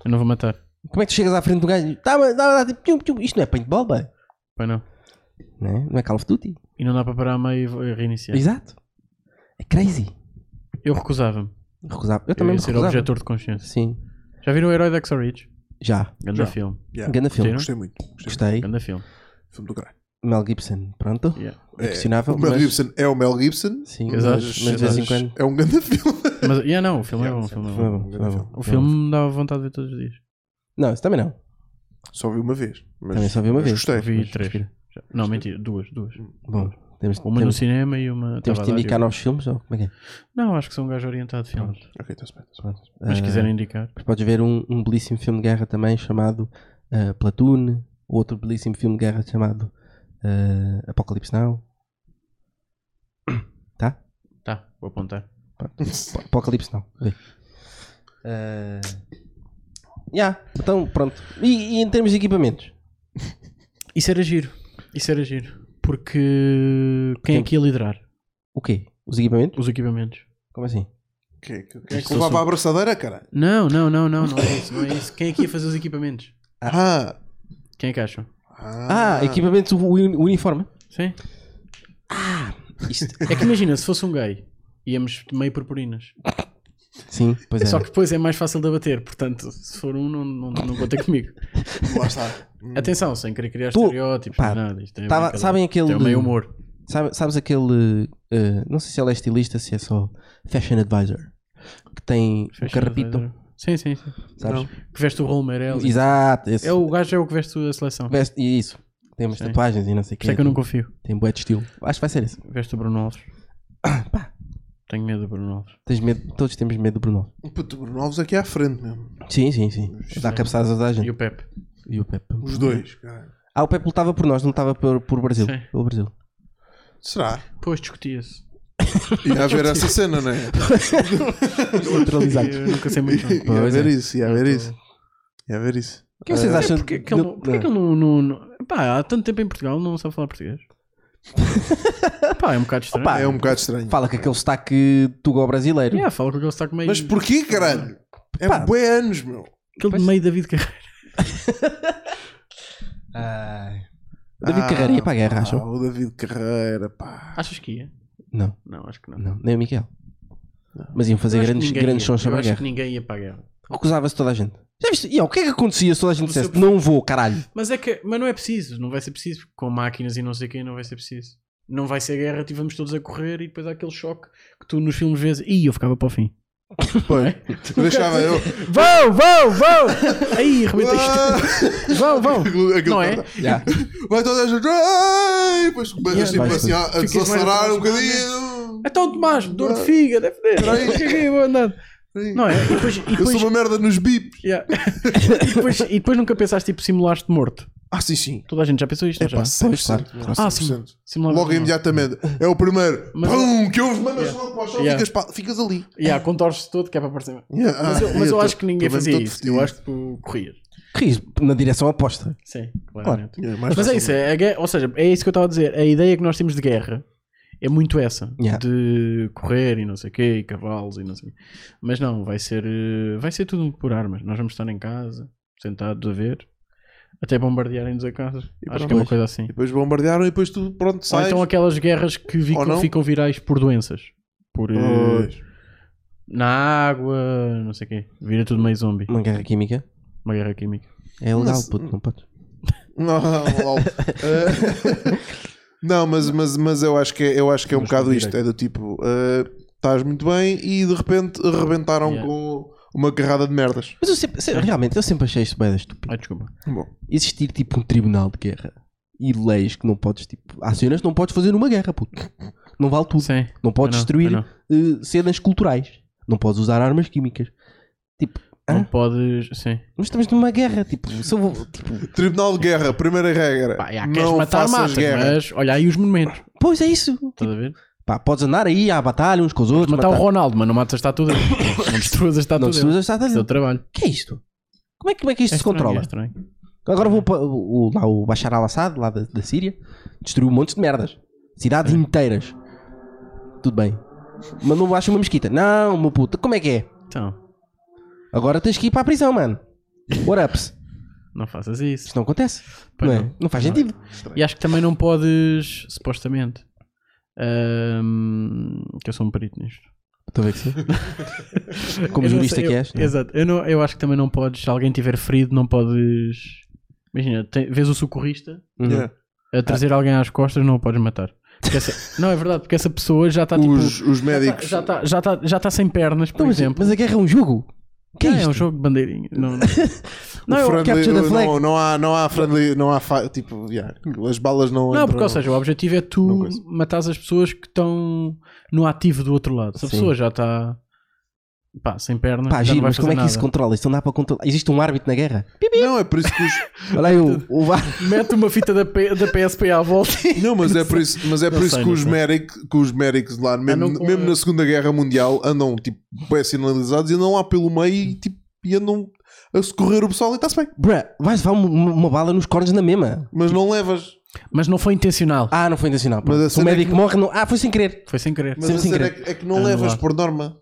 S6: Eu não vou matar.
S4: Como é que tu chegas à frente do gajo e dá, dá, dá, dá, tchum, tchum. isto não é paintball, bem?
S6: Pois não.
S4: Não é? Não é Call of Duty?
S6: E não dá para parar a meio e vo- e reiniciar.
S4: Exato. É crazy.
S6: Eu recusava-me.
S4: Recusava. Eu
S6: Eu
S4: também
S6: ia
S4: me
S6: ser
S4: recusava.
S6: objetor de consciência.
S4: Sim.
S6: Já viram o Herói da Axel Ridge?
S4: Já.
S6: Ganda filme.
S5: Yeah.
S4: Ganda filme. é?
S6: Sim.
S5: Gostei muito. Gostei
S4: Gostei.
S6: Ganda filme.
S5: muito. Filme do caralho.
S4: Mel Gibson, pronto.
S6: Yeah.
S4: É Questionável.
S5: É, O Mel
S4: mas-
S5: Gibson é o Mel Gibson.
S4: Sim,
S6: Exato.
S4: mas mas de vez em quando.
S5: É um grande filme.
S6: Mas, yeah, não, o filme é bom. O filme é
S4: Foi
S6: bom.
S4: bom, foi bom.
S6: O filme me dava vontade de ver todos os dias.
S4: Não, isso também não.
S5: Só vi uma vez. Mas,
S4: Também só vi uma
S5: mas
S4: vez.
S5: Gostei.
S6: Vi
S4: mas
S6: três.
S4: respira.
S6: Já- Não, mentira, duas, duas.
S4: Bom, temos,
S6: Uma no
S4: temos,
S6: cinema e uma.
S4: temos
S6: estava
S4: de
S6: a dar
S4: indicar
S6: e eu-
S4: novos filmes ou como é que é?
S6: Não, acho que sou um gajo orientado de filmes.
S5: Ok, está-se bem. tá-se bem.
S4: Pronto.
S6: Mas se
S4: Ah,
S6: quiserem indicar.
S4: mas podes ver um, um belíssimo filme de guerra também chamado ah, Platoon, outro belíssimo filme de guerra chamado ah, Apocalipse Now. Tá?
S6: Tá, vou apontar.
S4: Ap- Apocalipse Now. Ok. Ah, yeah, então pronto. E, e em termos de equipamentos?
S6: Isso era giro. Isso era giro. Porque quem é que ia liderar?
S4: O quê? Os equipamentos?
S6: Os equipamentos.
S4: Como assim?
S5: Quem é que- quem é que
S6: Isto
S5: levava
S6: sou-
S5: a abraçadeira, caralho?
S6: Não, não, não, não, não é isso. Não é isso. Quem é que ia fazer os equipamentos?
S5: Ah!
S6: Quem é que acham?
S4: Ah, equipamentos, o, o uniforme.
S6: Sim?
S4: Isto-
S6: É que imagina, se fosse um gay, íamos meio purpurinas.
S4: Sim, pois é.
S6: Só que depois é mais fácil de abater, portanto, se for um, não, não, não conta comigo.
S5: Lá está.
S6: Atenção, sem querer criar
S4: Tu-
S6: estereótipos,
S4: pá,
S6: nada. Isto é
S4: tava-
S6: brincadeira.
S4: sabem aquele-
S6: Isto É o meio humor.
S4: Sabe- sabes aquele. eh, não sei se ele é estilista, se é só Fashion Advisor. Que tem o
S6: Fashion
S4: carrapito,
S6: advisor. Sim, sim, sim.
S4: sabes?
S6: Que veste o rolo amarelo.
S4: Exato, esse.
S6: É o gajo é o que veste a seleção. Por
S4: Veste, e isso. Tem umas
S6: Sim.
S4: tatuagens e não sei o
S6: isso é que eu não confio.
S4: Tem bué de estilo. Acho que vai ser isso.
S6: Veste o Bruno Alves. Tenho medo do Bruno Alves.
S4: Tens medo, todos temos medo do Bruno.
S5: Puto, o Bruno Alves aqui à frente mesmo.
S4: Sim, sim, sim. Dá cabeçadas a toda a
S6: E
S4: gente.
S6: o Pepe.
S4: E o Pepe.
S5: Os dois, caralho.
S4: Ah, o Pepe lutava por nós, não lutava por, por Brasil.
S6: Sim.
S4: Pelo Brasil.
S5: Será?
S6: Pois discutia-se.
S5: Ia haver essa cena, não é?
S4: Centralizados.
S6: Eu nunca sei muito. bem.
S5: Ia
S4: Pois
S5: haver
S4: é.
S5: isso, ia haver isso. Ia haver isso.
S4: O que vocês acham?
S6: Porquê que ele É, não- porquê que ele não. não- não- Pá, há tanto tempo em Portugal não sabe falar português. Pá, é um bocado estranho.
S5: É um bocado estranho.
S4: Fala com aquele sotaque tugo brasileiro.
S6: Yeah, fala com aquele sotaque meio.
S5: Mas porquê, caralho? É
S4: Pá.
S5: bué anos, meu.
S6: Aquele meio David Carreira.
S4: David
S5: Ah,
S4: Carreira ia para a
S6: É
S4: guerra,
S5: pá,
S4: acham?
S5: O David Carreira, pá.
S6: Achas que ia?
S4: Não,
S6: Não, acho que não. é
S4: não. Nem o Miquel. Mas iam fazer
S6: Eu acho que
S4: grandes,
S6: ninguém
S4: grandes
S6: ia.
S4: sons
S6: Eu
S4: sobre a
S6: acho
S4: guerra.
S6: que ninguém ia para a guerra.
S4: Recusava-se toda a gente. Já viste? E ó, o que é que acontecia se toda a gente
S6: O seu
S4: dissesse não vou, caralho?
S6: Mas é que, mas não é preciso, não vai ser preciso, porque com máquinas e não sei quem não vai ser preciso. tipo, Não é? vai ser guerra, tivemos todos a correr e depois há aquele choque que tu nos filmes vês e eu ficava para o fim.
S5: Pois. Deixava eu. Ah,
S6: Vão, vão, vão! Aí, arrebenta isto. Vão, vão.
S5: Aquilo- aquilo
S6: Não é?
S5: corta.
S4: Já.
S5: tá. Vai toda a gente. "Ai!" Depois começas tipo
S4: Vais
S5: assim a a
S6: Ficas mais
S5: desacelerar
S6: aproximado,
S5: um bocadinho.
S6: Então, Tomás, dor de fígado, é foder. O que é que eu vou andando? Não é? E depois, e
S5: Eu sou
S6: depois,
S5: uma merda nos bips.
S6: yeah. e depois, e depois nunca pensaste tipo simular-te morto.
S5: Ah, sim, sim.
S6: Toda a gente já pensou isto?
S5: É
S6: não já?
S5: pá, 100%.
S4: claro,
S6: Ah,
S5: 100%.
S6: Simular-te
S5: Logo
S6: morto.
S5: imediatamente. É o primeiro.
S6: Mas-
S5: Pum! Que ouves, mandas
S6: Yeah.
S5: logo para o chão,
S6: Yeah.
S5: ficas, pa- ficas ali.
S6: Yeah, contorces todo que é para aparecer.
S5: Yeah,
S6: Mas eu,
S5: ah,
S6: mas eu
S5: tô-
S6: acho que ninguém
S5: tô mesmo
S6: fazia
S5: todo
S6: isso.
S5: fedido.
S6: Eu acho que tu corrias.
S4: Ris na direção oposta.
S6: Sim,
S4: claramente.
S5: Yeah, mais
S6: Mas é
S5: fácil.
S6: isso, é, a guerra- ou seja, é isso que eu estava a dizer. A ideia que nós temos de guerra é muito essa.
S4: Yeah.
S6: De correr e não sei o quê, e cavalos e não sei o quê. Mas não, vai ser, eh, vai ser tudo por armas. Nós vamos estar em casa, sentados a ver, até bombardearem-nos a casa. Acho
S5: pronto.
S6: que é uma coisa assim.
S5: Depois bombardearam e depois tu, pronto,
S6: Ou
S5: sai.
S6: então aquelas guerras que vi-
S5: Ou não.
S6: ficam virais por doenças. Por, eh, na água, não sei o quê. Vira tudo meio zombi.
S4: Uma guerra química.
S6: Uma guerra química.
S4: É legal,
S5: Mas-
S4: puto, não podes.
S5: Não, lol. Eh, não, mas, mas, mas eu acho que é, eu acho que é um
S6: Mas
S5: bocado
S6: com
S5: isto. É do tipo, eh, estás muito bem e de repente arrebentaram
S6: Yeah.
S5: com uma carrada de merdas.
S4: Mas eu sempre, se- realmente, eu sempre achei isto bem estúpido.
S6: Ai, Ah, desculpa.
S5: Bom,
S4: Existir tipo um tribunal de guerra e leis que não podes, tipo, há cenas que não podes fazer numa guerra, puto. Não vale tudo.
S6: Sim.
S4: Não podes
S6: Pois não,
S4: destruir
S6: pois
S4: eh, cenas culturais. Não podes usar armas químicas. Tipo,
S6: Não
S4: Hã?
S6: podes. Sim.
S4: mas estamos numa guerra. Tipo, se eu vou, tipo,
S5: Tribunal de Guerra, primeira regra.
S6: Pá, já queres
S5: não
S6: matar,
S5: faças
S6: matas,
S5: guerra.
S6: mas olha aí os monumentos.
S4: pois é isso.
S6: Estás a ver?
S4: Pá, podes andar aí à batalha uns com os outros.
S6: Tá. Matar um o Ronaldo, mas não matas a estátua dele. não destruas a estátua
S4: Não
S6: dele.
S4: destruas a estátua
S6: Isso é o
S4: dele.
S6: trabalho.
S4: O que é isto? Como é que, como é que isto
S6: É
S4: se
S6: estranho,
S4: controla?
S6: é estranho.
S4: Agora vou para o, o- lá o Bashar al-Assad, lá da, da Síria, destruiu um monte de merdas.
S6: É.
S4: Cidades inteiras. Tudo bem. Mas não baixa uma mesquita. Não, meu puto, como é que é?
S6: Então,
S4: Agora tens que ir para a prisão, mano. What ups?
S6: não faças isso.
S4: Isto não acontece.
S6: Pois
S4: não, é?
S6: não.
S4: não faz
S6: Não.
S4: sentido.
S6: E acho que também não podes, supostamente. ahm, que eu sou um perito nisto.
S4: Estou a ver que sim. Como
S6: Eu não
S4: jurista
S6: sei,
S4: que
S6: eu-
S4: és. não é?
S6: Exato. Eu, não, eu acho que também não podes, se alguém tiver ferido, não podes. Imagina, te- vês o socorrista
S4: Uhum.
S5: Yeah.
S6: a trazer alguém às costas, não o podes matar. Porque essa- não, é verdade, porque essa pessoa já está tipo.
S5: Os, os médicos.
S6: Já está já tá, já tá sem pernas, por
S4: Então, mas,
S6: exemplo.
S4: mas a guerra é um jogo. O que é
S6: Ah,
S4: isto?
S6: um jogo de bandeirinha. Não, não. um
S5: o
S4: Não, é o
S5: friendly-
S4: capture the flag.
S5: não, não há, não há friendly, não há fa- tipo, yeah, as balas não
S6: Não,
S5: entram,
S6: porque, ou seja, o objetivo é
S5: Uma
S6: tu
S5: coisa.
S6: matares as pessoas que estão no ativo do outro lado. Se a
S4: Sim.
S6: pessoa já está pá, sem pernas,
S4: Pá,
S6: já
S4: giro,
S6: não vai
S4: mas como é que
S6: fazer
S4: isso se
S6: nada.
S4: controla? Isto não dá para controlar. Existe um árbitro na guerra?
S5: Não, é por isso que os,
S4: Olha aí o, o VAR.
S6: Mete uma fita da, P- da PSP à volta.
S5: Não, mas é por isso, mas é por
S6: Não
S5: isso
S6: sei,
S5: que,
S6: não
S5: os
S6: sei.
S5: médicos, que os médicos
S4: Ah,
S5: lá, mesmo,
S6: Andam com-
S5: mesmo na Segunda Guerra Mundial, andam tipo bem sinalizados e andam lá pelo meio e, tipo, e andam a socorrer o pessoal e está-se bem.
S4: Bruh, vais levar uma, uma- uma bala nos cornos na mesma.
S5: Mas não levas.
S6: Mas não foi intencional.
S4: Ah, não foi intencional. pronto.
S5: Mas a
S4: Se o
S5: cena é
S4: médico morre, não. Ah, foi sem querer.
S6: Foi sem querer.
S5: Mas
S4: Sim,
S5: a
S4: sim,
S5: cena é
S4: creio.
S5: que, é que não
S6: Ah, não
S5: levas
S6: lá.
S5: por norma.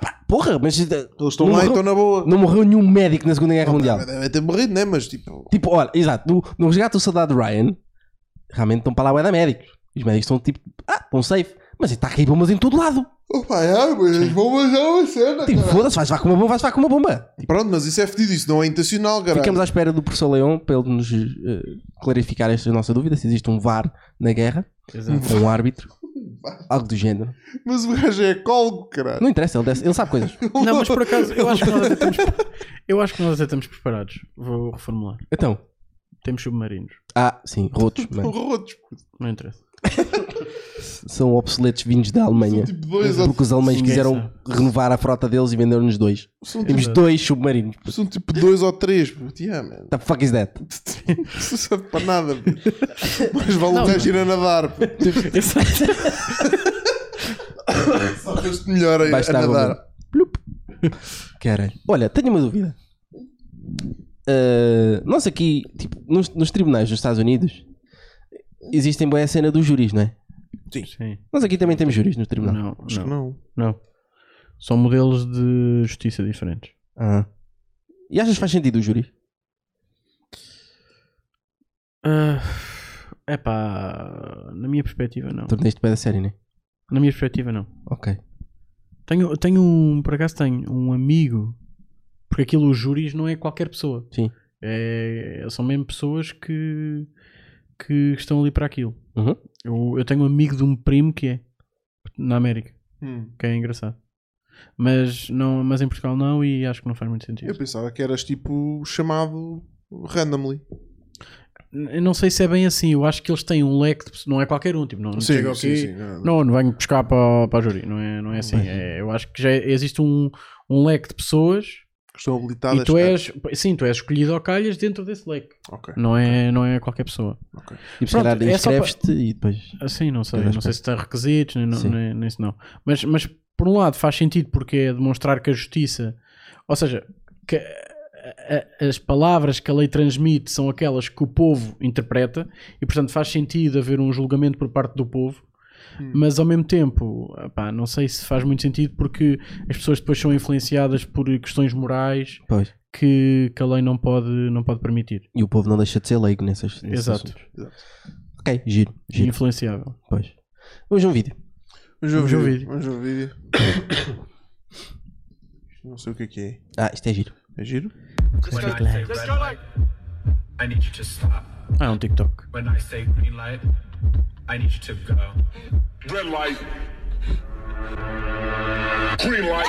S4: Ah, Porra, mas eh,
S5: Eles estão
S4: Não
S5: lá e
S4: morreu.
S5: estão na boa.
S4: não morreu nenhum médico na Segunda Guerra Mundial.
S5: Deve ter morrido, né? Mas tipo.
S4: Tipo, olha, exato, no, no resgate do soldado Ryan, realmente estão para lá bué da médicos. E Os médicos estão tipo, ah, estão safe. Mas está a cair bombas em todo lado.
S5: Opa, é, mas as bombas é uma cena.
S4: Tipo,
S5: cara.
S4: foda-se, vais lá com uma bomba, vais lá com uma bomba.
S5: Pronto, mas isso é fedido, isso não é intencional, cara.
S4: Ficamos à espera do professor Leão para ele nos eh, clarificar esta nossa dúvida: se existe um VAR na guerra,
S6: Exato.
S4: ou um árbitro, algo do género.
S5: Mas o gajo é ecólogo, caralho.
S4: Não interessa, ele, deve- ele sabe coisas.
S5: Um
S6: Não, mas por acaso, eu acho que nós até estamos, eu acho que nós até estamos preparados. Vou reformular.
S4: Então,
S6: Temos submarinos.
S4: ah, sim, rotos,
S5: São
S4: mano,
S5: Tipo, rotos, puto.
S6: Não interessa.
S4: são obsoletos vindos da Alemanha.
S5: São tipo dois ou-
S4: Porque os alemães
S6: Ninguém
S4: quiseram renovar a frota deles e venderam-nos dois.
S5: são
S4: Temos
S5: tipo-
S4: dois submarinos. What
S5: são tipo dois ou três, puto. Yeah, man.
S4: the fuck is that?
S5: Não serve para nada. pô. Mas vale
S6: Não,
S5: o gajo ir a nadar. pô.
S6: Exato.
S5: Só foste melhor a, a
S4: Basta a
S5: nadar.
S4: Plup. Caralho. Olha, tenho uma dúvida. Ah, nós aqui, tipo, nos, nos tribunais dos Estados Unidos, existem bem a cena dos júris, não é?
S6: Sim.
S4: Nós aqui também temos júris no tribunal.
S6: Não,
S5: Acho que
S6: não,
S5: não.
S6: não. São modelos de justiça diferentes.
S4: Ah. E achas que faz sentido o júri?
S6: Ah. É pá, na minha perspectiva não.
S4: Tornei-te pé da série, não é?
S6: Na minha perspectiva não.
S4: Ok.
S6: Tenho, tenho um, por acaso tenho um amigo, porque aquilo os júris não é qualquer pessoa.
S4: Sim.
S6: É, são mesmo pessoas que, que estão ali para aquilo.
S4: Uhum.
S6: Eu, eu tenho um amigo de um primo que é na América,
S5: Hum.
S6: que é engraçado. Mas, não, mas em Portugal não e acho que não faz muito sentido.
S5: Eu pensava que eras tipo chamado randomly.
S6: Eu não sei se é bem assim. Eu acho que eles têm um leque, de, pessoas- não é qualquer um, tipo, não, não
S5: Sim,
S6: chega aqui.
S5: sim, sim, não, não.
S6: Não, não venho buscar para, para a júri, não é, não é assim. É, eu acho que já existe um, um leque de pessoas
S5: Que estão habilitadas.
S6: e tu
S5: a-
S6: és, sim, tu és escolhido ao calhas dentro desse leque.
S5: Ok.
S6: Não é, não é qualquer pessoa.
S4: E Tipo, se
S6: Pronto,
S4: calhar
S6: é só pa-
S4: inscreves-te e depois.
S6: Assim, não sei,
S4: Eu acho
S6: não
S4: que-
S6: sei se tem requisitos, nem,
S4: Sim.
S6: nem, nem se não. Mas, mas por um lado faz sentido porque é demonstrar que a justiça, ou seja, que a- a- as palavras que a lei transmite são aquelas que o povo interpreta e portanto faz sentido haver um julgamento por parte do povo. Mas ao mesmo tempo, pá, não sei se faz muito sentido porque as pessoas depois são influenciadas por questões morais
S4: Pois.
S6: que, que a lei não pode, não pode permitir.
S4: E o povo não deixa de ser leigo nessas. nesses
S6: Exato.
S4: assuntos. Ok, giro, giro.
S6: Influenciável.
S4: Pois. Vamos a um vídeo.
S5: Vamos ver o
S6: Vamos ao vídeo.
S5: vídeo. Vamos ver o vídeo. Não sei o que é que é.
S4: Ah, isto é giro.
S5: É giro?
S10: I need you to stop.
S6: Ah, é um TikTok.
S10: When I say green light, I need you to go. Red light. Green light.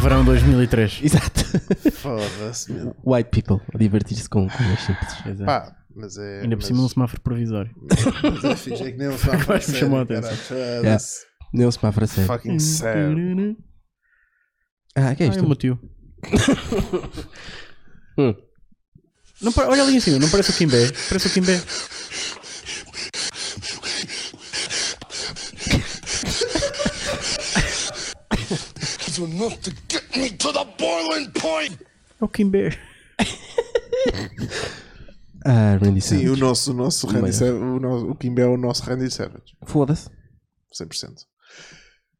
S6: Verão 2003.
S4: Exato.
S5: Foda-se, meu.
S4: White people a divertir-se com coisas simples.
S5: Pá, mas é.
S6: Ainda por
S5: mas-
S6: cima um semáforo provisório.
S5: mas é fixe, é que nem um filme.
S6: Agora me chamou a atenção. Hum.
S5: Foda-se.
S4: Nem um semáforo a sério.
S6: é
S5: Fucking sad.
S4: Ah, que
S6: Ah,
S4: é
S6: é o
S4: isto?
S6: meu tio. Hum. Não pa- olha ali em cima, não parece o Kimbé. Parece o Kimbé. É o Kimbé.
S4: Ah, Randy
S5: Sim, o
S4: Savage.
S5: nosso, o nosso Randy
S4: Bem.
S5: Savage. O, nosso- o Kimbe é o nosso Randy Savage.
S4: Foda-se.
S5: 100%.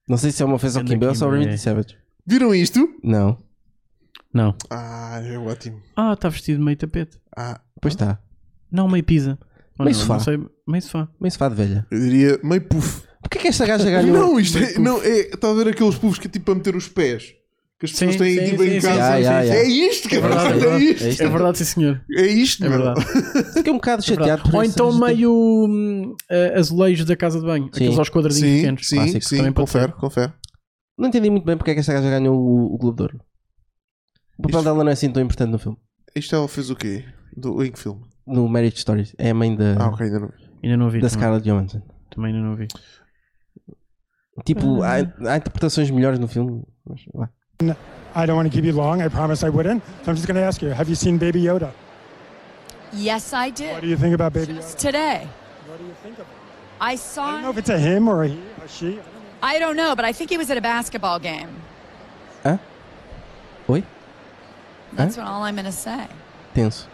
S4: Não sei se é uma ofensa ao
S6: Anda
S4: Kimbell ou só ao
S6: Kimbell.
S4: Randy Savage.
S5: Viram isto?
S4: Não.
S6: Não.
S5: Ah, é ótimo.
S6: Ah, está vestido de meio tapete.
S5: Ah,
S4: Pois tá. está.
S6: Não, meio pisa. Ou
S4: Meio
S6: não,
S4: sofá.
S6: Não sei, meio sofá.
S4: Meio sofá de velha.
S5: eu diria meio puff.
S4: Porquê que esta gaja ganhou?
S5: Não, isto é. Não, é está a ver aqueles puffs que é tipo a meter os pés. Que as pessoas
S6: Sim,
S5: têm
S6: sim,
S5: tipo
S6: sim,
S5: em
S6: sim,
S5: casa.
S4: sim, sim, sim.
S5: É isto, que é
S6: verdade,
S5: verdade.
S6: é
S5: É isto.
S4: É isto.
S6: É verdade, sim senhor.
S5: É isto,
S6: É
S5: meu.
S6: verdade.
S4: Fiquei um bocado chateado por
S6: Ou
S4: essa
S6: então
S4: gente.
S6: meio hum, eh, azulejos da casa de banho.
S4: Sim.
S6: Aqueles aos quadradinhos
S5: Sim,
S6: pequenos.
S5: sim,
S6: Clássicos,
S5: sim.
S6: também pode ser.
S5: Confere, confere.
S4: Não entendi muito bem porque é que esta gaja ganhou o, o Globo de Ouro. O papel
S5: Isto-
S4: dela não é assim tão importante no filme.
S5: Isto ela fez o quê? Do, em que filme?
S4: No Marriage Stories. É a mãe da,
S5: Ah, ok, ainda não.
S6: Ainda não vi.
S4: da
S6: também.
S4: Scarlett Johansson.
S6: Também ainda não vi. Ah.
S4: Tipo, há, há interpretações melhores no filme. Mas, vá.
S10: I don't want to keep you long. I promise I wouldn't. So I'm just going to ask you, have you seen Baby Yoda?
S2: Yes, I
S10: What
S2: did.
S10: do you think about Baby Yoda?
S2: Today,
S10: What do you think of it?
S2: I
S10: I don't know
S2: saw.
S10: if it's a him or a he or she.
S2: I don't know, but I think he was at a basketball game.
S4: Oi?
S2: That's what all I'm going to say.
S4: Tenso.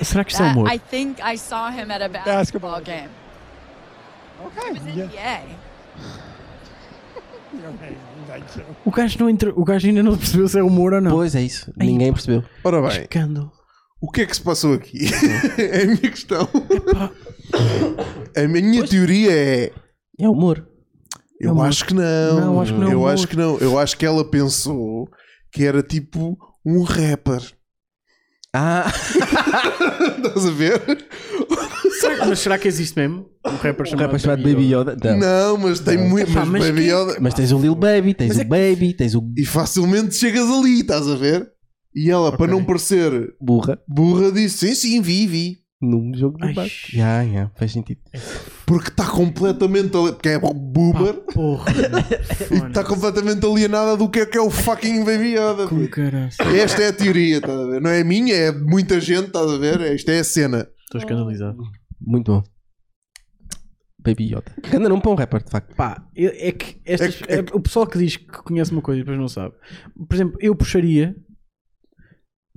S6: Será que isto é
S2: That,
S6: humor?
S2: I think I saw him at a basketball,
S10: Basketball
S2: game.
S10: game.
S2: Okay. It was
S10: Yeah.
S2: NBA.
S10: Okay, thank you.
S6: O gajo, não entra... o gajo ainda não percebeu se é humor ou não.
S4: Pois é isso. Ninguém percebeu.
S5: Ora bem,
S6: Escândalo.
S5: o que é que se passou aqui? é a minha questão. a minha teoria é.
S4: É humor.
S5: Eu
S6: Não,
S5: acho que não.
S6: não, acho que não, é
S5: Eu
S6: amor.
S5: acho que não. Eu acho que ela pensou que era tipo um rapper.
S4: Ah,
S5: Estás a ver?
S6: Será- Mas será que existe mesmo? Um rapper
S4: o
S6: chamado
S4: rapaz chamado Baby Yoda. Não.
S5: Não, mas tem muito.
S6: Epá,
S5: Mas,
S6: mas
S5: Baby
S6: que-
S5: Yoda-
S4: Mas tens o Lil Baby, tens
S6: Mas
S4: o
S6: é que-
S4: Baby, tens o
S5: E facilmente chegas ali, estás a ver? E ela, para não parecer
S4: Burra.
S5: burra, disse: Sim, sim, vi, vi.
S4: num jogo do
S6: Ai.
S4: banco. Já, já, faz sentido.
S5: Porque está completamente. ali- Porque é boomer.
S6: Pá, Porra.
S5: E está completamente alienada do que é que é o fucking Baby Yoda.
S6: Com
S5: puto.
S6: caras.
S5: Esta é a teoria, estás a ver? Não é minha, é muita gente, estás a ver? Esta é a cena.
S6: Estou escandalizado.
S4: Muito bom. Baby Yoda. Ainda não para um rapper, de facto.
S6: Pá, é é que, estas-
S5: É que- é
S6: é- o pessoal que diz que conhece uma coisa e depois não sabe. Por exemplo, eu puxaria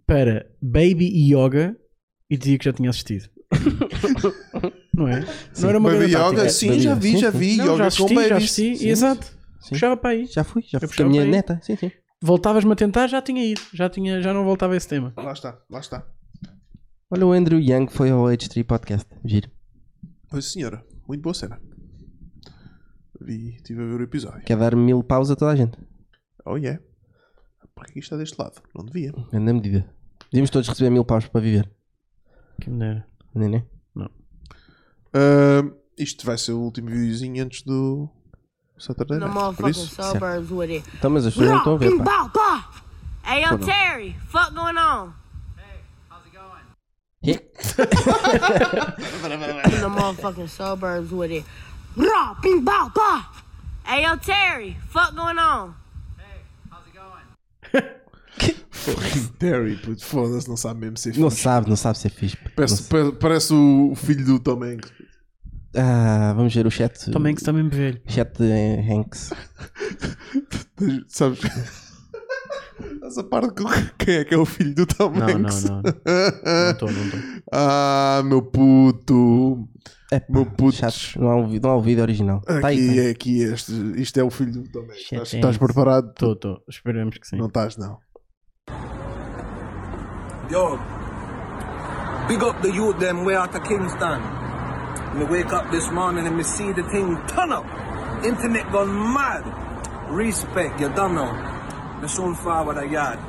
S6: para Baby Yoga e dizia que já tinha assistido. não é? não era uma
S5: Baby
S6: grande
S5: Yoga,
S6: tática.
S5: sim,
S4: Baby
S5: já
S4: Yoda,
S5: vi,
S4: sim,
S5: já
S4: sim.
S5: vi.
S6: Não,
S5: yoga
S6: já
S5: com
S6: assisti,
S5: babies.
S6: já assisti.
S4: Sim,
S6: Exato.
S4: Sim.
S6: Puxava para aí.
S4: Já fui, já fui. Com a
S6: puxava
S4: minha
S6: para aí.
S4: neta, sim, sim.
S6: Voltavas-me a tentar, já tinha ido. Já, tinha, já não voltava a esse tema.
S5: Lá está, lá está.
S4: Olha, o Andrew Young foi ao H3 Podcast. Giro.
S5: Pois senhora, muito boa cena. Vi, estive a ver o episódio.
S4: Quer dar mil paus a toda a gente.
S5: Oh yeah. Porque isto está deste lado, não devia.
S4: Na medida. Devíamos todos receber mil paus para viver.
S6: Que maneira.
S4: Não, né?
S5: Ah, isto vai ser o último videozinho antes do Saturday
S11: the
S5: Night. Por
S11: motherfucking
S5: isso,
S11: suburbs with it.
S4: Então, mas as pessoas não estão a ver, pá.
S11: Bah, bah. Hey, yo,
S4: Hold on.
S11: Terry, fuck going on?
S4: Yeah.
S11: In the motherfucking suburbs with it. Rah, bing, bah, bah. Hey, yo, Terry, fuck going on?
S5: Terry, puto, foda-se, não sabe mesmo ser
S4: Não
S5: fixe.
S4: sabe, não sabe ser fixe. pá. Não
S5: Parece,
S4: sabe.
S5: pa- parece o filho do Tom Hanks.
S4: Ah, vamos ver o chat.
S6: Também que também velho.
S4: Chat de Hanks.
S5: Sabes? Essa parte com quem é que é o filho do Tom
S6: Não, não,
S5: Hanks?
S6: não. Não estou, não estou.
S5: ah, meu puto.
S4: Epá,
S5: Meu puto.
S4: chatos, É, não, há um, vi- não há o vídeo original. Tá aí, tá
S5: Aqui
S4: aí.
S5: é aqui, este, isto é o filho do Tom Hanks.
S6: Shit,
S5: Estás, estás
S6: é.
S5: preparado?
S6: Estou, estou. Esperemos que sim.
S5: Não estás, não.
S12: Yo, big up the youth them way out of Kingston. Me wake up this morning and me see the thing turn up. Internet gone mad. Respect, you don't know. Me soon forward a yard.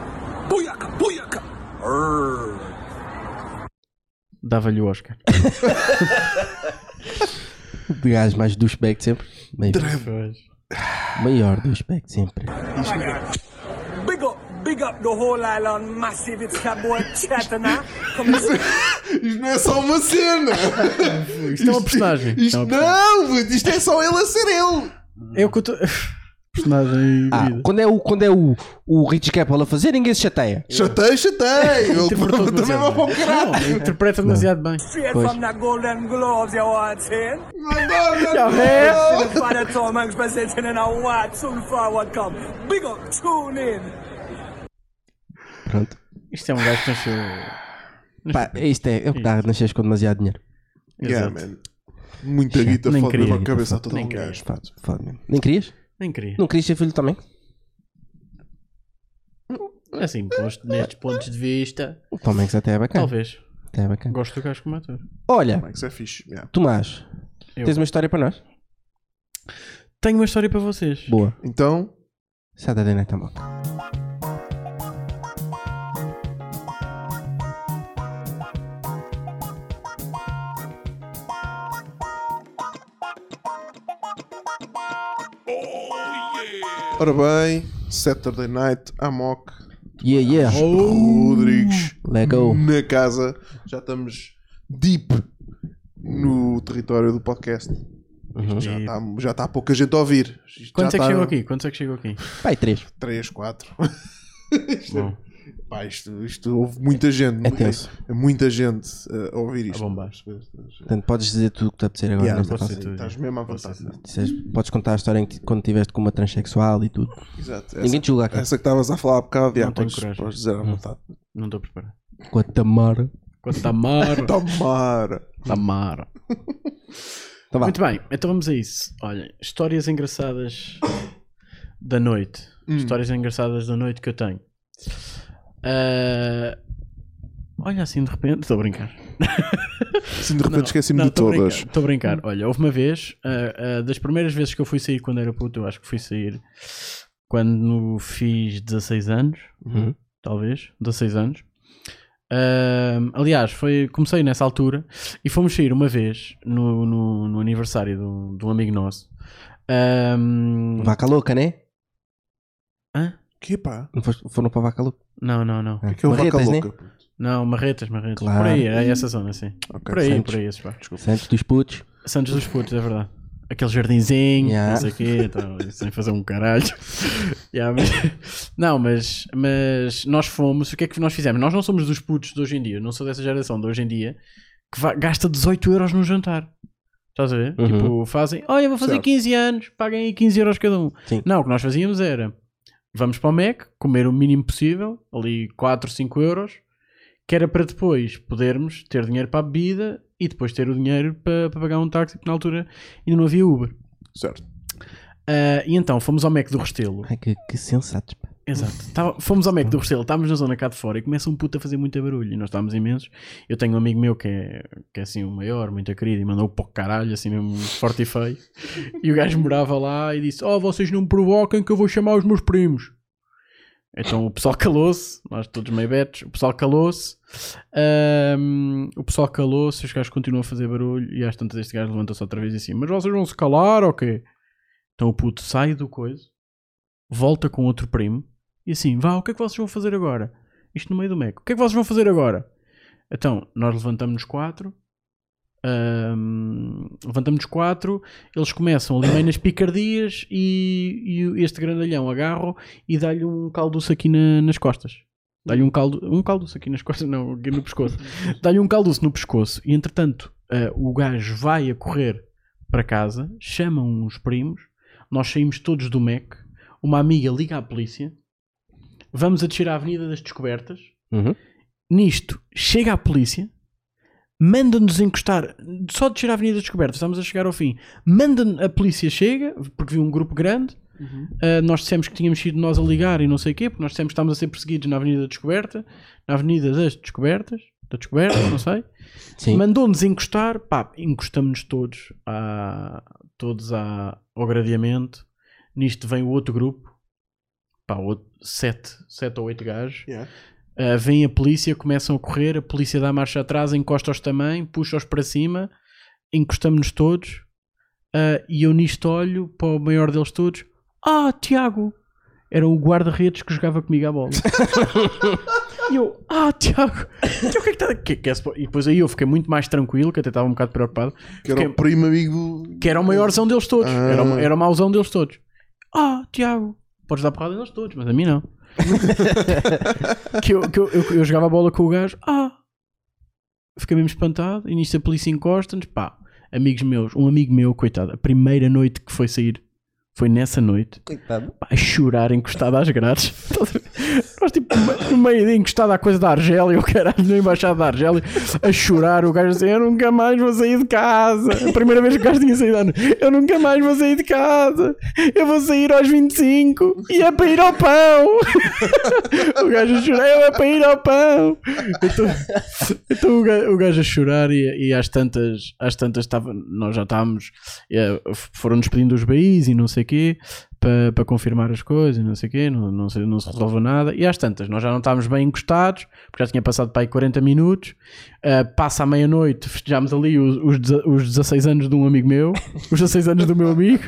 S12: Booyaka, booyaka. Urgh.
S6: Dava-lhe o Oscar.
S4: De gajo mais douchebag de sempre. Bem-
S6: Pois.
S4: Maior douchebag de sempre.
S12: Big up, big up the whole island massive. It's your boy Chatana. Come on.
S5: Isto não é só uma cena!
S6: Isto é uma personagem.
S5: Isto,
S6: é uma
S5: não, puto, isto é só ele a ser ele!
S6: personagem. É o que eu estou. personagem
S4: Ah,
S6: híbrida.
S4: quando é o, quando é o, o Rich Capel a fazer, ninguém se chateia.
S5: Chatei, chatei! Ele
S6: Interpretou
S5: também é vai
S6: demasiado
S5: para o
S6: bem.
S5: caralho!
S6: Não, Interpreta demasiado bem.
S12: Straight
S4: Push.
S12: from the golden gloves, you know what I'm saying?
S5: Não, não, não.
S12: See the father Tom Hanks presenting in a white soon forward come. Big up, tune in.
S4: Pronto.
S6: Isto é um gajo que nasceu.
S4: Pá, isto é, é o que dá, nasces com demasiado dinheiro.
S5: Yeah,
S6: Exato.
S5: man. Muita guita
S6: Nem
S5: foda
S6: queria
S5: na
S6: guita,
S5: cabeça a
S6: foda.
S5: todo
S6: Nem
S5: um
S6: queria.
S5: gajo.
S4: Pá, foda mesmo. Nem querias?
S6: Nem queria.
S4: Não querias ser filho também?
S6: Assim, posto nestes pontos de vista,
S4: O Tom Hanks até é bacana.
S6: talvez.
S4: Até é bacana.
S6: Gosto do gajo como ator.
S4: Olha,
S5: Como é que isso é fixe? Yeah.
S4: Tomás,
S6: Eu.
S4: tens uma história para nós?
S6: Tenho uma história para vocês.
S4: Boa.
S5: Então,
S4: Saturday Night Mock.
S5: ora bem, Saturday Night, Amok,
S4: Yeah,
S6: Ah.
S4: yeah.
S6: Oh.
S5: Rodrigues,
S4: Let go.
S5: na casa. Já estamos deep no território do podcast.
S4: Uhum.
S5: Já está já tá pouca gente a ouvir. Isto
S6: Quantos é que
S5: já tá
S6: chegou aqui? Quantos é que chegou aqui?
S4: 3.
S5: 3, 4.
S6: Bom,
S5: Pá, isto, isto houve muita gente.
S4: É
S5: mu-
S4: tenso.
S5: é muita gente uh, a ouvir isto.
S6: A bombar.
S4: Portanto, podes dizer tudo o que te apetecer agora
S5: Yeah,
S4: nesta
S6: posso
S4: fase.
S6: dizer tudo.
S5: Estás mesmo à
S6: Posso
S5: vontade.
S6: dizer
S4: Dizes- Podes contar a história em que, quando estiveste com uma transexual e tudo.
S5: Exato.
S4: Ninguém te julga aqui.
S5: Essa que estavas a falar há bocado, já,
S6: Não tenho
S5: podes,
S6: coragem.
S5: podes dizer à vontade.
S6: Não estou preparado.
S4: Com a Tamara.
S6: Com a
S5: Tá
S6: Tamara.
S5: Tomara!
S6: Tamara.
S4: Hum. Então vá.
S6: Muito bem, então vamos a isso. Olha, histórias engraçadas da noite.
S4: Hum.
S6: Histórias engraçadas da noite que eu tenho. Ah, olha, assim de repente. Estou a brincar.
S5: Sim, Assim, de repente esqueci-me
S6: Não,
S5: de
S6: estou a brincar,
S5: todas.
S6: Estou a brincar. Olha, houve uma vez, ah, ah, das primeiras vezes que eu fui sair quando era puto, eu acho que fui sair quando fiz 16 anos,
S4: Uhum.
S6: talvez, 16 anos. Ah, aliás, foi, comecei nessa altura e fomos sair uma vez no, no, no aniversário de um, de um amigo nosso. Ah,
S4: Vaca louca, né?
S6: hã?
S5: Que pá?
S4: Não foste- Foram para a vaca louca.
S6: Não, não, não.
S5: Que é o vaca
S4: Marretas, né?
S5: louca. puto.
S6: Não, marretas, marretas.
S4: Claro.
S6: Por aí, é essa zona, sim.
S5: Ok,
S6: Por aí,
S4: Santos.
S6: por aí, esses bairros.
S4: Santos dos putos.
S6: Santos dos Putos, é verdade. Aquele jardinzinho,
S4: Yeah.
S6: não sei o quê, então, sem fazer um caralho. Yeah, mas- não, mas, mas nós fomos, o que é que nós fizemos? Nós não somos dos putos de hoje em dia, eu não sou dessa geração de hoje em dia, que va- gasta 18 euros no jantar. Estás a ver?
S4: Uhum.
S6: Tipo, fazem, olha, vou fazer 15 anos, paguem aí 15 euros cada um.
S4: Sim.
S6: Não, o que nós fazíamos era, vamos para o Mac, comer o mínimo possível, ali 4, 5 euros, que era para depois podermos ter dinheiro para a bebida e depois ter o dinheiro para, para pagar um táxi, porque na altura ainda não havia Uber.
S5: Certo.
S6: Ah, e então fomos ao Mac do Restelo.
S4: Ai, que, que sensatos, pá.
S6: Exato. Tava- fomos ao Mac do Restelo, estávamos na zona cá de fora e começa um puto a fazer muito barulho. E nós estávamos imensos. Eu tenho um amigo meu que é, que é assim o maior, muito querido, e mandou para o caralho, assim mesmo forte e feio. E o gajo morava lá e disse: Oh, vocês não me provoquem que eu vou chamar os meus primos. Então o pessoal calou-se, nós todos meio betos, o pessoal calou-se, ahm, o pessoal calou-se, os gajos continuam a fazer barulho e às tantas este gajo levanta-se outra vez e assim, mas vocês vão se calar ou quê? Então o puto sai do coisa, volta com outro primo e assim, vá, o que é que vocês vão fazer agora? Isto no meio do meco, o que é que vocês vão fazer agora? Então, nós levantamos-nos quatro, ahm, levantamos-nos quatro, eles começam ali meio nas picardias e, e este grandalhão agarro e dá-lhe um caldoço aqui na- nas costas. Dá-lhe um caldo, um caldoço aqui nas costas, não, aqui no pescoço. Dá-lhe um caldoço no pescoço e entretanto ah, o gajo vai a correr para casa, chama uns primos, nós saímos todos do MEC, uma amiga liga à polícia, vamos a descer à Avenida das Descobertas, Nisto, chega a polícia, manda-nos encostar, só de chegar à Avenida das Descobertas, estamos a chegar ao fim. Manda a polícia chega, porque viu um grupo grande.
S3: Uhum.
S6: ah, nós dissemos que tínhamos sido nós a ligar e não sei o quê, porque nós dissemos que estávamos a ser perseguidos na Avenida da Descoberta, na Avenida das Descobertas, da Descoberta, não sei.
S4: Sim.
S6: Mandou-nos encostar, pá, encostamos-nos todos, à, todos à, ao gradeamento. Nisto vem o outro grupo, pá, o outro- sete, sete ou oito gajos.
S5: Yeah.
S6: Uh, vem a polícia, começam a correr, a polícia dá a marcha atrás, encosta-os também, puxa-os para cima, encostamos-nos todos. uh, e eu nisto olho para o maior deles todos: Ah, Tiago! Era o guarda-redes que jogava comigo à bola. e eu, ah, Tiago, Tiago, o que é que está. Que, que é, supo-" e depois aí eu fiquei muito mais tranquilo, que até estava um bocado preocupado.
S5: Que era
S6: Fiquei-
S5: o primo amigo.
S6: que era o maiorzão deles todos.
S5: Ah.
S6: Era, o- era o mauzão deles todos. Ah, Tiago, podes dar porrada neles todos, mas a mim não. que eu, que eu, eu- eu jogava a bola com o gajo. Ah, fiquei mesmo espantado. E nisto a polícia encosta-nos. Pá, amigos meus, um amigo meu, coitado, a primeira noite que foi sair foi nessa noite.
S4: Coitado.
S6: Pá, a chorar encostado às grades. Nós, tipo, no meio de encostado à coisa da Argélia, o caralho, na embaixada da Argélia, a chorar. O gajo assim: Eu nunca mais vou sair de casa. A primeira vez que o gajo tinha saído, ano, eu nunca mais vou sair de casa. Eu vou sair aos 25 e é para ir ao pão. o gajo a chorar: Eu é para ir ao pão. Então, então o ga- o gajo, a chorar e, e às tantas, às tantas estava, nós já estávamos, eh, f- foram-nos pedindo os BIs e não sei o quê, para para confirmar as coisas e não sei o quê, não, não, sei- não se resolveu nada. E às tantas, nós já não estávamos bem encostados, porque já tinha passado para aí 40 minutos. Eh, passa à meia-noite, festejámos ali os, os, deza- os 16 anos de um amigo meu, os 16 anos do meu amigo.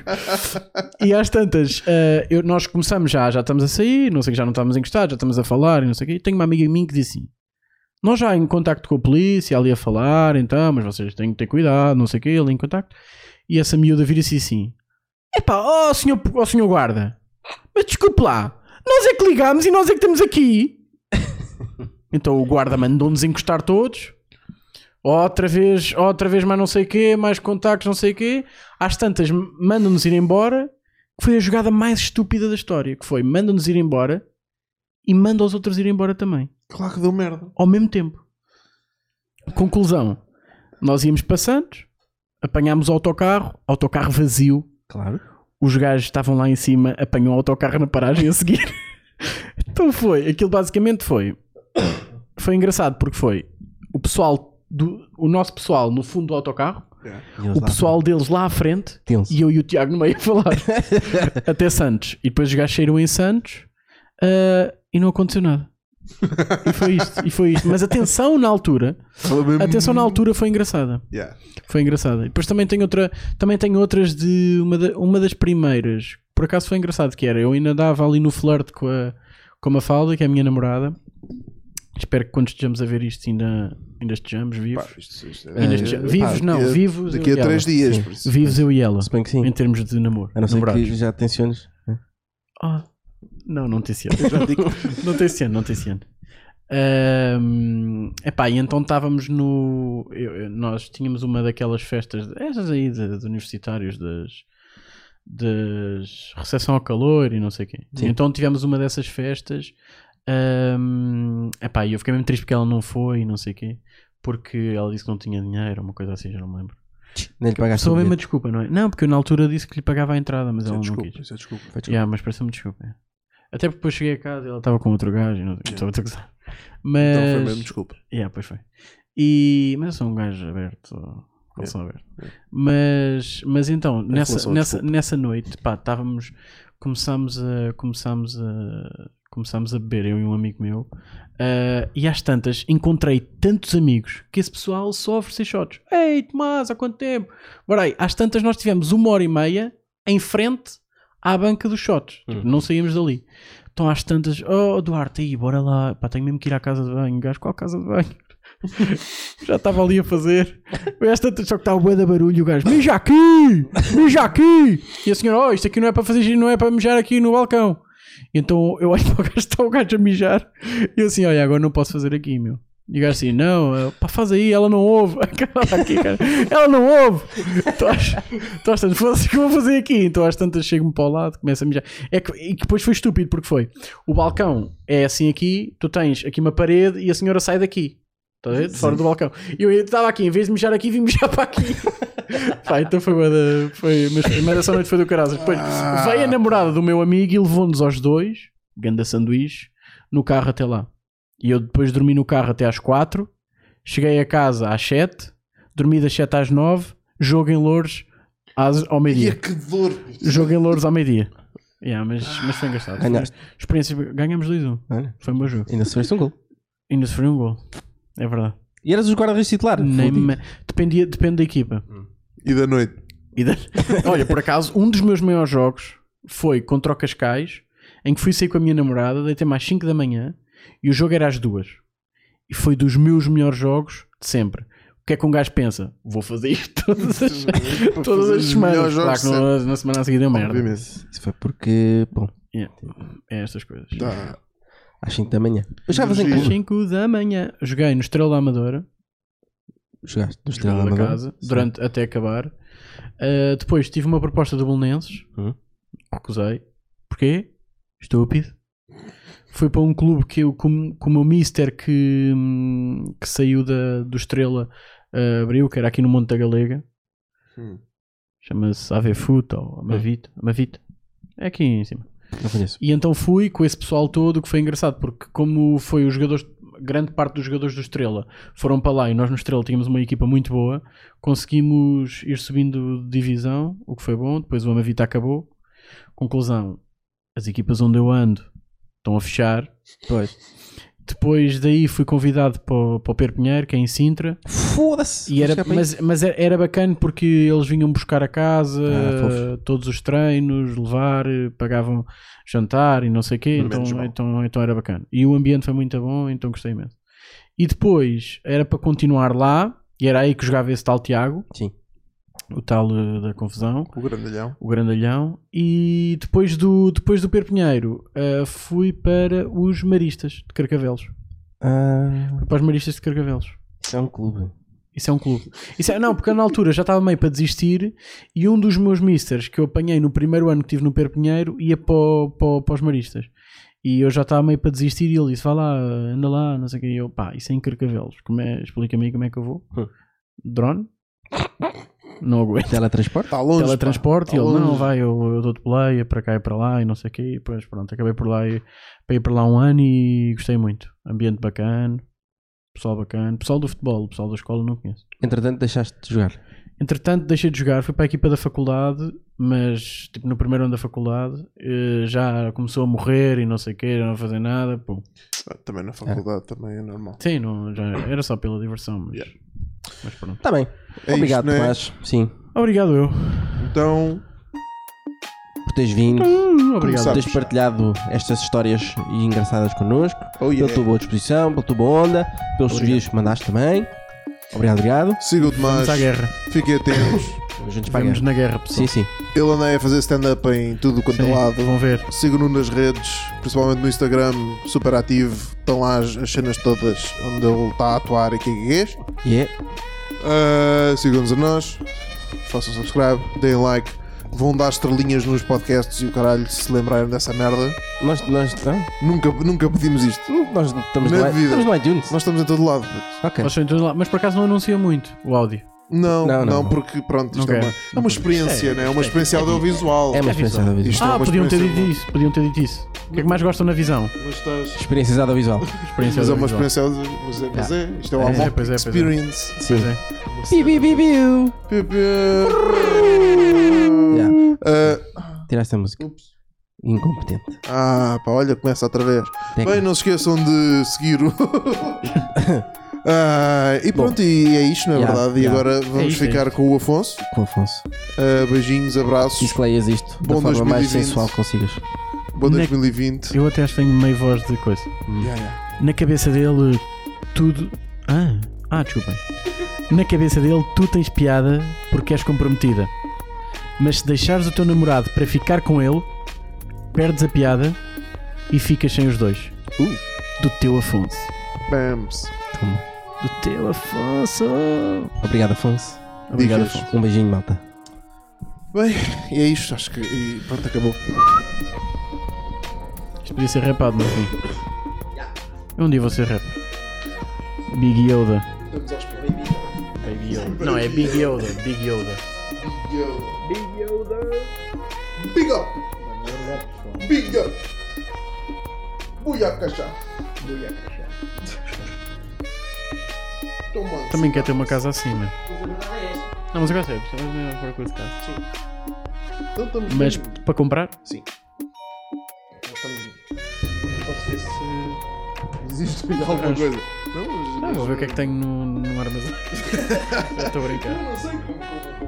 S6: E às tantas, eh, eu- nós começamos já, já estamos a sair, não sei o que, já não estamos encostados, já estamos a falar e não sei o quê. E tenho uma amiga minha que diz assim. Nós já em contacto com a polícia, ali a falar, então, mas vocês têm que ter cuidado, não sei o que, ali em contacto. E essa miúda vira-se assim: Epá, ó senhor, ó senhor guarda, mas desculpe lá, nós é que ligámos e nós é que estamos aqui. então o guarda mandou-nos encostar todos. Outra vez, outra vez, mais não sei o quê, mais contactos, não sei o quê. Às tantas, mandam-nos ir embora. Que foi a jogada mais estúpida da história. Que foi, mandam-nos ir embora e manda os outros ir embora também.
S5: Claro que deu merda.
S6: Ao mesmo tempo. Conclusão. Nós íamos para Santos, apanhámos o autocarro, autocarro vazio.
S4: Claro.
S6: Os gajos estavam lá em cima, apanham o autocarro na paragem a seguir. então foi, aquilo basicamente foi. Foi engraçado porque foi o pessoal, do, o nosso pessoal no fundo do autocarro,
S4: Eles
S6: o
S4: lá
S6: pessoal deles lá à frente
S4: Tenso.
S6: e eu e o Tiago no meio a falar até Santos. E depois os gajos saíram em Santos ah, e não aconteceu nada. E foi isto, e foi isto. Mas a tensão na altura, a tensão na altura foi engraçada.
S5: Yeah.
S6: Foi engraçada. E depois também tem outra, também tem outras de uma, da- uma das primeiras. Por acaso foi engraçado que era. Eu ainda dava ali no flirt com a com a Mafalda, que é a minha namorada. Espero que quando estejamos a ver isto ainda, ainda estejamos vivos.
S5: isto- isto-
S6: Ainda estejamos-
S5: Eh,
S6: vivos
S5: pá,
S6: não,
S5: daqui a-
S6: vivos. eu
S5: daqui a
S6: e ela.
S5: três dias,
S6: Sim.
S5: por isso.
S6: Vivos eu e ela.
S4: Se bem que sim.
S6: Em termos de namoro.
S4: A não ser
S6: namorados.
S4: que já tensiones. né?
S6: Ah, não, não tem esse ano. não tem esse ano, não tem esse ano. Ahm, epá, e então estávamos no. eu- eu- nós tínhamos uma daquelas festas, essas aí de, de universitários, das. das recepção ao calor e não sei o quê.
S4: Sim.
S6: Então tivemos uma dessas festas. ahm, epá, e eu fiquei mesmo triste porque ela não foi e não sei o quê, porque ela disse que não tinha dinheiro, uma coisa assim, já não me lembro.
S4: Nem lhe pagaste
S6: Só
S4: o
S6: a mesma
S4: bilhete.
S6: desculpa, não é? Não, porque eu na altura disse que lhe pagava a entrada, mas
S5: Isso é
S6: ela não
S5: desculpa,
S6: quis.
S5: isso é desculpa.
S4: Foi desculpa.
S6: Yeah, mas parece-me desculpa. é. Até porque depois cheguei a casa e ela estava com outro gajo e não estava a gozar. Mas.
S5: Então foi mesmo desculpa.
S6: Yeah, pois foi. E... Mas eu sou um gajo aberto. Relação aberta. Mas, mas então, nessa,
S5: relação,
S6: nessa, nessa noite, pá, estávamos. Começámos a. Começámos a. Começámos a beber, eu e um amigo meu. Ah, e às tantas, encontrei tantos amigos que esse pessoal só oferecia shots. Ei, Tomás, há quanto tempo? Bora aí, às tantas nós tivemos uma hora e meia em frente à banca dos shots. Tipo, Não saímos dali. Então às tantas, oh Duarte, aí, bora lá. Pá, tenho mesmo que ir à casa de banho. Gajo, qual casa de banho? já estava ali a fazer. Eu Às tantas só que estava bué de barulho. O gajo, mija aqui, mija aqui. E a senhora, oh, isto aqui não é para fazer, não é para mijar aqui no balcão. E Então eu olho para o gajo, está o gajo a mijar. E eu assim, olha, agora não posso fazer aqui, meu. E o gajo assim, não, eh, pá, faz aí, ela não ouve. Acaba aqui, cara. Ela não ouve. Então às então, às tantas, foda-se, o que eu vou fazer aqui? Então às tantas chego-me para o lado, começo a mijar. É que, e que depois foi estúpido, porque foi. O balcão é assim aqui, tu tens aqui uma parede e a senhora sai daqui. Estás a ver? De Fora do balcão. E eu estava aqui, em vez de mijar aqui, vim mijar para aqui. Pá, então foi uma da. Foi, mas, mas essa noite foi do caras. Depois veio a namorada do meu amigo e levou-nos aos dois, ganda sanduíche, no carro até lá. E eu depois dormi no carro até às quatro, cheguei a casa às sete, dormi das sete às nove, jogo em Lourdes às, ao meio-dia.
S5: Que dor!
S6: Jogo em Louros ao meio-dia. Yeah, mas, mas foi engraçado.
S4: Ganhaste.
S6: Experiência, ganhamos 2-1.
S4: Olha.
S6: Foi um bom jogo.
S4: Ainda sofreste um gol.
S6: Ainda sofreu um gol. É verdade.
S4: E eras os guarda-redes titular?
S6: Nem
S4: Fudido.
S6: me- Dependia, depende da equipa.
S5: E da noite?
S6: E da- Olha, por acaso, um dos meus maiores jogos foi contra o Cascais, em que fui sair com a minha namorada, deitei-me às 5 da manhã e o jogo era às 2. E foi dos meus melhores jogos de sempre. O que é que um gajo pensa? Vou fazer isto todas as, todas
S5: fazer
S6: as
S5: os
S6: semanas.
S5: melhores
S6: Claro
S5: jogos
S6: que não- na semana a seguir deu merda.
S5: Obviamente.
S4: Isso foi porque, bom,
S6: Yeah. É estas coisas.
S5: Tá.
S4: às 5 da manhã. Eu jogavas em
S6: Às
S4: clube.
S6: 5 da manhã. Joguei no Estrela da Amadora,
S4: Jogaste no
S6: Estrela
S4: Estrela
S6: da
S4: Amadora.
S6: Casa,
S4: Sim.
S6: durante, até acabar. Uh, depois tive uma proposta do Bolonenses,
S4: Uhum.
S6: recusei. Porquê? Estúpido. Fui para um clube que eu, com, com o meu mister que, hum, que saiu da, do Estrela, uh, abriu, que era aqui no Monte da Galega.
S5: Hum.
S6: Chama-se AV Foot ou Amavito. Amavito. É aqui em cima.
S4: Não conheço.
S6: E então fui com esse pessoal todo, que foi engraçado, porque como foi os jogadores, grande parte dos jogadores do Estrela foram para lá e nós no Estrela tínhamos uma equipa muito boa, conseguimos ir subindo de divisão, o que foi bom, depois o Amavita acabou. Conclusão, as equipas onde eu ando estão a fechar.
S4: Pois.
S6: Depois daí fui convidado para o, para o Perpinheiro, que é em Sintra,
S4: Foda-se. é
S6: e era,
S4: Escapa aí.
S6: mas mas era, era bacana porque eles vinham buscar a casa,
S4: Ah, fofo.
S6: todos os treinos, levar, eh, pagavam jantar e não sei o quê. Então,
S5: Menos mal.
S6: então, então era bacana. E o ambiente foi muito bom, então gostei imenso. E depois era para continuar lá, e era aí que jogava esse tal Tiago,
S4: Sim.
S6: o tal eh, da confusão
S5: O grandalhão.
S6: o Grandalhão. E depois do, depois do Perpinheiro ah, fui para os Maristas de Carcavelos.
S4: Ah,
S6: Fui para os Maristas de Carcavelos.
S4: isso é um clube.
S6: Isso é um clube. Isso é- não, porque eu na altura já estava meio para desistir e um dos meus misters que eu apanhei no primeiro ano que tive no Perpinheiro ia para, o- para, o- para os Maristas. E eu já estava meio para desistir e ele disse: Vá lá, anda lá, não sei o que. E eu, pá, isso é em Carcavelos. Como é- Explica-me aí como é que eu vou. Drone? Não aguento
S4: Teletransporte?
S5: Está longe.
S6: teletransporte
S5: pá.
S6: e
S5: Tá
S6: ele não
S5: longe.
S6: vai, eu, eu dou de play, é para cá e para lá e não sei o quê, e depois pronto, acabei por lá e para ir para lá um ano e gostei muito. Ambiente bacana, pessoal bacana, pessoal do futebol, pessoal da escola não conheço.
S4: Entretanto, deixaste de jogar.
S6: Entretanto, deixei de jogar, fui para a equipa da faculdade, mas tipo no primeiro ano da faculdade eh, já começou a morrer e não sei o quê, já não a fazer nada, pô.
S5: Ah, Também na faculdade, também é normal.
S6: Sim, não, já era só pela diversão, mas,
S5: Yeah.
S6: mas pronto.
S4: Está Tá bem.
S5: É
S4: Obrigado,
S5: isto, né?
S4: Tomás. Sim.
S6: Obrigado eu.
S5: Então,
S4: Por teres vindo.
S6: Hum, Obrigado.
S4: Por
S5: Começamos.
S4: teres partilhado estas histórias engraçadas connosco.
S5: Oh, yeah.
S4: Pela tua boa disposição, pela tua boa onda, pelos serviços que mandaste também. Obrigado, obrigado.
S5: sigam o Tomás.
S6: Vamos à guerra.
S5: Fiquem atentos.
S4: Vamos juntos para a
S6: Vamos
S4: guerra.
S6: na guerra, pessoal.
S4: Sim, sim.
S5: Ele anda aí a fazer stand-up em tudo quanto é
S6: Sim,
S5: lado.
S6: vão ver.
S5: Sigam-no nas redes, principalmente no Instagram, super ativo. Estão lá as, as cenas todas onde ele está a atuar e que é que
S4: E é.
S5: é. Uh, Sigam-nos a nós, façam subscribe, deem like, vão dar estrelinhas nos podcasts e o caralho, se lembrarem dessa merda.
S4: Nós, nós, não?
S5: Nunca, nunca pedimos isto.
S4: nós estamos,
S5: Na
S4: no, i-
S5: vida.
S4: estamos no iTunes.
S5: Nós estamos em todo lado. puto.
S4: Ok.
S6: Eles são em todo lado, Mas por acaso não anuncia muito o áudio.
S5: Não,
S4: Não,
S5: não,
S4: não.
S5: porque pronto, isto
S6: Não
S5: é, uma,
S6: quero.
S5: é uma experiência, né? é uma experiência audiovisual.
S4: É uma experiência da vida.
S5: Isto é
S6: Ah,
S5: uma
S6: podiam ter dito
S5: experiência-
S6: isso. Podiam ter dito isso. O que é que mais gostam na visão?
S5: Mas estás-
S4: Experiências audiovisual.
S6: Experiência
S5: Mas é uma
S6: audiovisual.
S5: experiência. Mas é, mas é. Isto é uma
S6: Pois é,
S5: mock
S6: pois é, pois é.
S5: experience.
S4: Sim.
S6: Pois é.
S4: Bi, bi, bi, biu.
S5: Piu, piu.
S4: Yeah.
S5: Ah,
S4: Tiraste a música. Incompetente.
S5: Ah, pá, olha, começa outra vez.
S4: Técnico.
S5: Bem, não se esqueçam de seguir o. Ah, e pronto, e é isto, não é
S4: Yeah,
S5: verdade? E
S4: yeah.
S5: agora
S4: É
S5: vamos
S4: isto, é
S5: ficar com o Afonso.
S4: Com Afonso.
S5: Ah, beijinhos, abraços.
S4: E que leias isto da
S5: Bom
S4: forma mais
S5: 2020.
S4: sensual que consigas.
S5: Bom
S6: Na-
S5: 2020.
S6: Eu até acho que tenho meio voz de coisa.
S5: Yeah, yeah.
S6: Na cabeça dele, tudo. Ah, ah, desculpem. Na cabeça dele, tu tens piada porque és comprometida. Mas se deixares o teu namorado para ficar com ele, perdes a piada e ficas sem os dois. Do teu Afonso.
S5: Bams.
S4: Toma.
S6: Do teu Afonso.
S4: Obrigado, Afonso.
S5: Obrigado,
S4: Dicas. Um beijinho, malta.
S5: Bem, e é isto, acho que. E pronto, acabou.
S6: Isto podia ser rapado no fim. Eu Um dia vou ser rap. Big Yoda. Baby Yoda. Não, é Big Yoda. Big Yoda.
S5: Big Yoda. Big up. Big up. Booyakasha. Booyakasha. Toma.
S6: Também quer ter uma casa assim, né? Não, mas eu gostei. Precisamos de uma procura de casa.
S5: Então estamos
S6: Mas
S5: bem.
S6: para comprar?
S5: Sim. Nós estamos bem. Posso ver se. Existe aí alguma coisa. Não, mas-
S6: é Ah, vou ver o que é que tenho no, no armazém. Já Estou a brincar.
S5: Eu não sei como. como- como- é